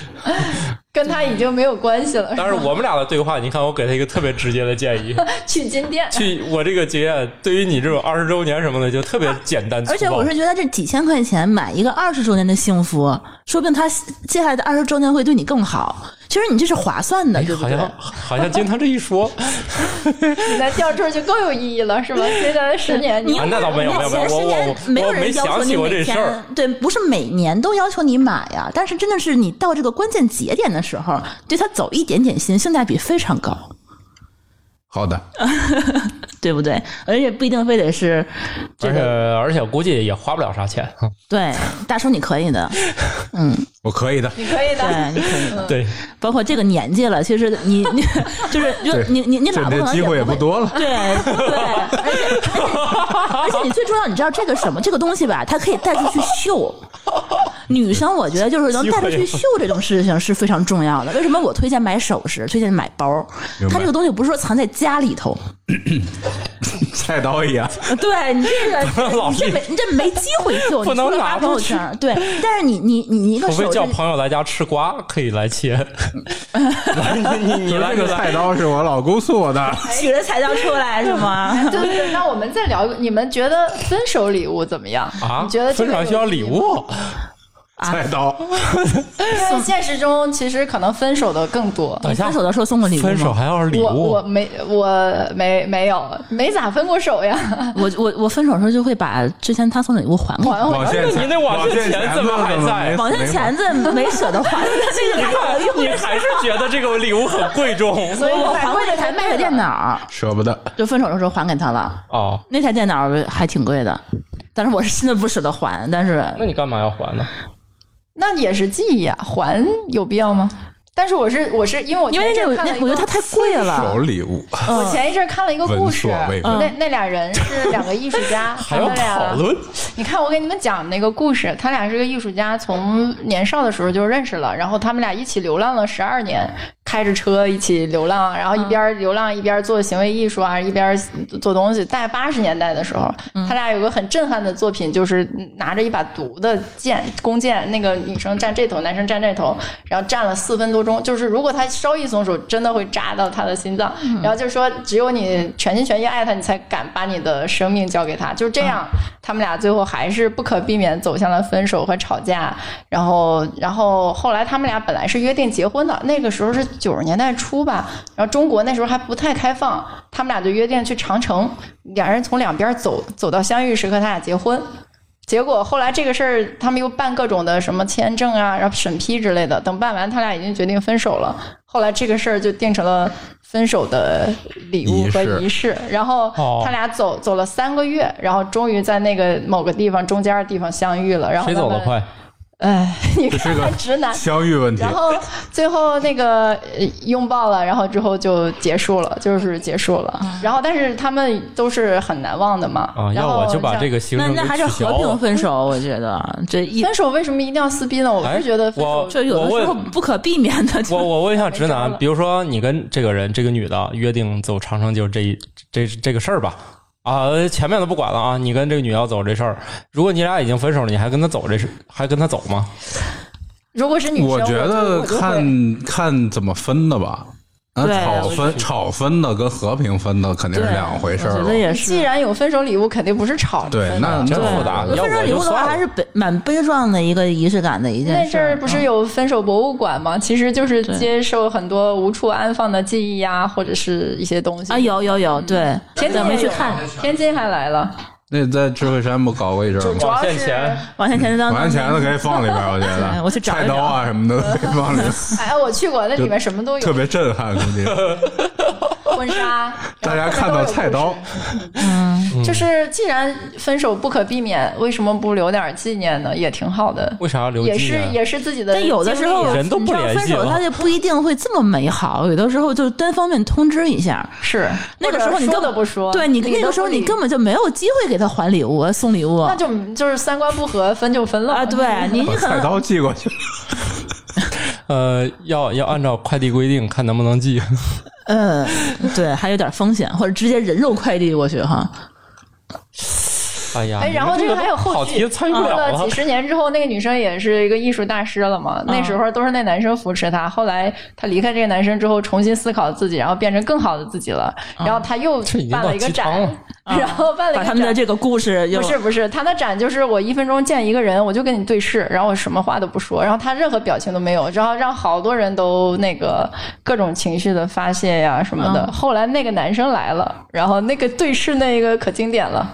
S2: 跟他已经没有关系了，
S1: 但是我们俩的对话，你看我给他一个特别直接的建 议，
S2: 去金店。
S1: 去我这个经验，对于你这种二十周年什么的，就特别简单粗暴。
S5: 啊而且我是觉得这几千块钱买一个二十周年的幸福，说不定他接下来的二十周年会对你更好。其实你这是划算的，对不
S1: 哎好
S5: 对？
S1: 像好像经他这一 说，
S2: 你的吊坠就更有意义了，是吧？接下来十年，
S5: 你
S2: 你
S1: 啊那倒没有没有没有
S5: 前十
S1: 我
S5: 年
S1: 我
S5: 没有
S1: 我没
S5: 人要求
S1: 想起
S5: 你
S1: 过
S5: 每
S1: 这事儿
S5: 天对，不是每年都要求你买呀，但是真的是你到这个关键节点的时候，对它走一点点心，性价比非常高，
S4: 好的，
S5: 对不对？而且不一定非得是这
S1: 而且
S5: 个，嗯
S1: 而且估计也花不了啥钱。
S5: 对，大叔你可以 的，
S4: 我可以的。
S2: 可以
S5: 对，
S2: 的。
S5: 你可以的。
S1: 对，
S5: 包括这个年纪了，其实你你 就是就
S4: 对
S5: 你你你
S4: 这
S5: 老婆
S4: 这
S5: 可能
S4: 机会也
S5: 不
S4: 不
S5: 会
S4: 多了。
S5: 对对， 而且而且而且你最重要，你知道这个什么这个东西吧，它可以带出去秀。女生我觉得就是能带出去秀这种事情是非常重要的。为什么我推荐买首饰，推荐买包？
S4: 明白
S5: 它这个东西不是说藏在家里头，
S4: 菜刀一样，
S5: 对你 这个
S1: 老
S5: 你这
S1: 是
S5: 没你这没机会 秀，
S1: 不
S5: 你
S1: 能
S5: 除了
S1: 拿
S5: 发朋友
S1: 出去
S5: 圈。对，但是你你你你一个
S1: 除非
S5: 首饰
S1: 叫，朋友来家吃瓜，可以来切。来， 你你你来
S4: 这
S1: 你
S4: 个
S1: 来
S4: 菜，刀是我老公送我的。
S5: 举着菜刀出来是吗？
S2: 对对对，那我们再聊一个，你们觉得分手礼物怎么样？
S1: 啊，
S2: 你觉得这
S1: 分
S2: 个
S1: 手还需要礼物？
S4: 菜刀，
S2: 因为现实中其实可能分手的更多。
S1: 等一下
S5: 分，手的时候送过礼物吗
S1: 分手还要礼
S2: 我我
S1: 物？
S2: 没我没没有没咋分过手 呀，
S5: 我我我分手的时候就会把之前他送的礼物还给他。
S2: 还我
S4: 网线
S1: 那
S4: 钱，
S1: 你那网线
S4: 线
S1: 钱怎
S4: 怎
S1: 么还
S4: 没
S1: 在
S4: 没
S5: 网线钱子没舍得还， 这个还有
S1: 哎
S5: 用。
S1: 你还是觉得这个礼物很贵重
S2: 所以才
S5: 我哦还
S2: 会啊
S5: 过
S2: 给
S5: 那
S2: 他
S5: 台卖的电脑，
S4: 舍不得？
S5: 就分手的时候还给他了。
S1: 哦？
S5: 那台电脑还挺贵的，但是我是真的不舍得还。但是
S1: 那你干嘛要还呢？
S2: 那也是记忆啊，还有必要吗？但是我是我是因为我
S5: 因为那
S2: 前一
S5: 个
S2: 阵看
S5: 那
S2: 了一
S5: 我
S2: 个
S5: 觉得它太贵
S4: 有
S5: 了，
S4: 礼物，
S2: 我前一阵看了一个故事，
S4: 闻所未闻
S2: 那那俩人是两个艺术家，
S1: 还
S2: 他
S1: 要
S2: 们
S1: 讨
S2: 俩。
S1: 论？
S2: 你看，我给你们讲那个故事，他俩是个艺术家，从年少的时候就认识了，然后他们俩一起流浪了十二年，开着车一起流浪，然后一边流浪一边做行为艺术啊，一边做东西。在八十年代的时候，他俩有个很震撼的作品，就是拿着一把毒的剑弓箭，那个女生站这头，男生站这头，然后站了四分多钟，就是如果他稍一松手，真的会扎到他的心脏。然后就说，只有你全心全意爱他，你才敢把你的生命交给他。就这样，他们俩最后还是不可避免走向了分手和吵架。然后，然后后来他们俩本来是约定结婚的，那个时候是九十年代初吧，然后中国那时候还不太开放，他们俩就约定去长城，俩人从两边走，走到相遇时刻，他俩结婚。结果后来这个事儿，他们又办各种的什么签证啊，然后审批之类的。等办完，他俩已经决定分手了。后来这个事儿就定成了分手的礼物和
S4: 仪式
S2: 仪式。然后
S1: 哦
S2: 他俩走走了三个月，然后终于在那个某个地方中间的地方相遇了。然后
S1: 谁走
S2: 他
S1: 得
S2: 们？
S1: 快？
S2: 哎，你
S4: 这是
S2: 看
S4: 个
S2: 看直 男。
S4: 相遇问题
S2: 然。后最后那个呃拥抱了，然后之后就结束了，就是结束了。然后但是他们都是很难忘的嘛。
S1: 啊，
S2: 然
S1: 要
S2: 后
S1: 我就把
S2: 像
S1: 这个行
S5: 那
S1: 程
S5: 那
S1: 给
S5: 还是
S1: 取消哦
S5: 和平
S1: 了。
S5: 分手。我觉得这一
S2: 分手为什么一定要撕逼呢？我
S1: 哎
S2: 是觉得分手
S1: 我
S5: 就有的时候不可避免的
S1: 我
S5: 就
S1: 我问一下直
S2: 招
S1: 男
S2: 了，
S1: 比如说你跟这个人、这个女的约定走长城，就是这一这这个事儿吧？啊，前面的不管了啊，你跟这个女要走这事儿，如果你俩已经分手了，你还跟她走这事，还跟她走吗？
S2: 如果是女生，
S4: 我觉
S2: 就
S4: 得
S2: 我就会
S4: 看看怎么分的吧。那
S5: 对
S4: 吵
S5: 我
S4: 分吵分的跟和平分的肯定是
S5: 对
S4: 两回事
S5: 我
S4: 儿
S5: 觉得
S4: 了。
S5: 也
S2: 既
S5: 是。
S2: 然有分手礼物，肯定不是吵着
S4: 对
S2: 分，的
S4: 那
S1: 真
S4: 那
S1: 复杂
S4: 我
S1: 要
S5: 分手
S1: 我
S5: 礼
S1: 就
S5: 物的
S1: 算
S5: 话
S1: 了
S5: 还是悲蛮悲壮的一个仪式感的一件
S2: 那
S5: 事。嗯啊
S2: 阵儿不是有分手博物馆吗？其实就是接受很多无处安放的记忆呀、或者是一些东西
S5: 啊，。有有
S2: 嗯
S5: 有，对，
S2: 天津
S5: 我没
S2: 也
S5: 去
S2: 有
S5: 看。
S2: 天津还来了，
S4: 那在智慧山不搞过一阵儿
S2: 主
S4: 吗？
S2: 要
S1: 现
S2: 是
S1: 钱
S5: 王千钱的当
S4: 完钱的可以放里边儿，我觉
S5: 哎
S4: 得。
S5: 啊我去找一找
S4: 菜刀啊什么的都可以放里 边儿，
S2: 哎，我去过，那里面什么都
S4: 特
S2: 有，
S4: 别震撼，估计
S2: 婚纱。
S4: 大
S2: 然
S4: 家
S2: 后
S4: 看到菜
S2: 都有
S4: 刀
S2: 故事，
S1: 嗯
S2: 就是既然分手不可避免，为什么不留点纪念呢？也挺好的，
S1: 为啥要留纪
S2: 也是
S1: 念？
S2: 也是自己的
S5: 但
S2: 经历啊。
S5: 有的时候
S1: 人都不
S5: 你知道
S1: 联
S5: 分
S1: 系
S5: 手
S1: 了
S5: 他就不一定会这么美好，有的时候就单方面通知一下。
S2: 是
S5: 那个时候你
S2: 或者
S5: 根
S2: 说
S5: 本
S2: 都不说，
S5: 对你
S2: 理都
S5: 那个时候
S2: 不理
S5: 你根本就没有机会给他还礼物、送礼物
S2: 那就嗯就是三观不合，分就分了
S5: 啊！对，你
S4: 把
S5: 你可
S4: 菜
S5: 能
S4: 刀寄过去。
S1: 呃，要要按照快递规定看能不能寄。
S5: 嗯，对，还有点风险，或者直接人肉快递过去哈。
S1: 哎呀，
S2: 哎，然后
S1: 你
S2: 这
S1: 们
S2: 个
S1: 个
S2: 还有后
S1: 好
S2: 续，
S1: 题参与不
S5: 啊
S2: 过
S5: 呃
S1: 了啊了
S2: 几。十年之后，那个女生也是一个艺术大师了嘛。
S5: 嗯
S2: 那时候都是那男生扶持她，后来她离开这个男生之后，重新思考自己，然后变成更好的自己了。然后她又
S1: 这已经
S2: 办了
S1: 到
S2: 一个
S1: 鸡汤
S2: 展
S1: 了，
S2: 然后办了一个
S5: 啊把他们的
S2: 展
S5: 这个故事又
S2: 不是不是，他的展就是我一分钟见一个人，我就跟你对视，然后我什么话都不说，然后他任何表情都没有，然后让好多人都那个各种情绪的发泄呀什么的。后来那个男生来了，然后那个对视那个可经典了，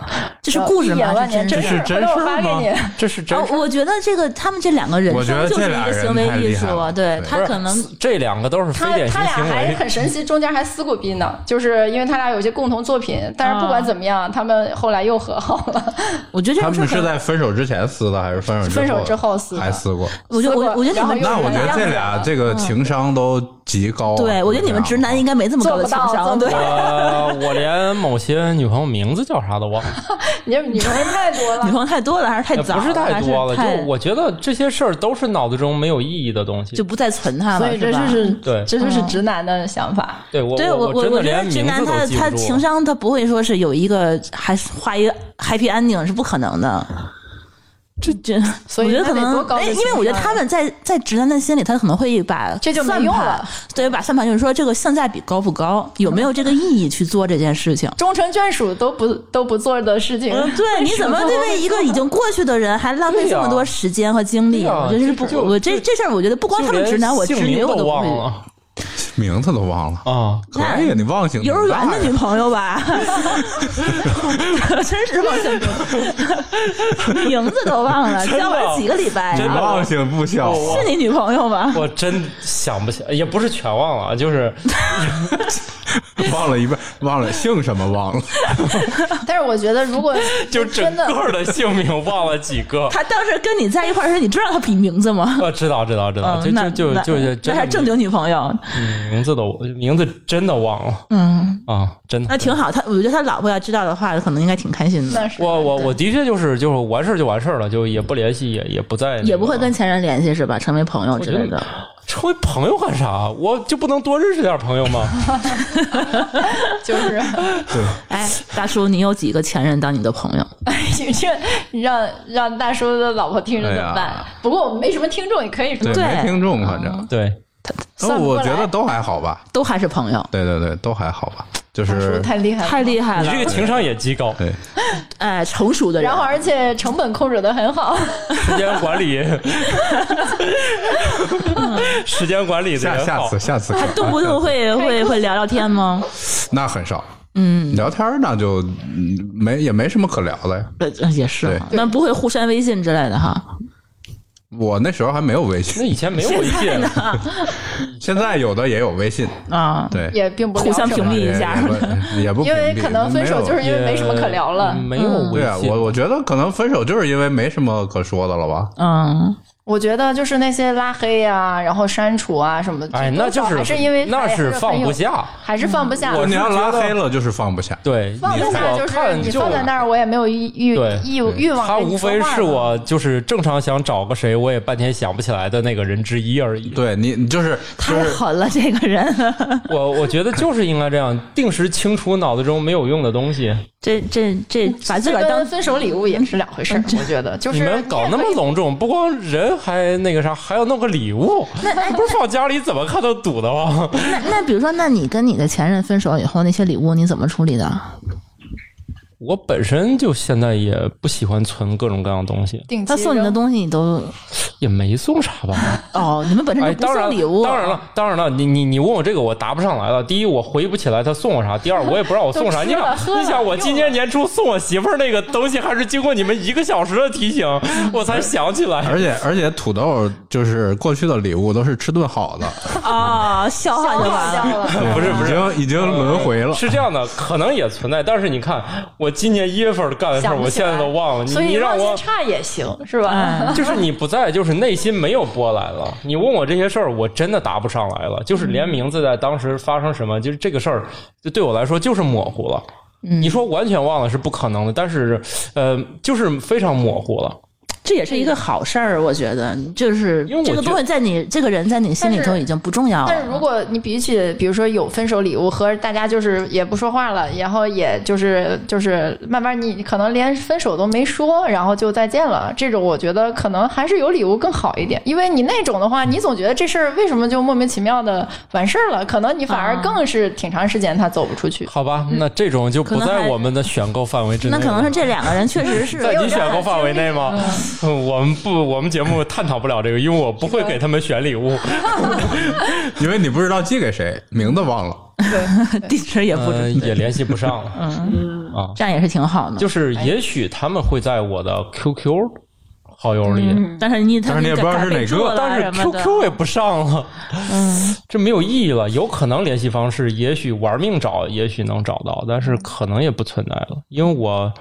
S5: 这是故事
S2: 一眼
S5: 吗？
S2: 万年
S5: 真
S2: 真
S5: 事
S2: 事
S5: 儿
S2: 儿，回头我发给你。
S1: 这是真
S5: 啊，我觉得这个他们这两个人
S4: 我觉得
S5: 生就
S4: 这
S5: 是一
S4: 俩
S5: 个
S4: 人
S5: 行为
S4: 太厉
S5: 艺术
S4: 害了
S5: 啊，对
S4: 对
S5: 他可能
S1: 这两个都是非
S2: 他
S1: 典型
S2: 他俩
S1: 行
S2: 还
S1: 为，
S2: 很神奇，中间还撕过逼呢，就是因为他俩有一些共同作品，但是不管怎么样，他们后来又和好了。
S5: 我觉得这
S4: 他
S5: 种事
S4: 们
S5: 儿可
S4: 是
S5: 能
S4: 在分手之前撕的，还是分手
S2: 分手之后撕的
S4: 还撕过？
S5: 我觉得我我觉得你们
S2: 然
S4: 那
S2: 后又
S4: 我觉得这俩这个情商都极高啊。
S5: 嗯对我觉得你们直男应该没这么高的情
S2: 做
S5: 商，
S2: 不到
S5: 对
S2: 做不
S1: 我呃我连某些女朋友名字叫啥都忘了，
S2: 你这女朋友太多了
S5: 女，朋友太多了还是太
S1: 也
S5: 早了，
S1: 不是太多了。
S5: 还是
S1: 就我觉得这些事儿都是脑子中没有意义的东西
S5: 太就。不再存他了，
S2: 所以这
S5: 是
S2: 就
S5: 吧哦
S2: 是
S1: 对
S2: 这就是直男的想法。
S1: 对我
S5: 对
S1: 我
S5: 我
S1: 真的
S5: 我觉得
S1: 连
S5: 直
S1: 名
S5: 男
S1: 字
S5: 他
S1: 都记
S5: 他
S1: 不
S5: 情
S1: 住。
S5: 商他不会说是有一个还是画一个 happy ending 是不可能的。这这，
S2: 嗯 所以
S5: 我觉得
S2: 他
S5: 可
S2: 得多
S5: 能，
S2: 高的
S5: 哎，因
S2: 情
S5: 为我觉得
S2: 商啊
S5: 他们在在直男的心里，他可能会把
S2: 这就没
S5: 算
S2: 用
S5: 盘
S2: 了，
S5: 对，把算盘就是说这个性价比高不高，有没有这个意义去做这件事 情。
S2: 终成眷属都不都不做的事情
S5: 嗯，， 对，你怎么对为一个已经过去的人还浪费
S1: 对
S5: 这
S1: 呀
S5: 么多时间和精力？
S1: 对呀
S5: 我觉得是不，
S1: 就
S5: 我这这事儿，我觉得不光
S1: 就
S5: 他们
S1: 连
S5: 直男，我直
S1: 姓
S5: 女
S1: 名
S5: 我
S1: 都
S5: 都不
S1: 忘
S5: 会。
S1: 了
S4: 名字都忘 了，
S1: 啊！
S4: 可以，你忘性挺
S5: 幼
S4: 大呀。
S5: 儿园的女朋友吧， 真是忘性，名字都忘了，
S1: 真的
S5: 交往几个礼拜
S1: 真
S5: 呀、
S1: 的
S4: 忘性不小啊，
S5: 是你女朋友吗？
S1: 我真想不起，也不是全忘了，啊 就是
S4: 忘了一半，忘了姓什么忘了。
S2: 但是我觉得如果
S1: 就整
S2: 真的
S1: 个的姓名忘了几个。
S5: 她当时跟你在一块儿时，你知道她比名字吗？
S1: 呃，知道知道知道，就
S5: 嗯，那
S1: 就就
S5: 那
S1: 就是
S5: 那
S1: 真
S5: 还
S1: 的
S5: 是正经女朋友，
S1: 名字都名字真的忘了，嗯啊，真的
S5: 那挺好。他我觉得他老婆要知道的话，可能应该挺开心的，
S2: 那是
S1: 我我我的确就是就是完事儿就完事儿了，就也不联系，也也不在、
S5: 也不会跟。前任联系是吧？成为朋友之类
S1: 我觉
S5: 的。
S1: 成为朋友干啥？我就不能多认识点朋友吗？
S2: 就是，
S5: 哎，大叔，你有几个前任当你的朋友？
S2: 你这让让大叔的老婆听着怎么
S4: 哎
S2: 办
S4: 呀？
S2: 不过我们没什么听众，也可以说
S4: 对，
S5: 对
S4: 没听众，反
S5: 嗯
S4: 正
S1: 对，
S2: 算不过
S4: 我
S2: 来
S4: 觉得都还好吧。
S5: 都还是朋友，
S4: 对对对，都还好吧，就
S2: 大叔
S4: 是
S2: 太厉害了，
S5: 太厉害
S1: 你
S5: 了
S1: 这！个情商也极高，
S4: 对
S5: 哎，成熟的人
S2: 然后，而且成本控制的很好，
S1: 时间管理，时间管理的
S4: 下
S1: 也
S4: 下
S1: 好
S4: 次。下次
S5: 还动不动会会会聊聊天吗？
S4: 那很少。嗯，聊天儿那就嗯没也没什么可聊的呀。
S5: 呃，也是
S4: 对
S5: 哈，那不会互删微信之类的哈。
S4: 我那时候还没有微
S1: 那
S4: 信，
S1: 以前没有微信，
S4: 现在有的也有微信。
S5: 啊，
S4: 对，
S2: 也并不
S5: 互相
S2: 聊什
S5: 屏
S2: 么
S5: 蔽一下
S4: 也不
S2: 因
S4: 也不
S2: 为
S4: 屏蔽
S2: 可能分手
S4: 没有
S2: 就是因为没什么可聊了嗯
S1: 也没有微
S4: 对啊，
S1: 信。
S4: 我我觉得可能分手就是因为没什么可说的了吧。
S5: 嗯，
S2: 我觉得就是那些拉黑呀、然后删除啊什么的，
S1: 哎，那就
S2: 多少还是因为
S1: 那
S2: 还
S1: 是
S2: 是
S1: 放
S2: 很有
S1: 不，下。
S2: 还是放不下。
S1: 我
S4: 哦你要
S1: 是觉
S4: 拉
S1: 得
S4: 黑了，就是放不下。
S1: 对，
S2: 放不
S1: 你
S2: 下
S1: 嗯我
S2: 就是
S1: 看
S2: 你放在那儿，我也没有欲欲
S1: 对
S2: 欲欲望
S1: 他
S2: 跟你
S1: 无
S2: 说
S1: 非
S2: 话
S1: 是
S2: 了
S1: 我就是正常想找个谁，我也半天想不起来的那个人之一而已。
S4: 对你，你就是就
S5: 太
S4: 是
S5: 狠了，这个人，
S1: 我我觉得就是应该这样，定时清除脑子中没有用的东西。
S5: 这这这把自个儿
S2: 嗯这
S5: 当
S2: 跟分手礼物也是两回事儿，我觉得就是
S1: 嗯你们搞那么隆重，不光人还那个啥，还要弄个礼物，不是放家里怎么看都堵得慌。
S5: 那那比如说，那你跟你的前任分手以后，那些礼物你怎么处理的？
S1: 我本身就现在也不喜欢存各种各样的东西，
S2: 定期
S5: 他送你的
S2: 扔
S5: 东西你 都
S1: 也没送啥吧。
S5: 哦，你们本身
S1: 哎，
S5: 就不
S1: 当然
S5: 送礼物，
S1: 当然
S2: 啊
S1: 了，当然了，你你你问我这个，我答不上来了。第一，我回忆不起来他送我啥；第二，我也不知道我送啥。
S2: 都吃
S1: 你想
S2: 了喝，了
S1: 你想，我今年年初送我媳妇儿那个东西，还是经过你们一个小时的提醒，我才想起来。
S4: 而且而且土豆就是过去的礼物都是吃顿好的，
S5: 啊，消化就完了。
S2: 掉了。
S1: 不是不是，
S4: 已经已经轮回了。
S1: 是这样的，可能也存在，但是你看，我今年一月份干的事儿，
S2: 想
S1: 我
S2: 不起
S1: 现
S2: 来
S1: 在都忘了。你
S2: 所以
S1: 你让
S2: 忘
S1: 我
S2: 性差也行，是
S5: 嗯
S2: 吧？
S1: 就是你不在，就是内心没有波澜了。你问我这些事儿，我真的答不上来了。就是连名字在当时发生什么，就是这个事儿，就对我来说就是模糊了。
S5: 嗯
S1: 你说完全忘了是不可能的，但是呃，就是非常模糊了。
S5: 这也是一个好事儿，我觉得，就是
S1: 因为我
S5: 这个
S1: 觉得
S5: 东西在你这个人在你心里头已经不重要了。
S2: 但是如果你比起，比如说有分手礼物和大家就是也不说话了，然后也就是就是慢慢你可能连分手都没说，然后就再见了，这种我觉得可能还是有礼物更好一点，因为你那种的话，你总觉得这事儿为什么就莫名其妙的完事儿了，可能你反而更是挺长时间他走不出去。
S1: 好吧，那这种就不
S5: 可能
S1: 在
S5: 还
S1: 我们的选购范围之内
S5: 那
S1: 了。
S5: 嗯可能是这两个人确 实是
S1: 在你选购范围内吗？嗯我们不，我们节目探讨不了这个，因为我不会给他们选 礼物。
S4: 因为你不知道寄给谁，名字忘了。
S5: 地址
S4: 呃
S5: 也不知
S1: 嗯，哎也联系不上了。
S5: 这样也是挺好的。
S1: 就是也许他们会在我的 QQ 好友里，
S5: 但是你，
S4: 但是你也不知道是哪个
S1: 但是 QQ 也不上了，
S5: 嗯
S1: 这没有意义了。有可能联系方式，也许玩命找，也许能找到，但
S5: 嗯
S1: 是可能也不存在了，因为我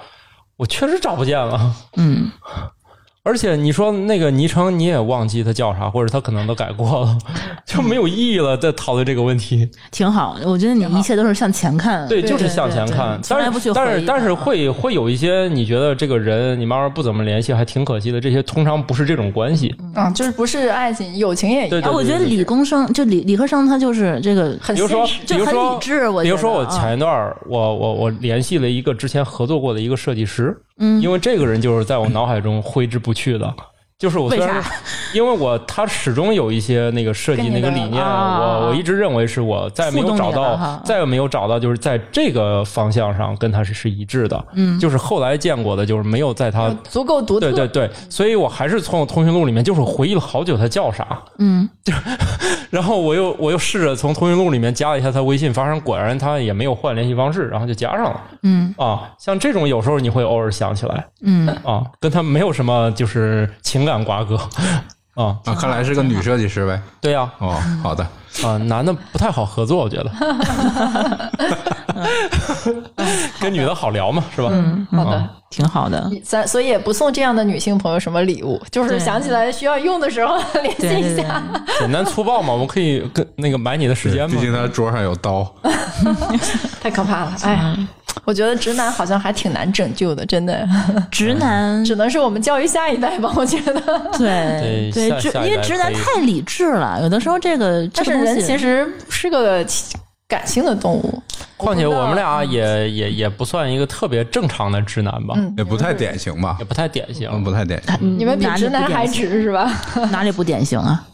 S1: 我确实找不见了。
S5: 嗯，
S1: 而且你说那个昵称你也忘记他叫啥，或者他可能都改过了， 就没有意义了。再讨论这个问题，
S5: 挺好。我觉得你一切都是向前 看。
S1: 对，就是向前看。
S5: 从来
S1: 但
S5: 不
S1: 是
S5: 去
S1: 但
S5: 回
S1: 是
S5: 忆
S1: 但是
S5: 的
S1: 会会有一些你觉得这个人你慢慢不怎么联系，还挺可惜的。这些通常不是这种关系。
S2: 嗯，就是不是爱情，友情也一
S1: 对
S2: 样。
S1: 对
S5: 哎，我觉得理工生就理理科生，他就是这个
S2: 很
S1: 比如说
S2: 现实，
S1: 比如
S5: 就很
S1: 说
S5: 理智我
S1: 比如
S5: 觉
S1: 说
S5: 得
S1: 我
S5: 啊
S1: 前一段儿，我我我联系了一个之前合作过的一个设计师，嗯，因为这个人就是在我脑海中挥之不去的。就是我虽然
S5: 为
S1: 是， 因为我他始终有一些那个设计
S2: 跟
S1: 那
S2: 你
S1: 个
S2: 的
S1: 理念，
S5: 啊
S1: 我我一直认为是我再没有
S5: 触动
S1: 找
S5: 你了
S1: 到
S5: 哈，
S1: 再也没有找到，就是在这个方向上跟他是是一致的。嗯，就是后来见过的，就是没有在他
S2: 足够独
S1: 对
S2: 特。
S1: 对对，所以我还是从我通讯录里面，就是我回忆了好久他叫啥，
S5: 嗯，
S1: 就然后我又我又试着从通讯录里面加了一下他微信，发现果然他也没有换联系方式，然后就加上了，
S5: 嗯
S1: 啊，像这种有时候你会偶尔想起来
S5: 嗯，
S1: 啊，跟他没有什么就是情感瓜葛啊，
S4: 啊，看来是个女设计师呗。
S1: 对呀、
S4: 哦，好的，
S1: 啊，男的不太好合作，我 觉得，跟女的好聊嘛，是吧？
S5: 嗯
S2: 好
S1: 嗯
S2: 的。
S5: 挺好的。
S2: 咱所以也不送这样的女性朋友什么礼物，就是
S5: 对
S2: 想起来需要用的时候 联系
S5: 对对
S2: 一
S5: 对
S2: 下。，
S1: 简单粗暴嘛，我们可以跟那个买你的时间
S4: 毕
S1: 嘛。
S4: 竟他桌上有刀。
S2: 太可怕了，哎呀，我觉得直男好像还挺难拯救的，真的，
S5: 直 男
S2: 只能是我们教育下一代吧，我觉得。
S1: 对
S5: 对对
S1: 下，
S5: 直
S1: 下一
S5: 因为
S1: 代
S5: 直
S1: 可
S5: 男
S1: 以
S5: 太理智了，有的时候这个这
S2: 但
S5: 个
S2: 是
S5: 东
S2: 人
S5: 西
S2: 其实是个情感性的动物，
S1: 况且
S2: 我不知道
S1: 我们
S5: 嗯
S1: 俩也也也不算一个特别正常的直男吧，
S5: 嗯
S4: 也不太典型吧
S1: 也，不太典型。
S4: 嗯，不太典型。
S2: 你们比
S5: 哪里
S2: 直
S5: 不
S2: 男
S5: 典
S2: 还
S5: 型
S2: 直是吧？
S5: 哪里不典型啊？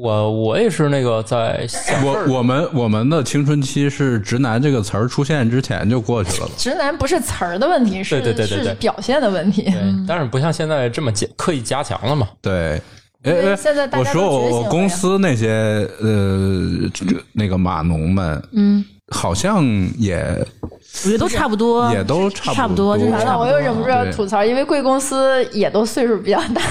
S1: 我我也是那个在小
S4: 我我们我们的青春期是“直男”这个词儿出现之前就过去了吧？
S2: 直男不是词儿的问题，是
S1: 对对对对对
S2: 是表现的问题
S1: 对。，
S5: 嗯
S1: 但是不像现在这么加刻意加强了嘛。
S4: 对。
S2: 因为
S4: 哎哎，
S2: 现在大
S4: 我
S2: 家都
S4: 说我
S2: 觉醒
S4: 我
S2: 了
S4: 公
S2: 呀
S4: 司那些呃这个那个码农们，嗯，好像也
S5: 我觉得都差不多，
S4: 也都
S5: 差
S4: 不
S5: 不多真
S2: 完
S5: 是
S2: 了，我又忍不住要
S4: 对
S2: 吐槽，因为贵公司也都岁数比较大，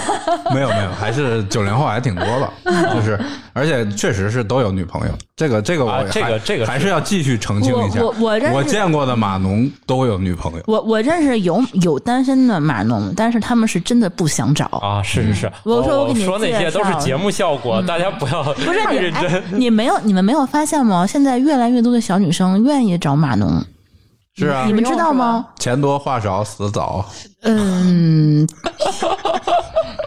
S4: 没有没有，还是九零后还挺多的，就是而且确实是都有女朋友，这个这个我
S1: 啊
S4: 还
S1: 这个这个是
S4: 还是要继续澄清一下。
S5: 我我我认识嗯
S4: 见过的码农都有女朋友，
S5: 我我认识有有单身的码农，但是他们是真的不想找。
S1: 啊，是是是，
S5: 嗯我
S1: 我
S5: 说我给你
S1: 说那
S5: 介
S1: 些都是
S5: 绍嗯
S1: 节目效果，大家不要
S5: 不是
S1: 太
S5: 你
S1: 认真
S5: 哎。， 你没有你们没有发现吗？现在越来越多的小女生愿意找码农，
S4: 是啊
S5: 你，们知道吗？
S4: 钱多话少死早，
S5: 嗯，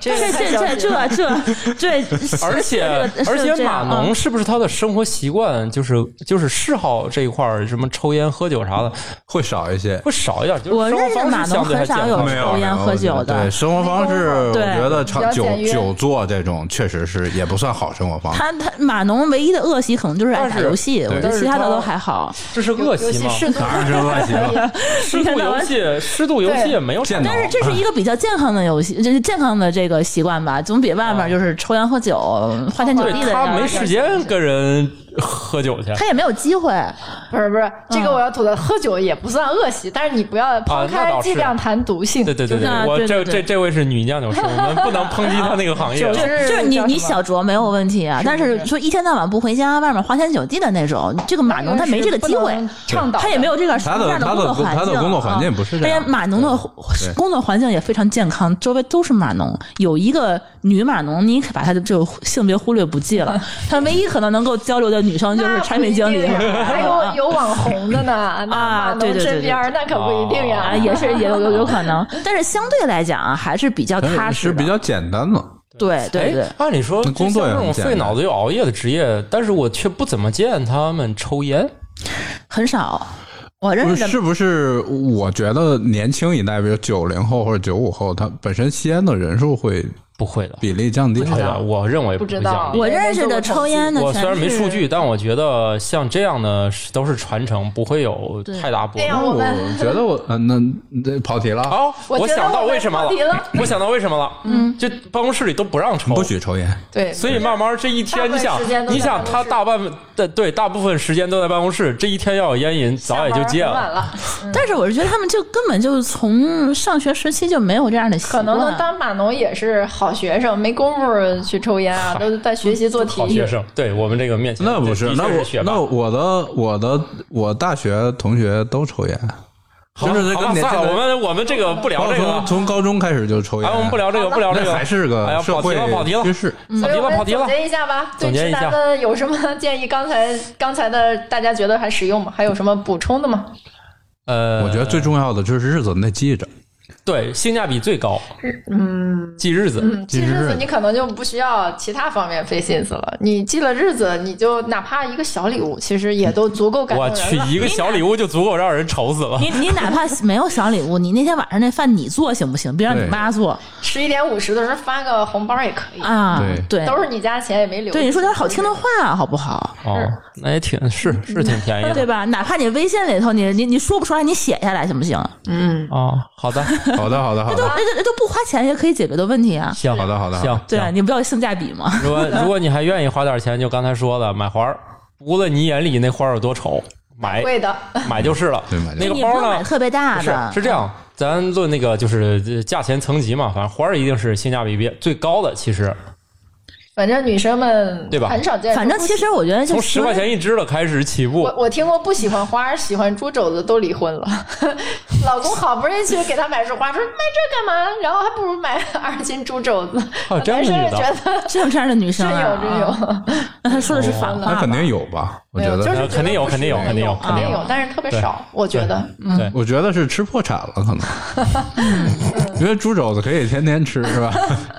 S2: 这
S5: 这
S2: 个太消
S5: 这
S2: 极了
S5: 这这这这，
S1: 而且
S5: 是嗯
S1: 而且
S5: 这
S1: 码
S5: 样
S1: 农是不是他的生活习惯就是就是嗜好这一块儿，什么抽烟喝酒啥的
S4: 会少一些。
S1: 会少一点？就是
S5: 我
S1: 生活
S5: 认识的
S1: 方式
S5: 码农
S1: 相对
S5: 很
S1: 还
S5: 少
S1: 健
S5: 有
S1: 康
S5: 没
S1: 一
S5: 有
S1: 点
S5: 抽烟喝酒的
S4: 对生活方式，我
S5: 对
S4: 觉得长
S2: 比较
S4: 久
S2: 简约
S4: 久坐这种确实是也不算好生活方式。
S5: 他他码农唯一的恶习可能就是爱
S1: 但
S5: 打
S1: 是
S5: 游戏，我觉
S1: 但
S5: 得
S1: 是
S5: 其他的
S1: 他
S5: 都还好。
S1: 这是恶
S2: 尤
S1: 习
S2: 其
S1: 吗？
S2: 适度
S4: 当然是恶习了，
S1: 适度游戏，适度游戏
S2: 对
S1: 也没有
S4: 见到
S5: 但是这是一个比较健康的游戏，就是健康的这个习惯吧，总比外面就是抽烟喝酒、花天酒
S1: 对
S5: 地的。
S1: 他没时，间跟人喝酒去。
S5: 他也没有机会。
S2: 不是不是，这个我要吐槽，喝酒也不算恶习，但是你不要
S1: 啊
S2: 抛
S1: 那
S2: 开
S1: 倒
S2: 剂
S1: 是
S2: 量谈毒性。
S1: 对对对
S5: 就是啊
S1: 我
S5: 对
S1: 这
S5: 对
S1: 这
S5: 对
S1: 这位是女酿酒师，我们不能抨击她那个行业。啊
S2: 就
S5: 就是是你
S2: 叫什么
S5: 你小酌没有问题啊，但是说一天到晚不回家，外面花天酒地的那种，这个码农他没这个机会，，
S2: 倡导
S5: 他也没有这个
S4: 他
S5: 这
S4: 的
S5: 样
S4: 他
S5: 工
S4: 的
S5: 作环境。啊哎
S4: 他的工作环境不是这样
S5: 而且码农的
S4: 对
S5: 工作环境也非常健康，周围都是码农，有一个女码农，你可把她的这个性别忽略不计 了。她唯一可能能够交流的女生就是产品经理，
S2: 还有有网红的呢，那
S5: 啊
S2: 网
S5: 对
S2: 红
S5: 对对
S2: 身边儿那可不一定呀
S5: 啊，，也是也有有有可能，但是相对来讲啊，还是比较踏
S4: 但是
S5: 实
S4: 是
S5: 的，
S4: 比较简单的。
S5: 对对对
S1: 哎，按理说
S4: 那工作
S1: 就像这
S4: 也很
S1: 种
S4: 简单
S1: 费脑子又熬夜的职业，但是我却不怎么见他们抽烟。
S5: 很少。我认
S4: 不
S5: 识
S4: 是
S5: 的
S4: 是不是？我觉得年轻一代，比如九零后或者九五后，他本身吸烟的人数会
S1: 不会的，
S4: 比例降低
S1: 不。会的，我认为
S2: 不知
S1: 会
S2: 道
S1: 降低
S5: 我认识的抽烟的，
S1: 我虽然没
S5: 全是
S1: 数据，但我觉得像这样的是都是传承，不会有
S5: 对
S1: 太大波
S2: 哎呀
S1: 动。
S2: 我
S4: 我
S2: 们
S4: 觉得我嗯，那这跑题了啊，
S1: 哦，
S2: 我
S1: 我
S2: 觉得
S1: 想到
S2: 我们
S1: 为什么
S2: 跑题了
S1: 了，我想到为什么了，嗯，就办公室里都不让抽，
S4: 不许抽烟。
S2: 对，
S1: 所以慢慢这一
S2: 大部
S1: 天，
S2: 分
S1: 你想
S2: 时间，都在
S1: 你想
S2: 办公
S1: 他
S2: 室
S1: 大半对对，大部分时间都在办公室，这一天要有烟瘾，早也就戒
S2: 下班
S1: 了。
S2: 很晚 了，
S5: 但是我是觉得他们就根本就是从上学时期就没有这样的习
S2: 可
S5: 惯，啊
S2: 能呢，当码农也是好学生，没工夫去抽烟啊，都在学习做题。
S1: 好学生，对我们这个面前
S4: 那不是，
S1: 的确
S4: 那我
S1: 学霸
S4: 那我的我的我大学同学都抽烟，
S1: 好了
S4: 就是这
S1: 好
S4: 跟
S1: 了
S4: 年
S1: 算了，
S4: 轻人
S1: 我们我们这个不聊
S4: 包
S1: 这个
S4: 括
S1: 了
S4: 从，从高中开始就抽烟。
S1: 哎，我们不聊这个，不聊这
S4: 那
S1: 个，
S4: 还是
S1: 哎呀
S4: 个社
S1: 跑题
S4: 会
S1: 了，跑题了，
S4: 趋势。
S1: 跑
S2: 所以
S1: 题
S2: 嗯我
S1: 了，
S2: 们
S1: 跑题了
S2: 总。结一下吧，对
S1: 总结
S2: 直
S1: 一下
S2: 男们有什么 建议？刚才刚才的大家觉得还实用吗？还有什么补充的吗？
S1: 呃，
S4: 我觉得最重要的就是日子你得记着，
S1: 对性价比最高，嗯，记日子，
S2: 嗯，记日子你可能就不需要其他方面费心思了。你记了日子，你就哪怕一个小礼物，其实也都足够感动
S1: 我
S2: 人了。
S1: 去，一个小礼物就足够让人愁死了。
S5: 你你哪怕没有小礼物，你那天晚上那饭你做行不行？别让你
S4: 对
S5: 妈做
S2: 十一点五十的时候发个红包也可以，
S5: 啊！对，
S2: 都是你家钱也没留。
S5: 对你说点好听的话好不好？
S1: 哦，那也挺是是挺便宜的，
S5: 对吧？哪怕你微信里头你你你说不出来，你写下来行不行？
S1: 哦，好的，
S4: 好的，好的，好
S5: 都
S4: 的，
S5: 那都不花钱也可以解决的问题啊！
S1: 行，
S4: 好的好的好的
S1: 行，
S5: 对啊，
S1: 行。
S5: 你不要性价比嘛。
S1: 如果如果你还愿意花点钱，就刚才说的买花儿，无论你眼里那花儿有多丑，买
S2: 会的，
S1: 买就是了
S4: 对买。就
S1: 那
S5: 就
S1: 个
S5: 你不
S1: 包
S5: 用买
S1: 呢？
S5: 特别大
S1: 是
S5: 的，
S1: 是这样，咱论那个就是呃价钱层级嘛，反正花儿一定是性价比比最高的。其实
S2: 反正女生们
S1: 对吧
S2: 很少见。
S5: 反正其实我觉得就
S1: 从十块
S5: 是
S1: 钱一支的开始起步
S2: 我，我听过不喜欢花、喜欢猪肘子都离婚了， 老公好不容易去给她买束花，说买这干嘛？然后还不如买二斤猪肘子。
S1: 哦这样
S2: 男
S1: 的
S2: 生也
S1: 女的
S2: 觉得
S5: 真有这样的女生
S2: 真
S5: 啊
S2: 有，真有，
S5: 那 他说的是反
S1: 哦
S5: 话
S4: 那
S5: 吧
S4: 肯定有吧？我
S2: 没
S4: 觉
S2: 有，
S4: 得
S2: 就是觉得
S1: 肯定有
S2: 不
S1: 肯定有
S2: 是
S1: 肯定有
S2: 肯
S1: 肯定
S2: 定
S1: 有
S2: 有，啊但是特别
S1: 对
S2: 少，我觉得。嗯
S1: 对，
S4: 我觉得是吃破产了，可能， 因为猪肘子可以天天吃，是吧？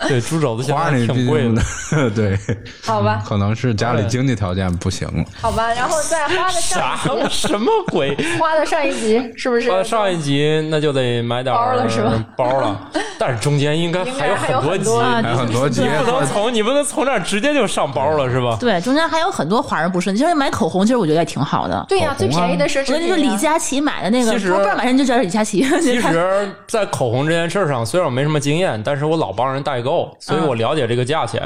S1: 对，猪肘子现
S4: 花
S1: 在
S4: 儿你
S1: 挺贵的。
S4: 的， 对，
S2: 好吧，
S4: 可能是家里经济条件不行了。
S2: 好吧，然后再花的上
S1: 啥
S2: 一集，
S1: 什么 鬼？
S2: 花的上一集是不是？
S1: 呃，上一集那就得买点儿
S2: 包了是吧？
S1: 包了，但是中间应该
S2: 应该
S1: 还有
S2: 还有
S1: 很多
S2: 很
S1: 集，
S2: 多
S5: 啊
S4: 还有很多集
S5: 对
S1: 不能从你不能从这儿直接就上包了是吧？
S5: 对，中间还有很多华人不顺，其实买口红，其实我觉得也挺好的。
S2: 对呀、
S4: 口
S2: 最
S4: 红啊
S2: 便宜的奢
S5: 我
S2: 侈
S5: 跟你
S2: 品、
S5: 说，李佳琦买的那个，
S1: 其实
S5: 我不知道买什么就叫李佳琦。
S1: 其实，在口红这件事儿上，虽然我没什么经验，但是我老帮人代购，所以我了解这个价钱。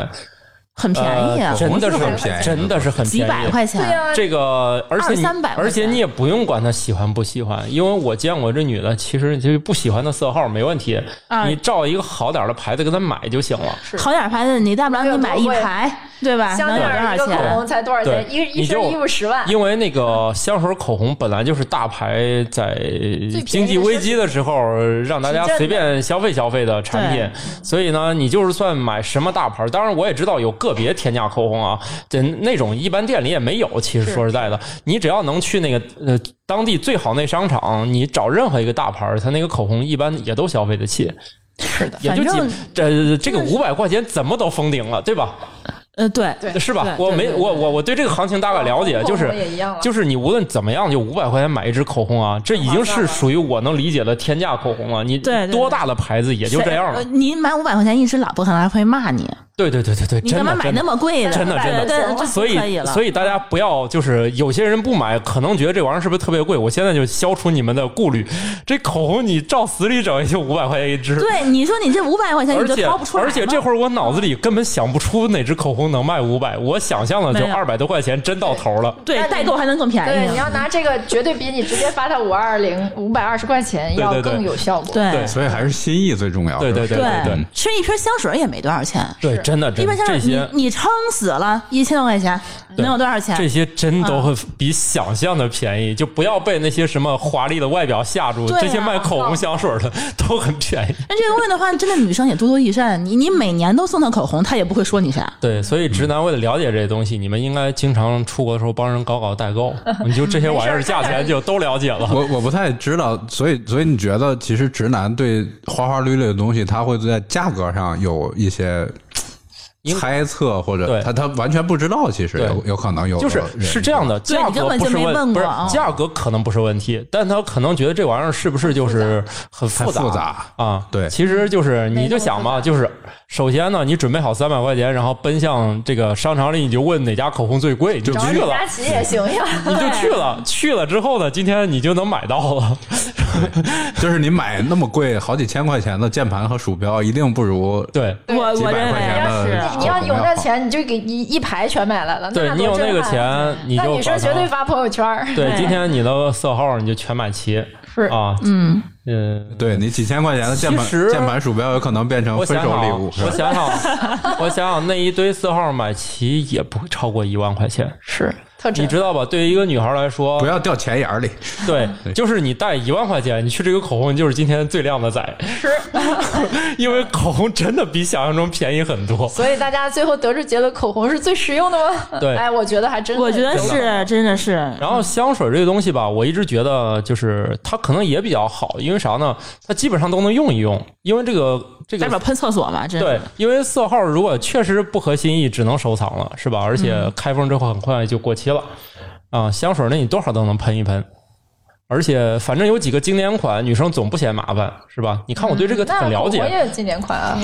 S5: 很便宜啊
S1: 呃，真的是
S4: 很便宜
S1: 真的是很
S5: 几
S1: 便宜，
S5: 百块
S2: 对
S5: 钱。
S2: 呀、
S1: 这个，而且你
S5: 二三百块钱
S1: 而且你也不用管她喜欢不喜欢，因为我见过这女的，其实就是不喜欢的色号没问题，
S5: 啊
S1: 你照一个好点儿的牌子给她买就行了。
S5: 好点儿牌子，你大不了你买一排，对吧？
S2: 香
S5: 能有
S2: 奈儿一个
S5: 多少
S2: 口
S5: 钱？
S2: 红才多少钱？
S1: 对
S2: 一一
S1: 你
S2: 身
S1: 就
S2: 衣服十万，
S1: 因为那个香水、口红本来就是大牌在
S2: 宜的
S1: 经济危机的时候让大家随便消费消费的产品，所以呢，你就是算买什么大牌，当然我也知道有个别天价口红啊，这那种一般店里也没有。其实说实在的，你只要能去那个呃当地最好那商场，你找任何一个大牌，它那个口红一般也都消费得起，
S2: 是的，
S1: 也就
S5: 反正
S1: 几这这个五百块钱怎么都封顶了，对吧？
S5: 呃，对，
S2: 对
S1: 是吧？
S5: 对
S1: 我
S5: 对
S1: 没
S5: 对哦
S1: 我我我对这个行情大概了解，
S2: 口红
S1: 就是
S2: 也一样了
S1: 就是你无论怎么样，就五百块钱买一支口红啊，这已经是属于我能理解的天价口红了。你
S5: 对对对
S1: 多大的牌子也就这样
S5: 谁呃
S1: 了。
S5: 你买五百块钱一支，老婆可能还会骂你，
S1: 对对对对对，
S5: 你
S1: 真
S5: 干嘛
S1: 的
S5: 买
S1: 真
S5: 那
S1: 的。
S5: 么贵的？
S1: 真的真的
S5: 对，对这
S1: 所
S5: 可以
S1: 以
S5: 了。
S1: 所以大家不要就是有些人不买，可能觉得这玩意儿是不是特别贵？我现在就消除你们的顾虑，这口红你照死里整也就五百块钱一支。
S5: 对，你说你这五百块钱
S1: 而
S5: 你就
S1: 且
S5: 掏不出来嗯
S1: 而且这
S5: 吗
S1: 会儿我脑子里根本想不出哪支口红能卖五百，我想象的就
S5: 没有
S1: 二百多块钱真到头了。
S5: 对
S2: 那你
S5: 代购还能更便
S2: 对，你
S5: 宜呢。
S2: 要拿这个，绝对比你直接发他五二零五百二十块钱要
S1: 对对对
S2: 更有效果。
S5: 对
S1: 对
S4: 所以还是心意最重要。
S1: 对对
S4: 是吧
S1: 对对对
S5: 吃一瓶香水也没多少钱。
S1: 对真的，真
S5: 一
S1: 的
S5: 般像
S1: 这
S5: 你
S1: 些
S5: 你撑死了，一千多块钱能有多少钱？
S1: 这些真都
S5: 嗯
S1: 会比想象的便宜，就不要被那些什么华丽的外表吓住。
S5: 对啊
S1: 这些卖口红香水的都很便宜。
S5: 那这个问的话，真的女生也多多益善。你你每年都送她口红，她也不会说你啥。
S1: 对，所以直男为了了解这些东西，你们应该经常出国的时候帮人搞搞代 购，你就这些玩意儿价钱就都了解了。
S4: 我我不太知道，所以所以你觉得其实直男对花花绿绿的东西，他会在价格上有一些
S1: 因为
S4: 猜测，或者
S1: 对
S4: 他他完全不知道，其实
S1: 对
S4: 有有可能有
S1: 就是
S4: 人
S1: 是这样的，
S5: 对
S1: 价
S5: 你根
S1: 格
S5: 本
S1: 不
S5: 就是没问
S1: 问，不是
S5: 过啊
S1: 价格可能不是问题，但他可能觉得这玩意儿是不是就是很
S4: 太
S1: 复杂
S4: 复杂
S1: 啊？
S4: 对
S1: 其实就是你
S2: 没那
S1: 就
S2: 么
S1: 想
S2: 复
S1: 嘛，
S2: 杂
S1: 就是首先呢，你准备好三百块钱，然后奔向这个商场里，你就问哪家口红最贵，你就
S2: 找
S1: 去
S2: 李
S1: 了。
S2: 佳琦也行呀，
S1: 你就去 了，去了之后呢，今天你就能买到了。
S4: 就是你买那么贵好几千块钱的键盘和鼠标，一定不如
S1: 对，
S5: 我
S4: 几
S5: 我
S4: 百
S5: 认
S4: 块
S5: 为
S4: 钱
S5: 是
S4: 的
S2: 你要有那钱，你就给一一排全买来了，
S1: 对
S2: 那
S1: 你
S2: 多
S1: 有那个
S2: 震撼啊
S1: 钱，你
S2: 那
S1: 就
S2: 女生
S1: 把
S2: 绝
S1: 它
S2: 对发朋友圈儿，
S1: 对
S5: 对
S1: 今天你的色号你就全买齐
S2: 是
S1: 啊，
S5: 嗯，
S1: 嗯。
S4: 对你几千块钱的键盘
S1: 其实
S4: 键盘鼠标有可能变成
S1: 我
S4: 分
S1: 想
S4: 手
S1: 想
S4: 礼
S1: 啊，
S4: 物，
S1: 我想想，我想想，那一堆色号买齐也不会超过一万块钱，
S2: 是特
S1: 你
S2: 准。
S1: 知道吧？对于一个女孩来说
S4: 不，要掉钱眼儿里。
S1: 对，就是你带一万块钱，你去这个口红就是今天最靓的仔，是， 因为口红真的比想象中便宜很多。
S2: 所以大家最后得出结论，口红是最实用的吗？
S1: 对
S2: 哎，我觉得还真，
S5: 我觉得
S2: 真的
S5: 是，真的是。
S1: 啊然后香水这个东西吧，我一直觉得就是它可能也比较好，因为啥呢？它基本上都能用一用，因为这个这
S5: 代
S1: 个
S5: 表喷厕所嘛，真的
S1: 对，因为色号如果确实不合心意，只能收藏了，是吧？而且开封之后很快就过期了啊、香水那你多少都能喷一喷。而且反正有几个经典款，女生总不嫌麻烦，是吧？你看我对这个
S2: 嗯那
S1: 很了解，
S2: 口红也有经典款啊，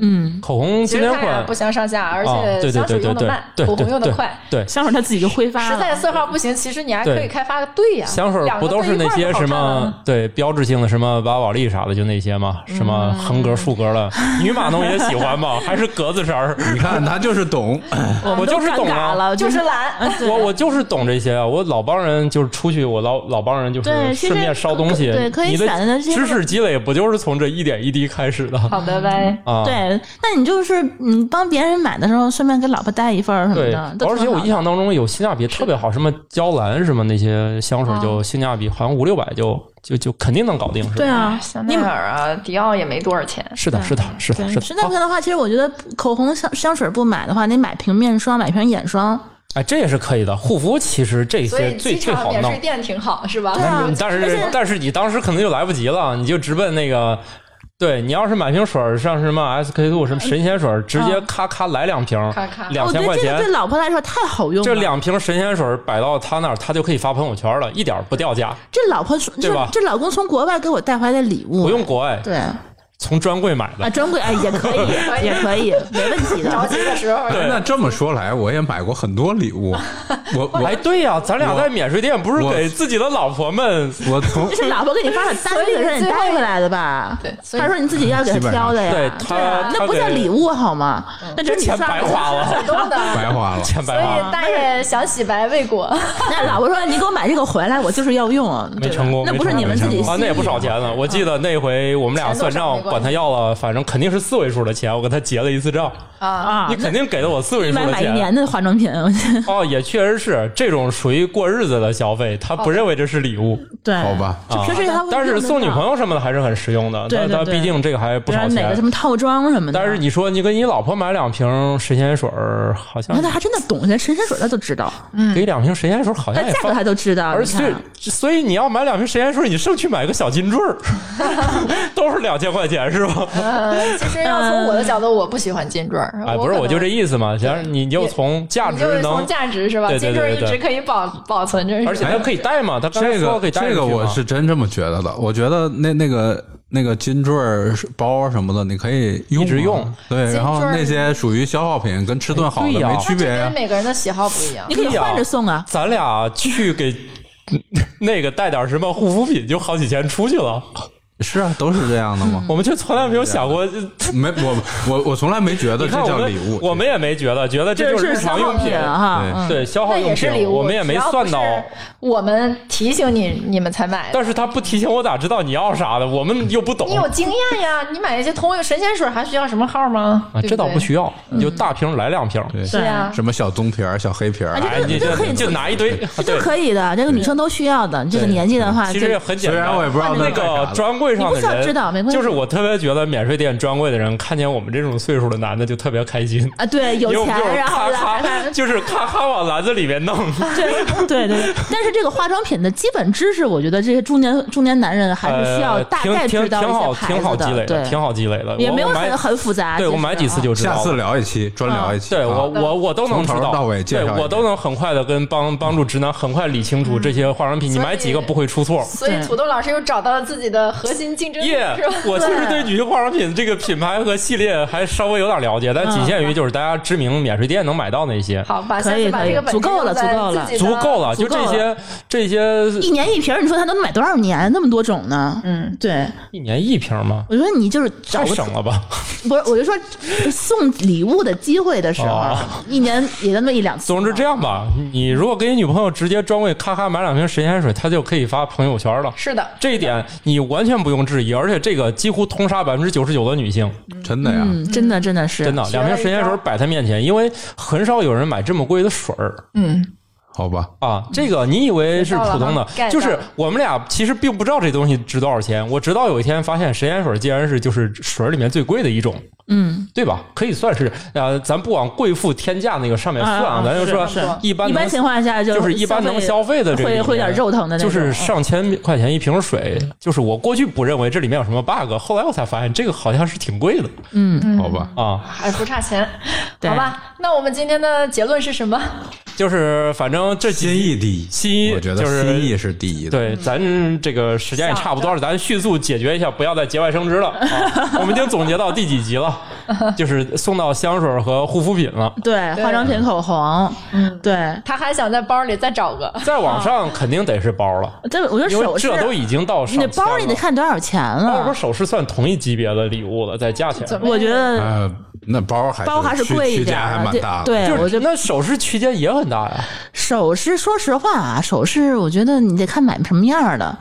S5: 嗯，
S1: 口红
S2: 其
S1: 经
S2: 实
S1: 典
S2: 它俩
S1: 款
S2: 不相上下，而
S1: 啊，对对对
S2: 且香
S1: 对
S2: 水
S1: 对
S2: 用的
S1: 对
S2: 慢，
S1: 对，
S2: 口红
S1: 对
S2: 用的快。，
S1: 对对，
S5: 香水它自己就挥发
S2: 实在
S5: 了。
S2: 色号不行，其实你还可以
S1: 对
S2: 开发个对呀、
S1: 香水儿
S2: 两
S1: 不
S2: 个
S1: 都
S2: 对
S1: 是那
S2: 一块儿
S1: 些
S2: 不好
S1: 什
S2: 看
S1: 么
S2: 啊
S1: 对标志性的什么娃娃丽啥的，就那些嘛，什么横格、竖格的，女码农也喜欢嘛，还是格子色儿。
S4: 你看他就是懂，
S5: 我
S1: 我
S5: 们
S1: 就
S5: 都
S1: 是
S5: 尴
S1: 懂
S5: 尬
S1: 啊
S5: 了，嗯
S2: 就是
S5: 懒。
S2: 懒，
S1: 我我就是懂这些啊，我老帮人就是出去，我老老帮人就
S5: 对
S1: 是
S5: 其实
S1: 顺便烧东西。
S5: 可对可以
S1: 你的
S5: 攒的这些
S1: 知识积累不就是从这一点一滴开始的
S2: 好的呗。
S1: 啊？
S5: 对，那你就是你帮别人买的时候，顺便给老婆带一份儿什么
S1: 对
S5: 的，都
S1: 而且
S5: 挺
S1: 我
S5: 好
S1: 印象当中有性价比特别好，什么娇兰什么那些香水就性价比好像五六百就就就肯定能搞定，是吧？
S5: 对啊，
S2: 香奈儿啊，迪奥也没多少钱，
S1: 是的，是的，是的，哦是
S5: 对，
S1: 的。
S5: 实在不行的话，其实我觉得口红、香香水不买的话，你买瓶面霜，买瓶眼霜，
S1: 哎，这也是可以的。护肤其实这
S2: 所
S1: 些
S2: 以
S1: 最
S2: 机
S1: 最
S2: 场
S1: 好
S2: 免税
S1: 弄，嗯
S2: 店挺好，是吧？
S5: 啊
S1: 但
S5: 而
S1: 是
S5: 且
S1: 但是你当时可能就来不及了，你就直奔那个。对你要是买瓶水儿，像什么 SK two 什么神仙水儿，直接咔咔来两瓶儿
S2: 咔咔，
S1: 两
S5: 我觉
S1: 千
S5: 得
S1: 块
S5: 这
S1: 钱
S5: 哎啊哦个对，老婆来说太好用了。
S1: 这两瓶神仙水儿摆到他那儿，他就可以发朋友圈了，一点儿不掉价，
S5: 这老婆从
S1: 对吧
S5: 这这老公从国外给我带回来的礼物，
S1: 不用国外，
S5: 对啊，
S1: 从专柜买的。
S5: 专柜哎也可 以也可以，没问题
S2: 着
S5: 的。
S2: 急的时候，
S4: 哎那这么说来，我也买过很多礼 物，我我
S1: 哎，对呀，咱俩
S4: 我
S1: 在免税店不是
S4: 我
S1: 给自己的老婆们
S4: 我从
S5: 这是老婆给你发的单子，让你带回来的吧？
S2: 对所以
S5: 他说你自己要给他挑的呀，
S1: 对他
S5: 对啊，
S1: 他
S5: 那不叫
S1: 给
S5: 礼物好吗？
S2: 嗯
S5: 那这是你
S1: 钱
S5: 算
S1: 白花了，
S2: 懂 的。
S4: 白花了。
S1: 钱
S2: 所
S1: 白花了
S2: 以。大爷想洗白未 果，
S5: 那老婆说你给我买这个回来，我就是要用，
S1: 没
S5: 对吧
S1: 成功，
S5: 那不是
S1: 没成功
S5: 你们自己
S1: 没成功啊，
S5: 心
S1: 那也不
S5: 意
S1: 少钱呢。我记得那回我们俩算账，
S2: 钱多少没关系
S1: 管他要了，反正肯定是四位数的钱，我跟他结了一次账。
S5: 啊
S1: 你。肯定给了我四位
S5: 一
S1: 数
S5: 买
S1: 的
S5: 买一
S1: 钱。
S5: 年的化妆品，我觉 得
S1: 哦，也确实是这种属于过日子的消费，他
S5: 哦
S1: 不认为这是礼物，
S5: 对，
S4: 好吧，
S5: 就平时他会
S1: 啊但是送女朋友什么的还是很实用的。
S5: 对
S1: 但
S5: 对
S1: 但
S5: 对
S1: 毕竟这个还不
S5: 用
S1: 少
S5: 得到，比如哪个什
S1: 钱。
S5: 么套装什么的，
S1: 但是你说你给你老婆买两瓶神仙水儿，好
S5: 你
S1: 像
S5: 看他还真的懂，人神仙水他都知道，
S1: 给两瓶神仙水儿好
S5: 他
S1: 像也
S5: 价格
S1: 哎放
S5: 他。都知道，
S1: 而
S5: 你看啊
S1: 且，所以你要买两瓶神仙水儿，你剩去买个小金坠 儿，都是两千块钱是吧？
S2: 呃，其实要从我的角度，我不喜欢金坠儿。
S1: 哎，不是，
S2: 可能
S1: 我就这意思嘛。然后你就
S2: 也
S1: 从价
S2: 你就是
S1: 值
S2: 从
S1: 能，
S2: 价值是吧？
S1: 对对对对
S2: 金坠儿一
S1: 对
S2: 直可以保保存着，
S1: 而且它可以带嘛，它刚才
S4: 这
S1: 说
S4: 个
S1: 可以带
S4: 这个
S1: 进去
S4: 我
S1: 嘛
S4: 是真这么觉得的。我觉得那那个那个金坠儿包什么的，你可以用啊
S1: 一直用。
S4: 对，
S2: 金坠儿
S4: 然后那些属于消耗品，跟吃顿好的
S1: 哎对呀
S4: 没区
S2: 这
S4: 别
S2: 跟
S4: 呀。
S2: 每个人的喜好不一样
S5: 你。可以换着送啊，
S1: 咱俩去给那个带点什么护肤品，就好几千出去了。
S4: 是啊，都是这样的吗？
S1: 我们就从来没有想过，
S5: 嗯
S4: 没，我我我从来没觉得
S1: 你
S4: 这
S1: 看我
S4: 叫
S1: 们
S4: 礼物，
S1: 我们也没觉得，觉得这就是日常用品
S5: 哈，
S4: 对
S5: 嗯
S1: 对啊消耗
S2: 啊那
S1: 用
S2: 也是礼
S1: 品，
S2: 物，
S1: 我们也没算到。
S2: 只要不是我们提醒你，你们才买的。
S1: 但是他不提醒我，咋知道你要啥的？我们又不懂
S2: 你有经验呀，你买一些通用神仙水还需要什么号吗？
S1: 啊，
S2: 对
S1: 这倒
S2: 对嗯
S1: 不需要，你就大瓶来两瓶，
S4: 对
S2: 是呀，
S4: 什么小棕瓶儿、小黑瓶儿，啊
S1: 哎，你
S5: 可以
S1: 就就拿一堆，啊
S5: 这
S1: 对
S5: 都，可以的，这个女生都需要的。这个年纪的话，
S1: 其
S5: 啊就
S1: 实很简
S4: 虽
S1: 单。
S4: 然我也不知道那
S1: 那个专柜上的
S5: 你不需要
S1: 人，
S5: 知道没关系
S1: 就是我特别觉得免税店专柜的人看见我们这种岁数的男的就特别开心，
S5: 啊，对，有
S1: 因为我
S5: 钱
S1: 们就是
S5: 然后
S1: 咔
S5: 来
S1: 咔， 就是咔咔往篮子里面 弄。
S5: 对对对，但是这个化妆品的基本知识，我觉得这些中年中年男人还是需要
S1: 呃
S5: 大
S1: 挺
S5: 概知
S1: 挺
S5: 道
S1: 挺
S5: 一
S1: 好，
S5: 些牌
S1: 挺好
S5: 子
S1: 积累
S5: 的，
S1: 的，
S5: 对
S1: 挺，好积累的。
S5: 也
S1: 我
S5: 没有
S1: 我买
S5: 很很复杂。
S1: 对
S5: 其
S1: 我
S5: 实
S1: 买几次
S5: 啊嗯
S1: 就知道
S4: 下
S1: 了。
S4: 次聊一期，专聊一期啊。
S1: 对我我我都能知
S4: 从头
S1: 道，
S4: 到尾介绍
S1: 对
S4: 一遍
S1: 我都能很快的跟帮帮助直男很快理清
S5: 嗯
S1: 楚这些化妆品，你
S2: 所以
S1: 买几个不会出错。
S2: 所以土豆老师又找到了自己的核心竞争力，
S1: 耶、
S2: 是吧？
S1: 我就是对女性化妆品这个品牌和系列还稍微有点了解，但仅限于
S5: 嗯
S1: 就是大家知名免税店能买到那些，
S2: 好，把下
S5: 可以
S2: 次把
S5: 可以
S2: 这个本
S5: 足够
S2: 事
S5: 了
S2: 用在
S5: 足够了
S2: 自己的
S1: 足够了。就
S5: 足够
S1: 这
S5: 了
S1: 些这些
S5: 一年一瓶儿，你说他能买多少年？啊那么多种呢？
S2: 嗯，
S5: 对，
S1: 一年一瓶吗？
S5: 我觉得你就是找
S1: 太
S5: 个
S1: 省了吧！
S5: 不是，我就说送礼物的机会的时候啊
S1: 哦，
S5: 一年也那么一两次。啊
S1: 总之这样吧，你如果给你女朋友直接专柜咔咔买两瓶神仙水，她就可以发朋友圈了。
S2: 是 的，
S1: 这一点你完全不用质疑，而且这个几乎通杀百分之九十九的女性。
S4: 真的呀，
S5: 嗯，真的真的是
S1: 真的，
S2: 学
S1: 两瓶
S2: 了一
S1: 神仙水
S2: 招
S1: 摆他面前，因为很少有人买这么贵的水儿
S2: 嗯，
S4: 好吧，
S1: 啊。这个你以为是
S2: 学到了
S1: 普
S5: 嗯
S1: 通的
S2: 哈，get，到
S1: 就是
S2: 了
S1: 我们俩其实并不知道这东西值多少钱。我直到有一天发现，神仙水竟然是就是水里面最贵的一种，
S5: 嗯，
S1: 对吧？可以算是呃，咱不往贵妇天价那个上面算，
S5: 啊啊
S1: 咱就说
S5: 是
S2: 是
S1: 一般
S5: 一般
S1: 能
S5: 情况下就
S1: 就是一般能消费的这个里
S5: 会
S1: 面
S5: 会有点肉疼的那
S1: 就
S5: 种，
S1: 是
S5: 嗯
S1: 上千块钱一瓶水，就是我过去不认为这里面有什么 bug，后来我才发现这个好像是挺贵的
S5: 嗯
S4: 好吧，
S1: 啊。
S2: 还哎不差钱，
S5: 对
S2: 好吧？那我们今天的结论是什么？
S1: 就是反正这
S4: 心
S1: 几
S4: 意第一，
S1: 心意
S4: 我觉得
S1: 就是
S4: 心意是第一的。
S1: 对，嗯咱这个时间也差不多了，咱迅速解决一下，不要再节外生枝了。啊、我们已经总结到第几集了，就是送到香水和护肤品了。
S5: 对
S2: 对嗯
S5: 化妆品、口红，对。
S2: 他还想在包里再找个，
S1: 再往上肯定得是包了，
S5: 但我觉得
S1: 因
S5: 哦首
S1: 为
S5: 饰，
S1: 这都已经到上
S5: 你
S1: 千
S5: 得
S1: 了。
S5: 包里得看多少钱
S1: 包里边
S5: 了。
S1: 首饰算同一级别的礼物了，在价钱。
S2: 怎么
S5: 我觉
S1: 哎
S5: 得
S4: 呃，那包还
S5: 包还是
S4: 区
S5: 贵一
S4: 区
S5: 点
S4: 间还
S5: 儿
S4: 蛮大
S5: 的，
S4: 的。
S5: 对，
S1: 就
S5: 我觉
S1: 是
S5: 得
S1: 那首饰区间也很大呀，
S5: 首饰，说实话啊，首饰我觉得你得看买什么样儿的，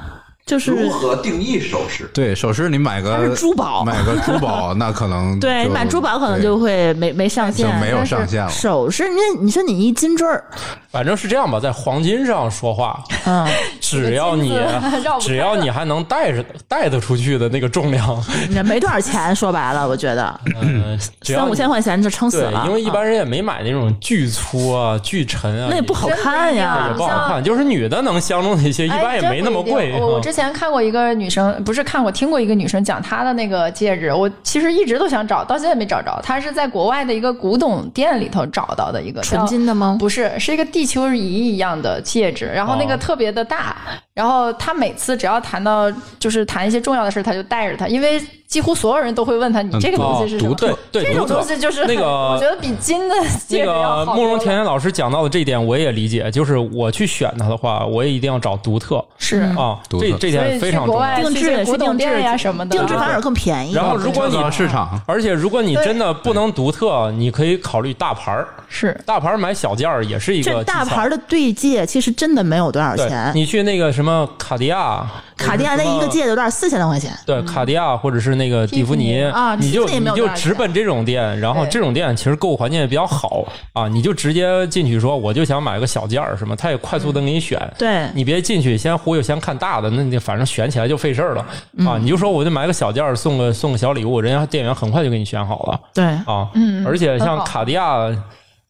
S5: 就是
S6: 如何定义首饰？
S4: 对，首饰你买
S5: 它
S4: 个
S5: 是珠宝
S4: 买个珠宝那可能
S5: 对
S4: 就
S5: 你买珠宝可能
S4: 对
S5: 就会没没上限，
S4: 就没有
S5: 但是
S4: 上限了
S5: 首饰，那你说你一金坠儿，
S1: 反正是这样吧，在黄金上说话，
S5: 嗯，
S1: 只要你
S2: 这个金子绕不开了
S1: 只要你还能带着带得出去的那个重量，
S5: 你这没多少钱，说白了，我觉得
S1: 嗯， 只要
S5: 三
S1: 你
S5: 五千块钱就撑死
S1: 对
S5: 了，，
S1: 因为一
S5: 嗯
S1: 般人也没买那种巨粗啊、巨沉啊，
S5: 那也不好啊看
S2: 真
S5: 呀
S1: 也
S2: 一
S1: 不
S2: 样
S1: 好看。就是女的能相中那些，一
S2: 哎
S1: 般也
S2: 真
S1: 没
S2: 不
S1: 那
S2: 一
S1: 么
S2: 定
S1: 贵。
S2: 我我
S1: 嗯
S2: 之前看过一个女生，不是看过，听过一个女生讲她的那个戒指，我其实一直都想找，到现在没找着。她是在国外的一个古董店里头找到的一个
S5: 纯金的吗
S2: 叫不是，是一个地球仪一样的戒指，然后那
S1: 哦
S2: 个特别的大，然后她每次只要谈到就是谈一些重要的事，她就带着它，因为几乎所有人都会问她你这个东西是什么。
S1: 哦独特对
S2: 这种
S1: 独特
S2: 东西就是
S1: 那个
S2: 我觉得比金的
S1: 那
S2: 戒指要
S1: 个
S2: 好
S1: 慕
S2: 多了。
S1: 容甜甜老师讲到的这一点，我也理解。就是我去选它的话，我也一定要找独特
S2: 是，
S1: 啊，
S4: 独
S1: 这
S4: 特
S1: 这
S2: 所
S1: 点
S2: 以
S1: 非
S2: 去
S1: 常
S2: 国
S1: 重要
S2: 外。
S5: 定制
S2: 去
S5: 也
S2: 古
S5: 是
S2: 董
S5: 定制
S2: 店呀什么的，
S5: 定制反而更便宜。
S1: 然后，如果你
S4: 跳蚤市场
S1: 而且如果你
S2: 啊对
S1: 真的不能独特，你可以考虑大牌儿。
S2: 是
S1: 大牌儿买小件儿也是一个技巧
S5: 这大牌的对戒其实真的没有多少
S1: 对
S5: 钱，
S1: 你去那个什么卡地亚，
S5: 卡地亚那一个戒指多少四千多块钱，
S1: 对卡地亚或者是那个蒂芙尼
S5: 嗯啊
S1: 你就
S5: 蒂芙尼
S1: 你
S5: 也没有
S1: 就
S5: 多少
S1: 直奔这种店，然后
S2: 对
S1: 这种店其实购物环境也比较好啊，你就直接进去说我就想买个小件儿什么，他也快速的给你选。
S5: 嗯对
S1: 你别进去先忽悠，先看大的，那你反正选起来就费事儿了啊！
S5: 嗯
S1: 你就说我就买个小件儿，送个送个小礼物，人家店员很快就给你选好了。
S5: 对，
S1: 啊，
S5: 嗯
S1: 而且
S2: 很
S1: 像
S2: 好
S1: 卡地亚，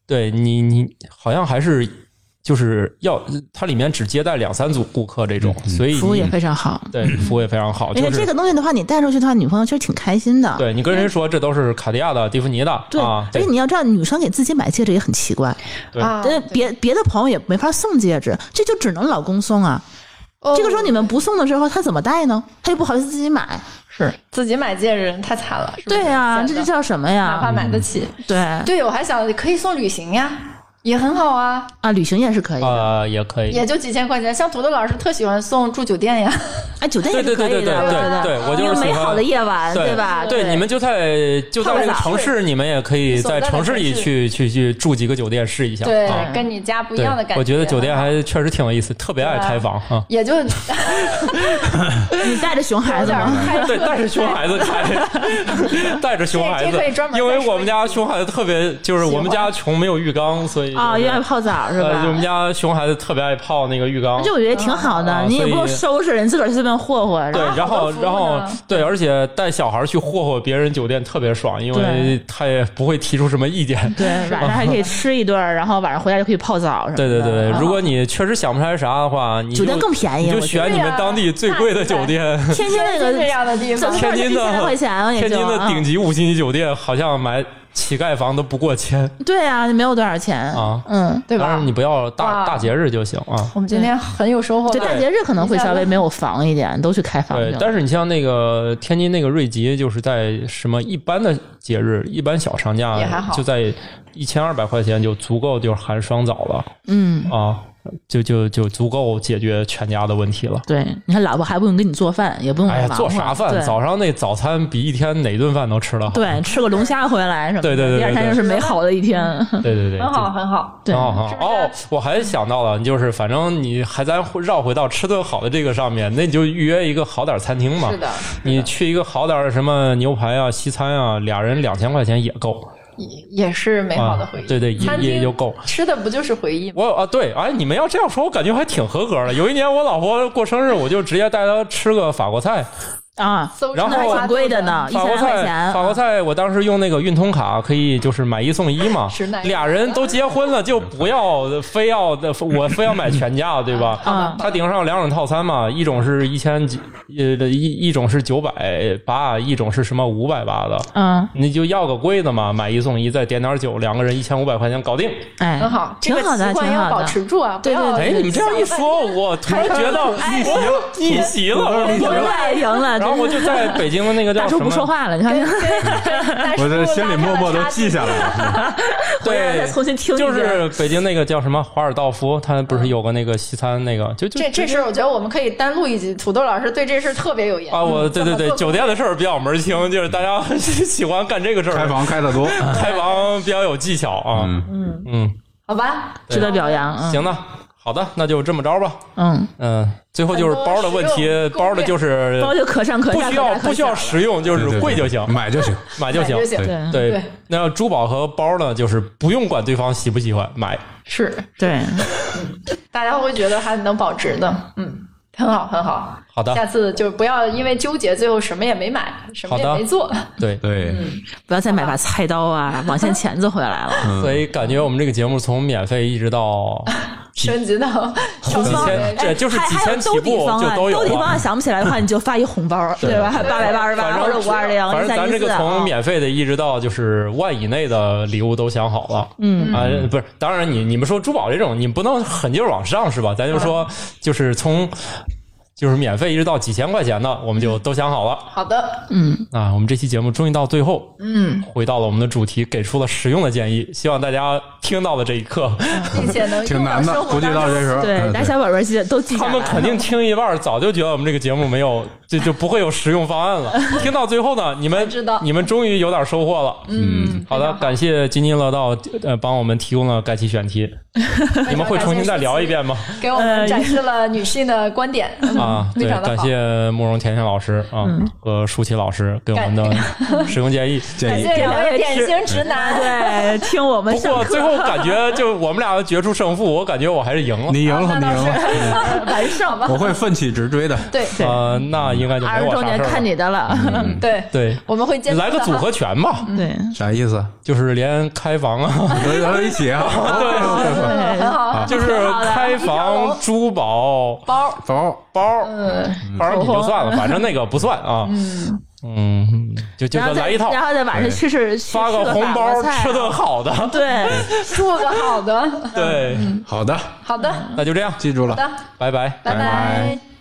S1: 对你你好像还是就是要它里面只接待两三组顾客这种，所以
S5: 嗯服务也
S1: 你
S5: 非常好。
S1: 对服务也非常好，
S5: 而且
S1: 就
S5: 这
S1: 是
S5: 个东西的话，你带出去的话，女朋友其实挺开心的。
S1: 对你跟人说这都是卡地亚的、蒂芙尼的
S5: 啊对，
S1: 啊，
S5: 而
S1: 对
S5: 且你要知道，女生给自己买戒指也很奇怪，
S1: 对
S2: 啊，
S5: 但别别的朋友也没法送戒指，这就只能老公送啊。
S2: 哦
S5: 这个时候你们不送的时候，他怎么戴呢？他又不好意思自己买。
S2: 是自己买戒指太惨了，是不是
S5: 对呀、
S2: 显
S5: 这
S2: 得
S5: 就叫啊嗯什么
S2: 哪怕
S5: 呀？
S2: 买得起。
S5: 对
S2: 对，我还想可以送旅行呀，也很好啊，
S5: 啊，旅行也是可以的。
S1: 啊也可以
S2: 也就几千块钱。像土豆老师特喜欢送住酒店呀，
S5: 哎，酒店
S1: 对
S5: 也
S1: 对
S5: 是可
S1: 对
S5: 以的，
S1: 对对
S5: 我觉
S1: 对
S5: 得
S1: 对，我
S5: 一
S1: 就
S5: 个
S1: 是喜
S5: 美
S1: 欢
S5: 好的夜晚，
S1: 对
S5: 吧？对，
S1: 你们就在就在这个城市，你们也可以在城市里去去去住几个酒店试一下。
S2: 对
S5: 哦
S1: 啊，
S2: 跟你家不一
S1: 对
S2: 样的感觉。
S1: 我觉得酒店还确实挺有意思，特别爱开房啊。
S2: 也就有
S5: 你带着熊孩子
S2: 点
S5: 吗？
S2: 开车
S1: 对，带着熊孩子开，带着熊孩
S2: 这
S1: 子
S2: 这可以专，门
S1: 因为
S2: 再说
S1: 我们家熊孩子特别，就是我们家穷没有浴缸，所以
S5: 啊，
S1: 就是
S5: 又爱泡澡是
S1: 呃，我们
S5: 吧？
S1: 家熊孩子特别爱泡那个浴缸
S5: 这。我觉得挺好的，
S1: 啊
S5: 你也
S1: 所以
S5: 不用收拾，你自个儿随便霍霍。
S1: 对，然后
S2: 服务呢
S1: 然后对，而且带小孩去霍霍别人酒店特别爽，因为
S5: 对
S1: 他也不会提出什么意见。
S5: 对， 晚上还可以吃一顿儿，然后晚上回家就可以泡澡什 么的。
S1: 对对对，
S5: 啊
S1: 如果你确实想不出来啥的话，你就
S5: 酒店更便宜
S1: 你就
S5: 我觉得
S1: 选你们当地最贵的酒店。
S5: 天津那个
S2: 这样的地
S5: 怎
S2: 方
S5: 么。
S1: 天津
S5: 一千来
S1: 的
S5: 块钱啊也就
S1: 天津的顶
S5: 级。
S1: 级五星级酒店好像买乞丐房都不过千
S5: 对啊，没有多少钱
S1: 啊
S5: 嗯，
S2: 对吧
S1: 当然你不要大
S2: 哇
S1: 大节日就行啊。
S2: 我们今天很有收获
S5: 对，
S2: 吧，
S5: 大节日可能会稍微没有房一点，都去开房去
S1: 对
S5: 了。，
S1: 但是你像那个天津那个瑞吉，就是在什么一般的节日、一般小长假
S2: 也还，好
S1: 就在一千二百块钱就足够，就是含双早了
S5: 嗯，
S1: 啊，就就就足够解决全家的问题了。
S5: 对，你看老婆还不用给你做饭，也
S2: 嗯
S5: 不用
S1: 哎呀，
S5: 忙
S1: 做
S5: 活
S1: 啥饭？
S5: 对
S1: 早上那早餐比一天哪顿饭都吃得好。
S5: 对，吃个龙虾回来什么的，
S1: 对对对对
S5: 第二天
S1: 对
S5: 又是美好的一天。
S1: 对对对，
S2: 很好很好。
S5: 对
S1: 挺好哈。哦，我还想到了，就是反正你还咱绕回到吃顿好的这个上面，那你就预约一个好点儿餐厅嘛。
S2: 是的，
S1: 你去一个好点儿的什么牛排啊、西餐啊，俩人两千块钱也够，
S2: 也也是美哎好的回忆。
S1: 啊对对也
S2: 餐厅
S1: 也就够
S2: 吃的不就是回忆吗？
S1: 我啊，对，哎，你们要这样说，我感觉还挺合格的。有一年我老婆过生日，我就直接带她吃个法国菜，
S5: 啊，
S2: 搜
S1: 然
S2: 出
S1: 后
S2: 来
S5: 那
S2: 啥
S5: 挺贵的
S2: 啊
S5: 呢，一
S1: 法
S5: 千
S1: 国
S5: 来块
S1: 菜，
S5: 钱。
S1: 法国菜，我当时用那个运通卡可以就是买一送一嘛
S2: 实乃。
S1: 俩人都结婚了，就不要非要我非要买全价，对吧？
S2: 嗯
S5: 啊
S1: 它顶上两种套餐嘛，一种是一千几，呃，一一种是九百八，一种是什么五百八的。
S5: 嗯，
S1: 你就要个贵的嘛，买一送一，再点点酒，两个人一千五百块钱搞定。
S5: 哎，
S2: 很好，
S5: 挺好的，
S2: 这个习惯
S5: 挺
S2: 要
S5: 好
S2: 保
S5: 的。
S2: 持住啊！
S5: 对对
S2: 不要
S1: 哎，你们这样一说，我突然觉得我逆袭了，我
S5: 赢了，赢 了，
S1: 然后我
S5: 真
S1: 就是在北京的那个
S5: 大
S1: 叫什
S5: 叔不说
S1: 么？
S5: 话了，你看，
S2: 但是
S4: 我这心里默默都
S2: 拉开了
S4: 记下来了。
S5: 回来
S1: 对
S5: 再，重新听一
S1: 就
S5: 遍
S1: 是北京那个叫什么华尔道夫，他不是有个那个西餐那个，就就
S2: 这这事儿，我觉得我们可以单录一集。土豆老师对这事儿特别有研究
S1: 啊，我对对对，
S2: 怎么做
S1: 酒店的事儿比较门儿清，就是大家 喜欢干这个事儿，
S4: 开房开的多，
S1: 开房比较有技巧啊。
S4: 嗯，
S1: 嗯，
S2: 好吧？
S5: 值得表扬。嗯
S1: 行的，好的，那就这么着吧。
S5: 嗯，
S1: 嗯，最后就是包的问
S2: 很多
S1: 题
S2: 实用，攻略
S1: 包的就是
S5: 包就可上可
S1: 不
S5: 下，
S1: 需
S5: 可
S1: 要
S5: 大可
S1: 不需要
S5: 小
S1: 实用，就
S4: 对
S1: 是
S4: 对嗯
S1: 贵就行，
S4: 买就行。
S1: 买就行
S2: 哎就。行，
S4: 对
S5: 对
S1: 对
S2: 对，
S1: 那珠宝和包呢，就是不用管对方喜不喜欢，买。
S2: 是
S5: 对，
S2: 大家会觉得还能保值的，嗯，很好很好。
S4: 啊
S1: 好的
S2: 下次就不要因为纠结，最后什么也没买，什么也
S1: 好的
S2: 没做。
S1: 对，
S4: 对，
S5: 不要再买把菜刀 啊，网线钳子回来了。
S1: 所以感觉我们这个节目从免费一直到
S2: 升级到哎
S1: 几
S2: 超高
S1: 千，
S5: 哎
S1: 这就是几千起步就
S5: 都
S1: 有啊
S5: 底方案
S1: 了。
S5: 想不起来的话，你就发一红包，对吧？八百八十八或者五二零，
S1: 反正咱这个从
S5: 免
S1: 免费的一直到就是万以内的礼物都想好了，嗯啊，不是，当然你你们说珠宝这种，你不能狠劲儿往上是吧？咱就说
S5: 嗯
S1: 就是从就是免费一直到几千块钱的，我们就都想好了
S2: 好的，
S1: 啊。我们这期节目终于到最后，
S2: 嗯，
S1: 回到了我们的主题，给出了实用的建议，希望大家听到了这一刻，
S2: 并且能
S4: 挺
S2: 用
S4: 难
S2: 生
S4: 的，
S2: 活
S4: 估计
S2: 哎当
S4: 到
S2: 中。
S4: 这时候，
S5: 对，
S4: 嗯
S5: 大家小宝贝记得都记下
S1: 呃他
S5: 来。
S1: 们肯定听一半儿，早就觉得我们这个节目没有，就就不会有实用方案 了。听到最后呢，你们
S2: 知道
S1: 你们终于有点收获了。
S4: 嗯，
S1: 好的，感谢津津乐道，呃，帮我们提供了该期选题。你们会重新再聊一遍吗？
S2: 给我们展示了女性的观点，
S1: 啊，
S2: 非
S1: 对，
S2: 常的好嗯
S1: 感谢慕容甜甜老师啊和舒淇老师给我们的使用建议。
S4: 建
S2: 感
S4: 议
S2: 谢两位典型直男，
S5: 对听我们
S1: 不
S5: 上
S1: 过 最
S5: 课
S1: 后感觉就我们俩决出胜负，我感觉我还是赢了。
S4: 你赢了，你 赢了，
S5: 完胜 吧。
S4: 我会奋起直追的。
S2: 对
S5: 对
S1: 呃，那应该就
S5: 二
S1: 没
S5: 十
S1: 我
S5: 周
S1: 啥
S5: 年
S1: 事儿
S5: 看
S1: 了。
S5: 你的了，
S2: 对，
S1: 对，
S2: 我们会监督
S1: 来个
S2: 的
S1: 组
S2: 哈
S1: 合拳吧，
S5: 对
S4: 啥意思？
S1: 就是连开房啊。
S4: 咱咱们一起啊！对，
S2: 很
S5: 对哦
S2: 好，
S1: 就是开房、珠宝、
S2: 包
S4: 走，
S5: 哦
S1: 包，
S5: 嗯
S1: 反正你就算了，反正那个不算啊。嗯，就就
S5: 然后
S1: 来
S5: 再
S1: 一套，
S5: 然后再晚上去吃去
S1: 发
S5: 吃
S1: 个红
S5: 法
S1: 包
S5: 国，菜啊嗯
S1: 吃顿好的。
S5: 对，
S2: 住个好的，
S1: 对，
S4: 好的，
S2: 好的，
S1: 那就这样，
S4: 记住了
S2: 好。的，
S1: 拜拜。
S2: 拜
S4: 拜拜
S2: 拜。